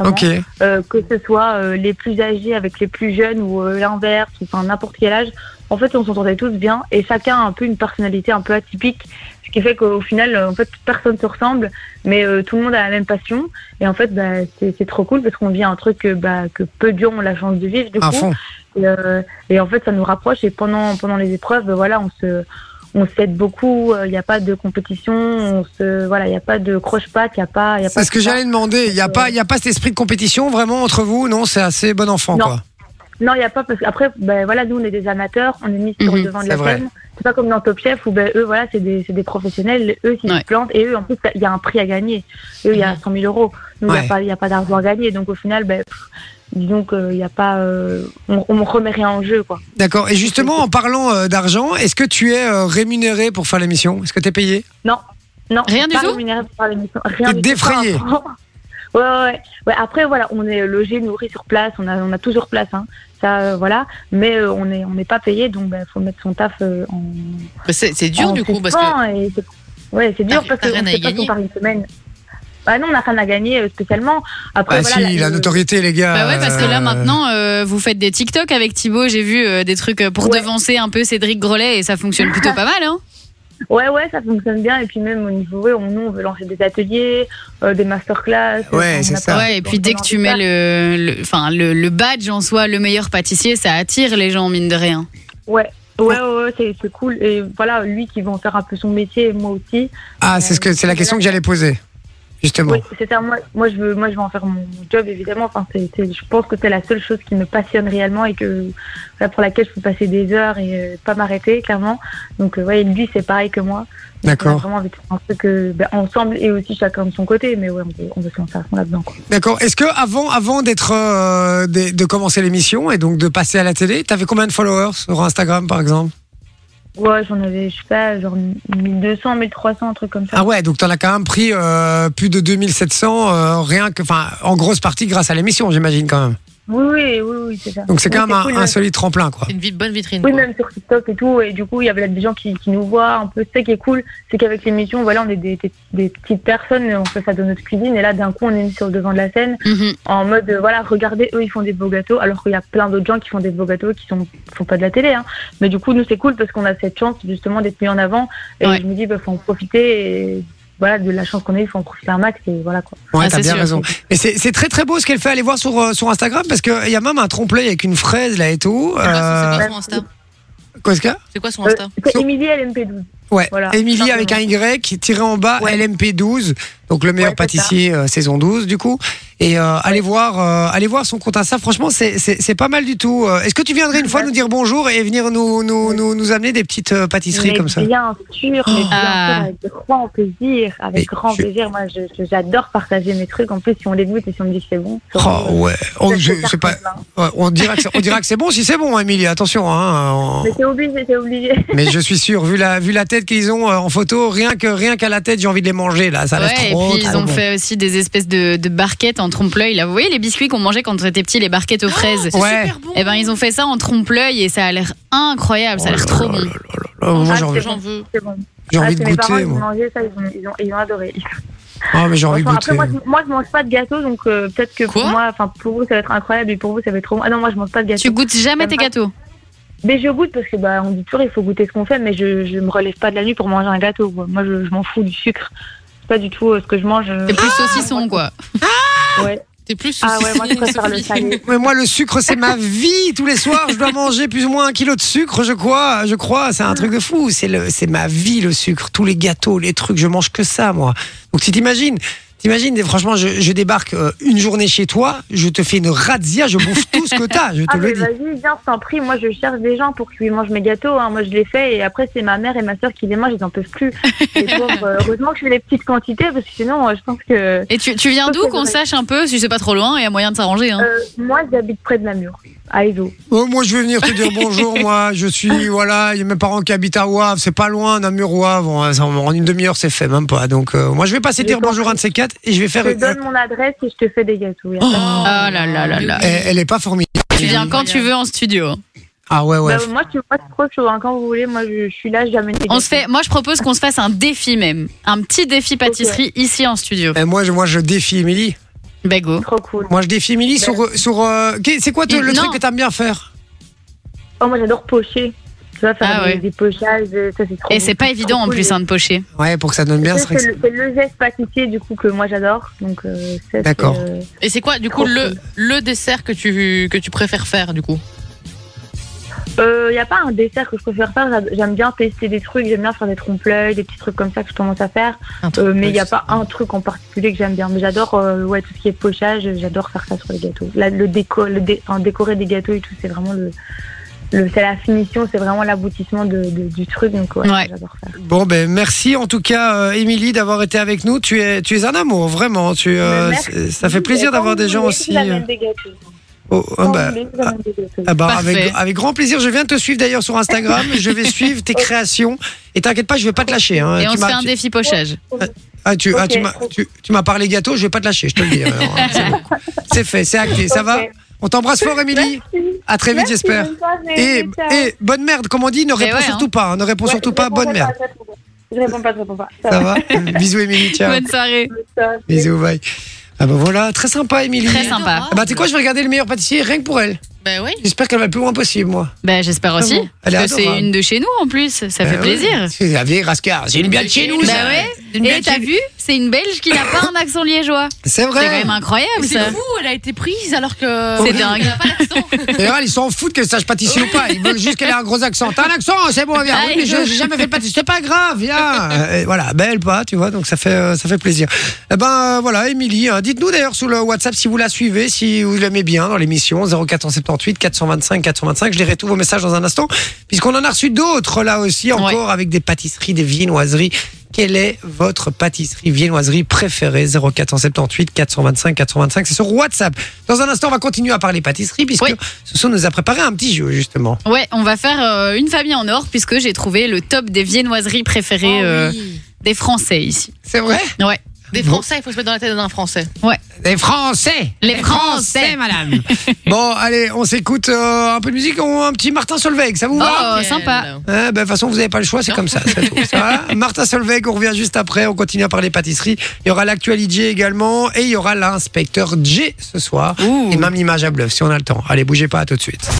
Speaker 2: Ah
Speaker 10: Vraiment.
Speaker 1: Ok.
Speaker 10: Euh, que ce soit euh, les plus âgés avec les plus jeunes ou euh, l'inverse, ou, enfin n'importe quel âge. En fait, on s'entendait tous bien et chacun a un peu une personnalité un peu atypique, ce qui fait qu'au final, euh, en fait, personne se ressemble, mais euh, tout le monde a la même passion. Et en fait, bah, c'est c'est trop cool parce qu'on vit un truc que, bah, que peu de gens ont la chance de vivre. Du
Speaker 1: À
Speaker 10: coup,
Speaker 1: fond.
Speaker 10: et, euh, et en fait, ça nous rapproche. Et pendant, pendant les épreuves, ben voilà, on se, on s'aide beaucoup. euh, Il n'y a pas de compétition. On se, voilà, il n'y a pas de croche-patte. Il n'y a pas, il y a pas
Speaker 1: C'est ce
Speaker 10: de
Speaker 1: que
Speaker 10: ça.
Speaker 1: j'allais demander. Il n'y a, pas- il y a pas cet esprit de compétition vraiment entre vous Non, c'est assez bon enfant.
Speaker 10: Non.
Speaker 1: Quoi.
Speaker 10: Non, il n'y a pas parce qu'après, ben voilà, nous on est des amateurs. On est mis sur le
Speaker 3: Mhm,
Speaker 10: devant de
Speaker 1: c'est
Speaker 10: la
Speaker 1: vrai.
Speaker 10: scène. C'est pas comme dans Top Chef où ben eux, voilà, c'est des, c'est des professionnels. Eux, s'ils
Speaker 3: Ouais.
Speaker 10: se plantent, et eux, en plus, il y a un prix à gagner. Eux, il y a 100 000 euros. Nous, il
Speaker 1: Ouais.
Speaker 10: n'y a pas, il y a pas d'argent à gagner. Donc au final, ben, pff, disons qu'il n'y a pas, euh, on, on remet rien en jeu, quoi.
Speaker 1: D'accord. Et (laughs) justement, en parlant euh, d'argent, est-ce que tu es euh, rémunéré pour faire l'émission Est-ce que tu es payé
Speaker 10: Non, non.
Speaker 3: Rien du
Speaker 10: pas
Speaker 3: tout
Speaker 10: rémunéré par l'émission. Rien
Speaker 1: T'es
Speaker 10: du tout,
Speaker 1: défrayé.
Speaker 10: pas un franc. (laughs) Ouais, ouais, ouais. Ouais, Après, voilà, on est logé, nourri sur place. On a, on a tout sur place. Hein. Ça, euh, voilà. Mais euh, on est, on n'est pas payé, donc il faut mettre son taf euh, en.
Speaker 2: Bah, C'est c'est dur
Speaker 10: en
Speaker 2: du coup parce que
Speaker 10: suspens, et c'est- ouais, c'est dur
Speaker 3: Ah,
Speaker 2: T'as-
Speaker 10: parce
Speaker 2: t'as
Speaker 10: que
Speaker 2: rien
Speaker 10: on
Speaker 2: à
Speaker 10: sait
Speaker 2: y
Speaker 10: pas
Speaker 2: gagner.
Speaker 10: si on part une semaine. Bah non, on n'a rien à gagner euh, spécialement. Après,
Speaker 1: Ah
Speaker 10: voilà,
Speaker 1: si,
Speaker 10: là,
Speaker 1: la
Speaker 10: euh,
Speaker 1: notoriété, les gars.
Speaker 3: Bah ouais, parce que là
Speaker 1: euh,
Speaker 3: maintenant, euh, vous faites des TikTok avec Thibaut. J'ai vu euh, des trucs euh, pour
Speaker 10: Ouais.
Speaker 3: devancer un peu Cédric Grolet et ça fonctionne plutôt pas mal. Hein
Speaker 10: Ouais, ouais, ça fonctionne bien. Et puis même au niveau, ouais, on, nous, on veut lancer des ateliers, euh, des masterclass.
Speaker 1: Ouais,
Speaker 10: on
Speaker 1: c'est
Speaker 10: a
Speaker 1: ça.
Speaker 10: pas-
Speaker 3: ouais, et puis dès que tu mets le, le- enfin le, le badge en soi, le meilleur pâtissier, ça attire les gens mine de rien.
Speaker 10: Ouais, ouais, ouais, ouais, c'est, c'est cool. Et voilà, lui qui va en faire un peu son métier, moi aussi.
Speaker 1: Ah, c'est ce que c'est la question que j'allais poser. Justement.
Speaker 10: Oui, c'est ça. Moi, moi, je veux, moi, je veux en faire mon job, évidemment. Enfin, c'est, c'est- je pense que c'est la seule chose qui me passionne réellement et que voilà, pour laquelle je peux passer des heures et euh, pas m'arrêter, clairement. Donc, euh, ouais, lui, c'est pareil que moi. On a
Speaker 1: D'accord.
Speaker 10: vraiment envie de faire un truc euh, ben, ensemble et aussi chacun de son côté. Mais ouais, on veut, on veut se lancer à fond là-dedans. quoi.
Speaker 1: D'accord. Est-ce que avant, avant d'être, euh, de, de commencer l'émission et donc de passer à la télé, t'avais combien de followers sur Instagram, par exemple
Speaker 10: Ouais, j'en avais, je sais pas, genre 1200, 1300, un truc comme ça.
Speaker 1: Ah ouais, donc t'en as quand même pris euh, plus de 2700, euh, rien que, enfin, en grosse partie grâce à l'émission, j'imagine quand même.
Speaker 10: Oui, oui, oui, oui, c'est ça.
Speaker 1: Donc c'est quand
Speaker 10: Oui,
Speaker 1: même un,
Speaker 10: cool,
Speaker 1: un
Speaker 10: ouais.
Speaker 1: solide tremplin, quoi.
Speaker 2: Une bonne vitrine.
Speaker 10: Oui, même sur TikTok et tout. Et du coup, il y avait des gens qui, qui nous voient un peu. Ce qui est cool, c'est qu'avec l'émission, voilà, on est des, des- des petites personnes, on fait ça dans notre cuisine. Et là, d'un coup, on est mis sur le devant de la scène
Speaker 1: Mhm.
Speaker 10: en mode, euh, voilà, regardez, eux, ils font des beaux gâteaux. Alors qu'il y a plein d'autres gens qui font des beaux gâteaux qui sont, font pas de la télé. hein. Mais du coup, nous, c'est cool parce qu'on a cette chance, justement, d'être mis en avant. Et je me dis, bah, faut en profiter. Et voilà, de la chance qu'on a, il faut en profiter un max. Et voilà, quoi.
Speaker 1: Ouais, t'as bien raison. Et c'est c'est très très beau ce qu'elle fait. Allez voir sur, euh, sur Instagram parce qu'il y a même un trompe-l'œil avec une fraise là et tout.
Speaker 10: Ah,
Speaker 2: C'est
Speaker 1: Euh,
Speaker 2: quoi son Insta
Speaker 1: Qu'est-ce qu'il y a
Speaker 2: C'est quoi son Insta
Speaker 10: C'est Euh, Émilie LMP12.
Speaker 1: Ouais,
Speaker 10: Voilà,
Speaker 1: Émilie
Speaker 10: simplement.
Speaker 1: avec un Y, tiré en bas, LMP12, donc le meilleur
Speaker 10: Ouais, c'est ça.
Speaker 1: pâtissier euh, saison 12 du coup. Et euh, allez, voir, euh, allez voir son compte Insta, franchement c'est- c'est c'est pas mal du tout. Euh, Est-ce que tu viendrais une fois nous dire bonjour et venir nous, nous, nous, nous amener des petites euh, pâtisseries
Speaker 10: mais
Speaker 1: comme ça
Speaker 10: Bien sûr, mais bien sûr,
Speaker 3: Ah.
Speaker 10: avec grand plaisir. Avec
Speaker 1: Mais
Speaker 10: grand
Speaker 1: je-
Speaker 10: plaisir. Moi, je- je- j'adore partager mes trucs. En plus, si on les goûte et si on me dit que c'est bon. c'est
Speaker 1: Oh
Speaker 10: vraiment-
Speaker 1: ouais, on,
Speaker 10: ça,
Speaker 1: je-
Speaker 10: c'est
Speaker 1: c'est pas,
Speaker 10: certain, hein.
Speaker 1: ouais, on dira que c'est- on dira que c'est bon si c'est bon, hein, Émilie, attention. Hein, on-
Speaker 10: Mais c'est obligé, c'est obligé. (laughs)
Speaker 1: Mais je suis sûr, vu la, vu la tête qu'ils ont euh, en photo, rien que rien qu'à la tête, j'ai envie de les manger là. Ça
Speaker 3: Ouais,
Speaker 1: reste
Speaker 3: et
Speaker 1: trop,
Speaker 3: puis ils
Speaker 1: trop
Speaker 3: ont
Speaker 1: bon.
Speaker 3: fait aussi des espèces de, de barquettes en trompe-l'œil. Là, vous voyez les biscuits qu'on mangeait quand on était petit, les barquettes aux
Speaker 1: Oh,
Speaker 3: fraises.
Speaker 2: C'est
Speaker 1: Ouais.
Speaker 2: super bon.
Speaker 3: Eh ben, ils ont fait ça en trompe-l'œil et ça a l'air incroyable. ça a l'air trop bon.
Speaker 1: Oh, moi,
Speaker 10: Ah,
Speaker 1: j'ai envie,
Speaker 10: c'est bon,
Speaker 2: J'en veux.
Speaker 10: c'est bon.
Speaker 1: j'ai
Speaker 10: Ah,
Speaker 1: envie
Speaker 10: c'est
Speaker 1: de
Speaker 10: mes parents,
Speaker 1: goûter.
Speaker 10: ils ont
Speaker 1: Moi.
Speaker 10: mangé ça, ils ont, ils ont, ils ont adoré.
Speaker 1: Ah, mais j'ai envie de goûter.
Speaker 10: Franchement, après, moi, je- moi, je mange pas de gâteau, donc euh, peut-être que
Speaker 2: Quoi
Speaker 10: pour moi, enfin, pour vous, ça va être incroyable et pour vous, ça va être trop bon. Ah non, moi, je mange pas de gâteau.
Speaker 3: Tu goûtes jamais tes gâteaux.
Speaker 10: Mais je goûte parce que, bah, on dit toujours, il faut goûter ce qu'on fait, mais je, je me relève pas de la nuit pour manger un gâteau. quoi. Moi, je, je m'en fous du sucre. C'est pas du tout euh, ce que je mange. euh,
Speaker 3: T'es plus saucisson, quoi.
Speaker 10: ouais.
Speaker 2: Ah, T'es plus
Speaker 10: Ah ouais, moi, je
Speaker 2: saucissée,
Speaker 10: préfère le
Speaker 2: Sophie.
Speaker 10: salé.
Speaker 1: Mais moi, le sucre, c'est ma vie. Tous les soirs, je
Speaker 10: (laughs)
Speaker 1: dois manger plus ou moins un kilo de sucre, je crois. Je crois, c'est un truc de fou. C'est le, c'est ma vie, le sucre. Tous les gâteaux, les trucs, je mange que ça, moi. Donc, si t'imagines, t'imagines, franchement, je, je débarque euh, une journée chez toi, je te fais une razzia, je bouffe tout ce que t'as, je te
Speaker 10: Ah mais
Speaker 1: le dis.
Speaker 10: vas-y, viens, je t'en prie. Moi, je cherche des gens pour qu'ils mangent mes gâteaux. hein. Moi, je les fais et après, c'est ma mère et ma soeur qui les mangent. Ils n'en peuvent plus. Les pauvres, euh, heureusement que je fais les petites quantités parce que sinon, euh, je pense que...
Speaker 3: Et tu, tu viens
Speaker 10: Ça,
Speaker 3: d'où
Speaker 10: c'est
Speaker 3: qu'on
Speaker 10: vrai.
Speaker 3: sache un peu Si c'est pas trop loin, il y a moyen de s'arranger. Hein.
Speaker 10: Euh, moi, j'habite près de Namur, à Ezo.
Speaker 1: Oh, moi, je vais venir te dire bonjour, moi. Je suis, voilà, il y a mes parents qui habitent à Wavre. C'est pas loin, Namur, Wavre. En- En une demi-heure, c'est fait, même pas. Donc, euh, moi, je vais passer
Speaker 10: J'ai
Speaker 1: dire bonjour
Speaker 10: compris.
Speaker 1: à un de ces quatre et je vais faire
Speaker 10: Je te
Speaker 1: une.
Speaker 10: donne mon adresse et je te fais des gâteaux. Y a pas de-
Speaker 3: Oh là là là là.
Speaker 1: euh,
Speaker 10: euh,
Speaker 1: Elle, elle est pas formidable.
Speaker 3: Tu viens quand tu veux en studio. hein.
Speaker 1: Ah ouais, ouais.
Speaker 10: Bah, moi, tu vois, c'est trop chaud. hein. Quand vous voulez, moi, je, je suis là, j'amène des
Speaker 3: On
Speaker 10: gâteaux.
Speaker 3: se fait, moi, je propose qu'on se fasse un défi même, un petit défi pâtisserie ici en studio. Ben,
Speaker 1: Et moi, je, moi, je défie Émilie.
Speaker 3: Bego.
Speaker 10: Trop cool.
Speaker 1: Moi, je défie Émilie sur. euh, sur euh, qu'est- c'est quoi te- le
Speaker 3: Non.
Speaker 1: truc que t'aimes bien faire
Speaker 10: Oh, moi, j'adore pocher. Tu vois, faire
Speaker 3: Ah
Speaker 10: des,
Speaker 3: ouais.
Speaker 10: des pochages, euh, ça, c'est trop
Speaker 3: Et
Speaker 10: bon.
Speaker 3: c'est pas évident
Speaker 10: trop
Speaker 3: en
Speaker 10: cool,
Speaker 3: plus
Speaker 10: les-
Speaker 3: hein, de pocher.
Speaker 1: Ouais, pour que ça donne bien,
Speaker 10: Ça,
Speaker 1: c'est vrai que
Speaker 10: C'est le, c'est le geste pâtissier, du coup, que moi, j'adore. Donc, euh, ça, c'est,
Speaker 1: D'accord.
Speaker 10: euh,
Speaker 2: Et c'est quoi, du coup,
Speaker 10: Trop
Speaker 2: le,
Speaker 10: cool.
Speaker 2: le dessert que tu, que tu préfères faire, du coup
Speaker 10: Il n'y Euh, a pas un dessert que je préfère faire. J'a- J'aime bien tester des trucs, j'aime bien faire des trompe-l'œil, des petits trucs comme ça que je commence à faire.
Speaker 2: Un truc
Speaker 10: Euh, mais il n'y a
Speaker 2: plus.
Speaker 10: pas un truc en particulier que j'aime bien. Mais j'adore euh, ouais, tout ce qui est pochage, j'adore faire ça sur les gâteaux. Là, le déco, le dé- enfin, décorer des gâteaux et tout, c'est vraiment le. le- c'est la finition, c'est vraiment l'aboutissement de, de- du truc. Donc, ouais,
Speaker 3: Ouais.
Speaker 10: j'adore ça.
Speaker 1: c'est- Bon, ben, merci en tout cas, euh, Émilie, d'avoir été avec nous. Tu es, tu es un amour, vraiment. Tu, euh,
Speaker 10: Mais merci. Bah,
Speaker 1: c'est- ça fait plaisir
Speaker 10: Et quand
Speaker 1: d'avoir
Speaker 10: vous
Speaker 1: des gens
Speaker 10: voulez,
Speaker 1: aussi.
Speaker 10: vous amène
Speaker 1: euh,
Speaker 10: des gâteaux.
Speaker 1: oh, oh,
Speaker 10: Quand
Speaker 1: bah,
Speaker 10: vous voulez, vous amène des gâteaux.
Speaker 1: Ah bah,
Speaker 3: Parfait.
Speaker 1: avec, avec grand plaisir. Je viens de te suivre d'ailleurs sur Instagram. Je
Speaker 3: (laughs)
Speaker 1: vais suivre tes créations. Et t'inquiète pas, je vais pas te lâcher. hein.
Speaker 3: Et
Speaker 1: Tu
Speaker 3: on se
Speaker 1: m'as-
Speaker 3: fait un
Speaker 1: tu-
Speaker 3: défi pochage.
Speaker 1: ah, tu, ah, tu
Speaker 10: Ok.
Speaker 1: m'as- tu- tu m'as parlé gâteau, je vais pas te lâcher, je te le dis. Alors,
Speaker 10: (laughs)
Speaker 1: hein, c'est bon. C'est fait, c'est acté. ah, Ça va
Speaker 10: Ok.
Speaker 1: On t'embrasse fort, Émilie. À très vite,
Speaker 10: Merci,
Speaker 1: j'espère.
Speaker 10: bonne soirée,
Speaker 1: Et,
Speaker 10: ciao.
Speaker 1: et bonne merde, comme on dit, ne réponds
Speaker 3: ouais,
Speaker 1: surtout
Speaker 3: hein.
Speaker 1: pas. hein, ne réponds
Speaker 10: Ouais,
Speaker 1: surtout
Speaker 10: je
Speaker 1: pas,
Speaker 10: réponds
Speaker 1: bonne merde.
Speaker 10: je réponds pas. Je réponds pas, je réponds pas. Ça
Speaker 1: Ça
Speaker 10: va.
Speaker 1: va
Speaker 10: (laughs)
Speaker 1: Bisous, Émilie, ciao.
Speaker 3: Bonne soirée.
Speaker 10: Ça va.
Speaker 1: Bisous, bye. Ah bah voilà, très sympa, Émilie.
Speaker 3: Très sympa.
Speaker 1: Ah Bah, tu sais quoi, je vais regarder le meilleur pâtissier rien que pour elle.
Speaker 2: Ben oui.
Speaker 1: J'espère qu'elle va le plus loin possible, moi.
Speaker 3: Ben, j'espère aussi.
Speaker 1: Vraiment. Ah Elle est
Speaker 3: Parce que c'est
Speaker 1: adorable.
Speaker 3: une de chez nous en plus. Ça fait
Speaker 1: Bah ouais.
Speaker 3: plaisir.
Speaker 1: C'est la vieille rascar. C'est une belle chez nous, ça.
Speaker 3: Bah ouais. Et t'as vu, c'est une Belge qui n'a pas un accent liégeois.
Speaker 1: C'est
Speaker 3: C'est quand
Speaker 1: vrai.
Speaker 3: même incroyable ça.
Speaker 2: C'est fou, elle a été prise alors que.
Speaker 3: C'est
Speaker 2: Elle
Speaker 3: dingue.
Speaker 2: a pas l'accent.
Speaker 1: D'ailleurs, ils s'en foutent qu'elle sache pâtisser ou pas. Ils veulent juste qu'elle ait un gros accent. T'as un accent, hein, c'est bon,
Speaker 3: Ah,
Speaker 1: viens. Oui, mais je- j'ai jamais fait de pâtisserie. C'est pas grave, viens. (laughs) Euh, et voilà, belle pas, tu vois. Donc ça fait, euh, ça fait plaisir. Eh ben euh, voilà, Émilie. hein, Dites-nous d'ailleurs sur le WhatsApp si vous la suivez, si vous l'aimez bien dans l'émission 0478 425 425. Je lirai tous vos messages dans un instant, puisqu'on en a reçu d'autres là aussi encore avec des pâtisseries, des viennoiseries. Quelle est votre pâtisserie viennoiserie préférée 0478 425 425 C'est sur WhatsApp. Dans un instant, on va continuer à parler pâtisserie puisque
Speaker 3: Oui.
Speaker 1: Soso nous a préparé un petit jeu justement.
Speaker 3: Ouais, on va faire euh, une famille en or puisque j'ai trouvé le top des viennoiseries préférées
Speaker 2: Oh
Speaker 3: euh,
Speaker 2: oui.
Speaker 3: des Français ici.
Speaker 1: C'est vrai
Speaker 3: Ouais.
Speaker 2: Des Français, il faut se mettre dans la tête d'un Français.
Speaker 3: Ouais.
Speaker 1: Les Français
Speaker 3: Les Français.
Speaker 1: madame (laughs) Bon, allez, on s'écoute euh, un peu de musique, on- un petit Martin Solveig, ça vous va
Speaker 3: Oh, sympa.
Speaker 1: Hein, ben, De toute façon, vous n'avez pas le choix, c'est comme ça. c'est tout, ça
Speaker 3: (laughs)
Speaker 1: va Martin Solveig, on revient juste après, on continue à parler pâtisserie. Il y aura l'actualité également et il y aura l'inspecteur J ce soir. Et même l'image à bluff, si on a le temps. Allez, bougez pas, à tout de suite.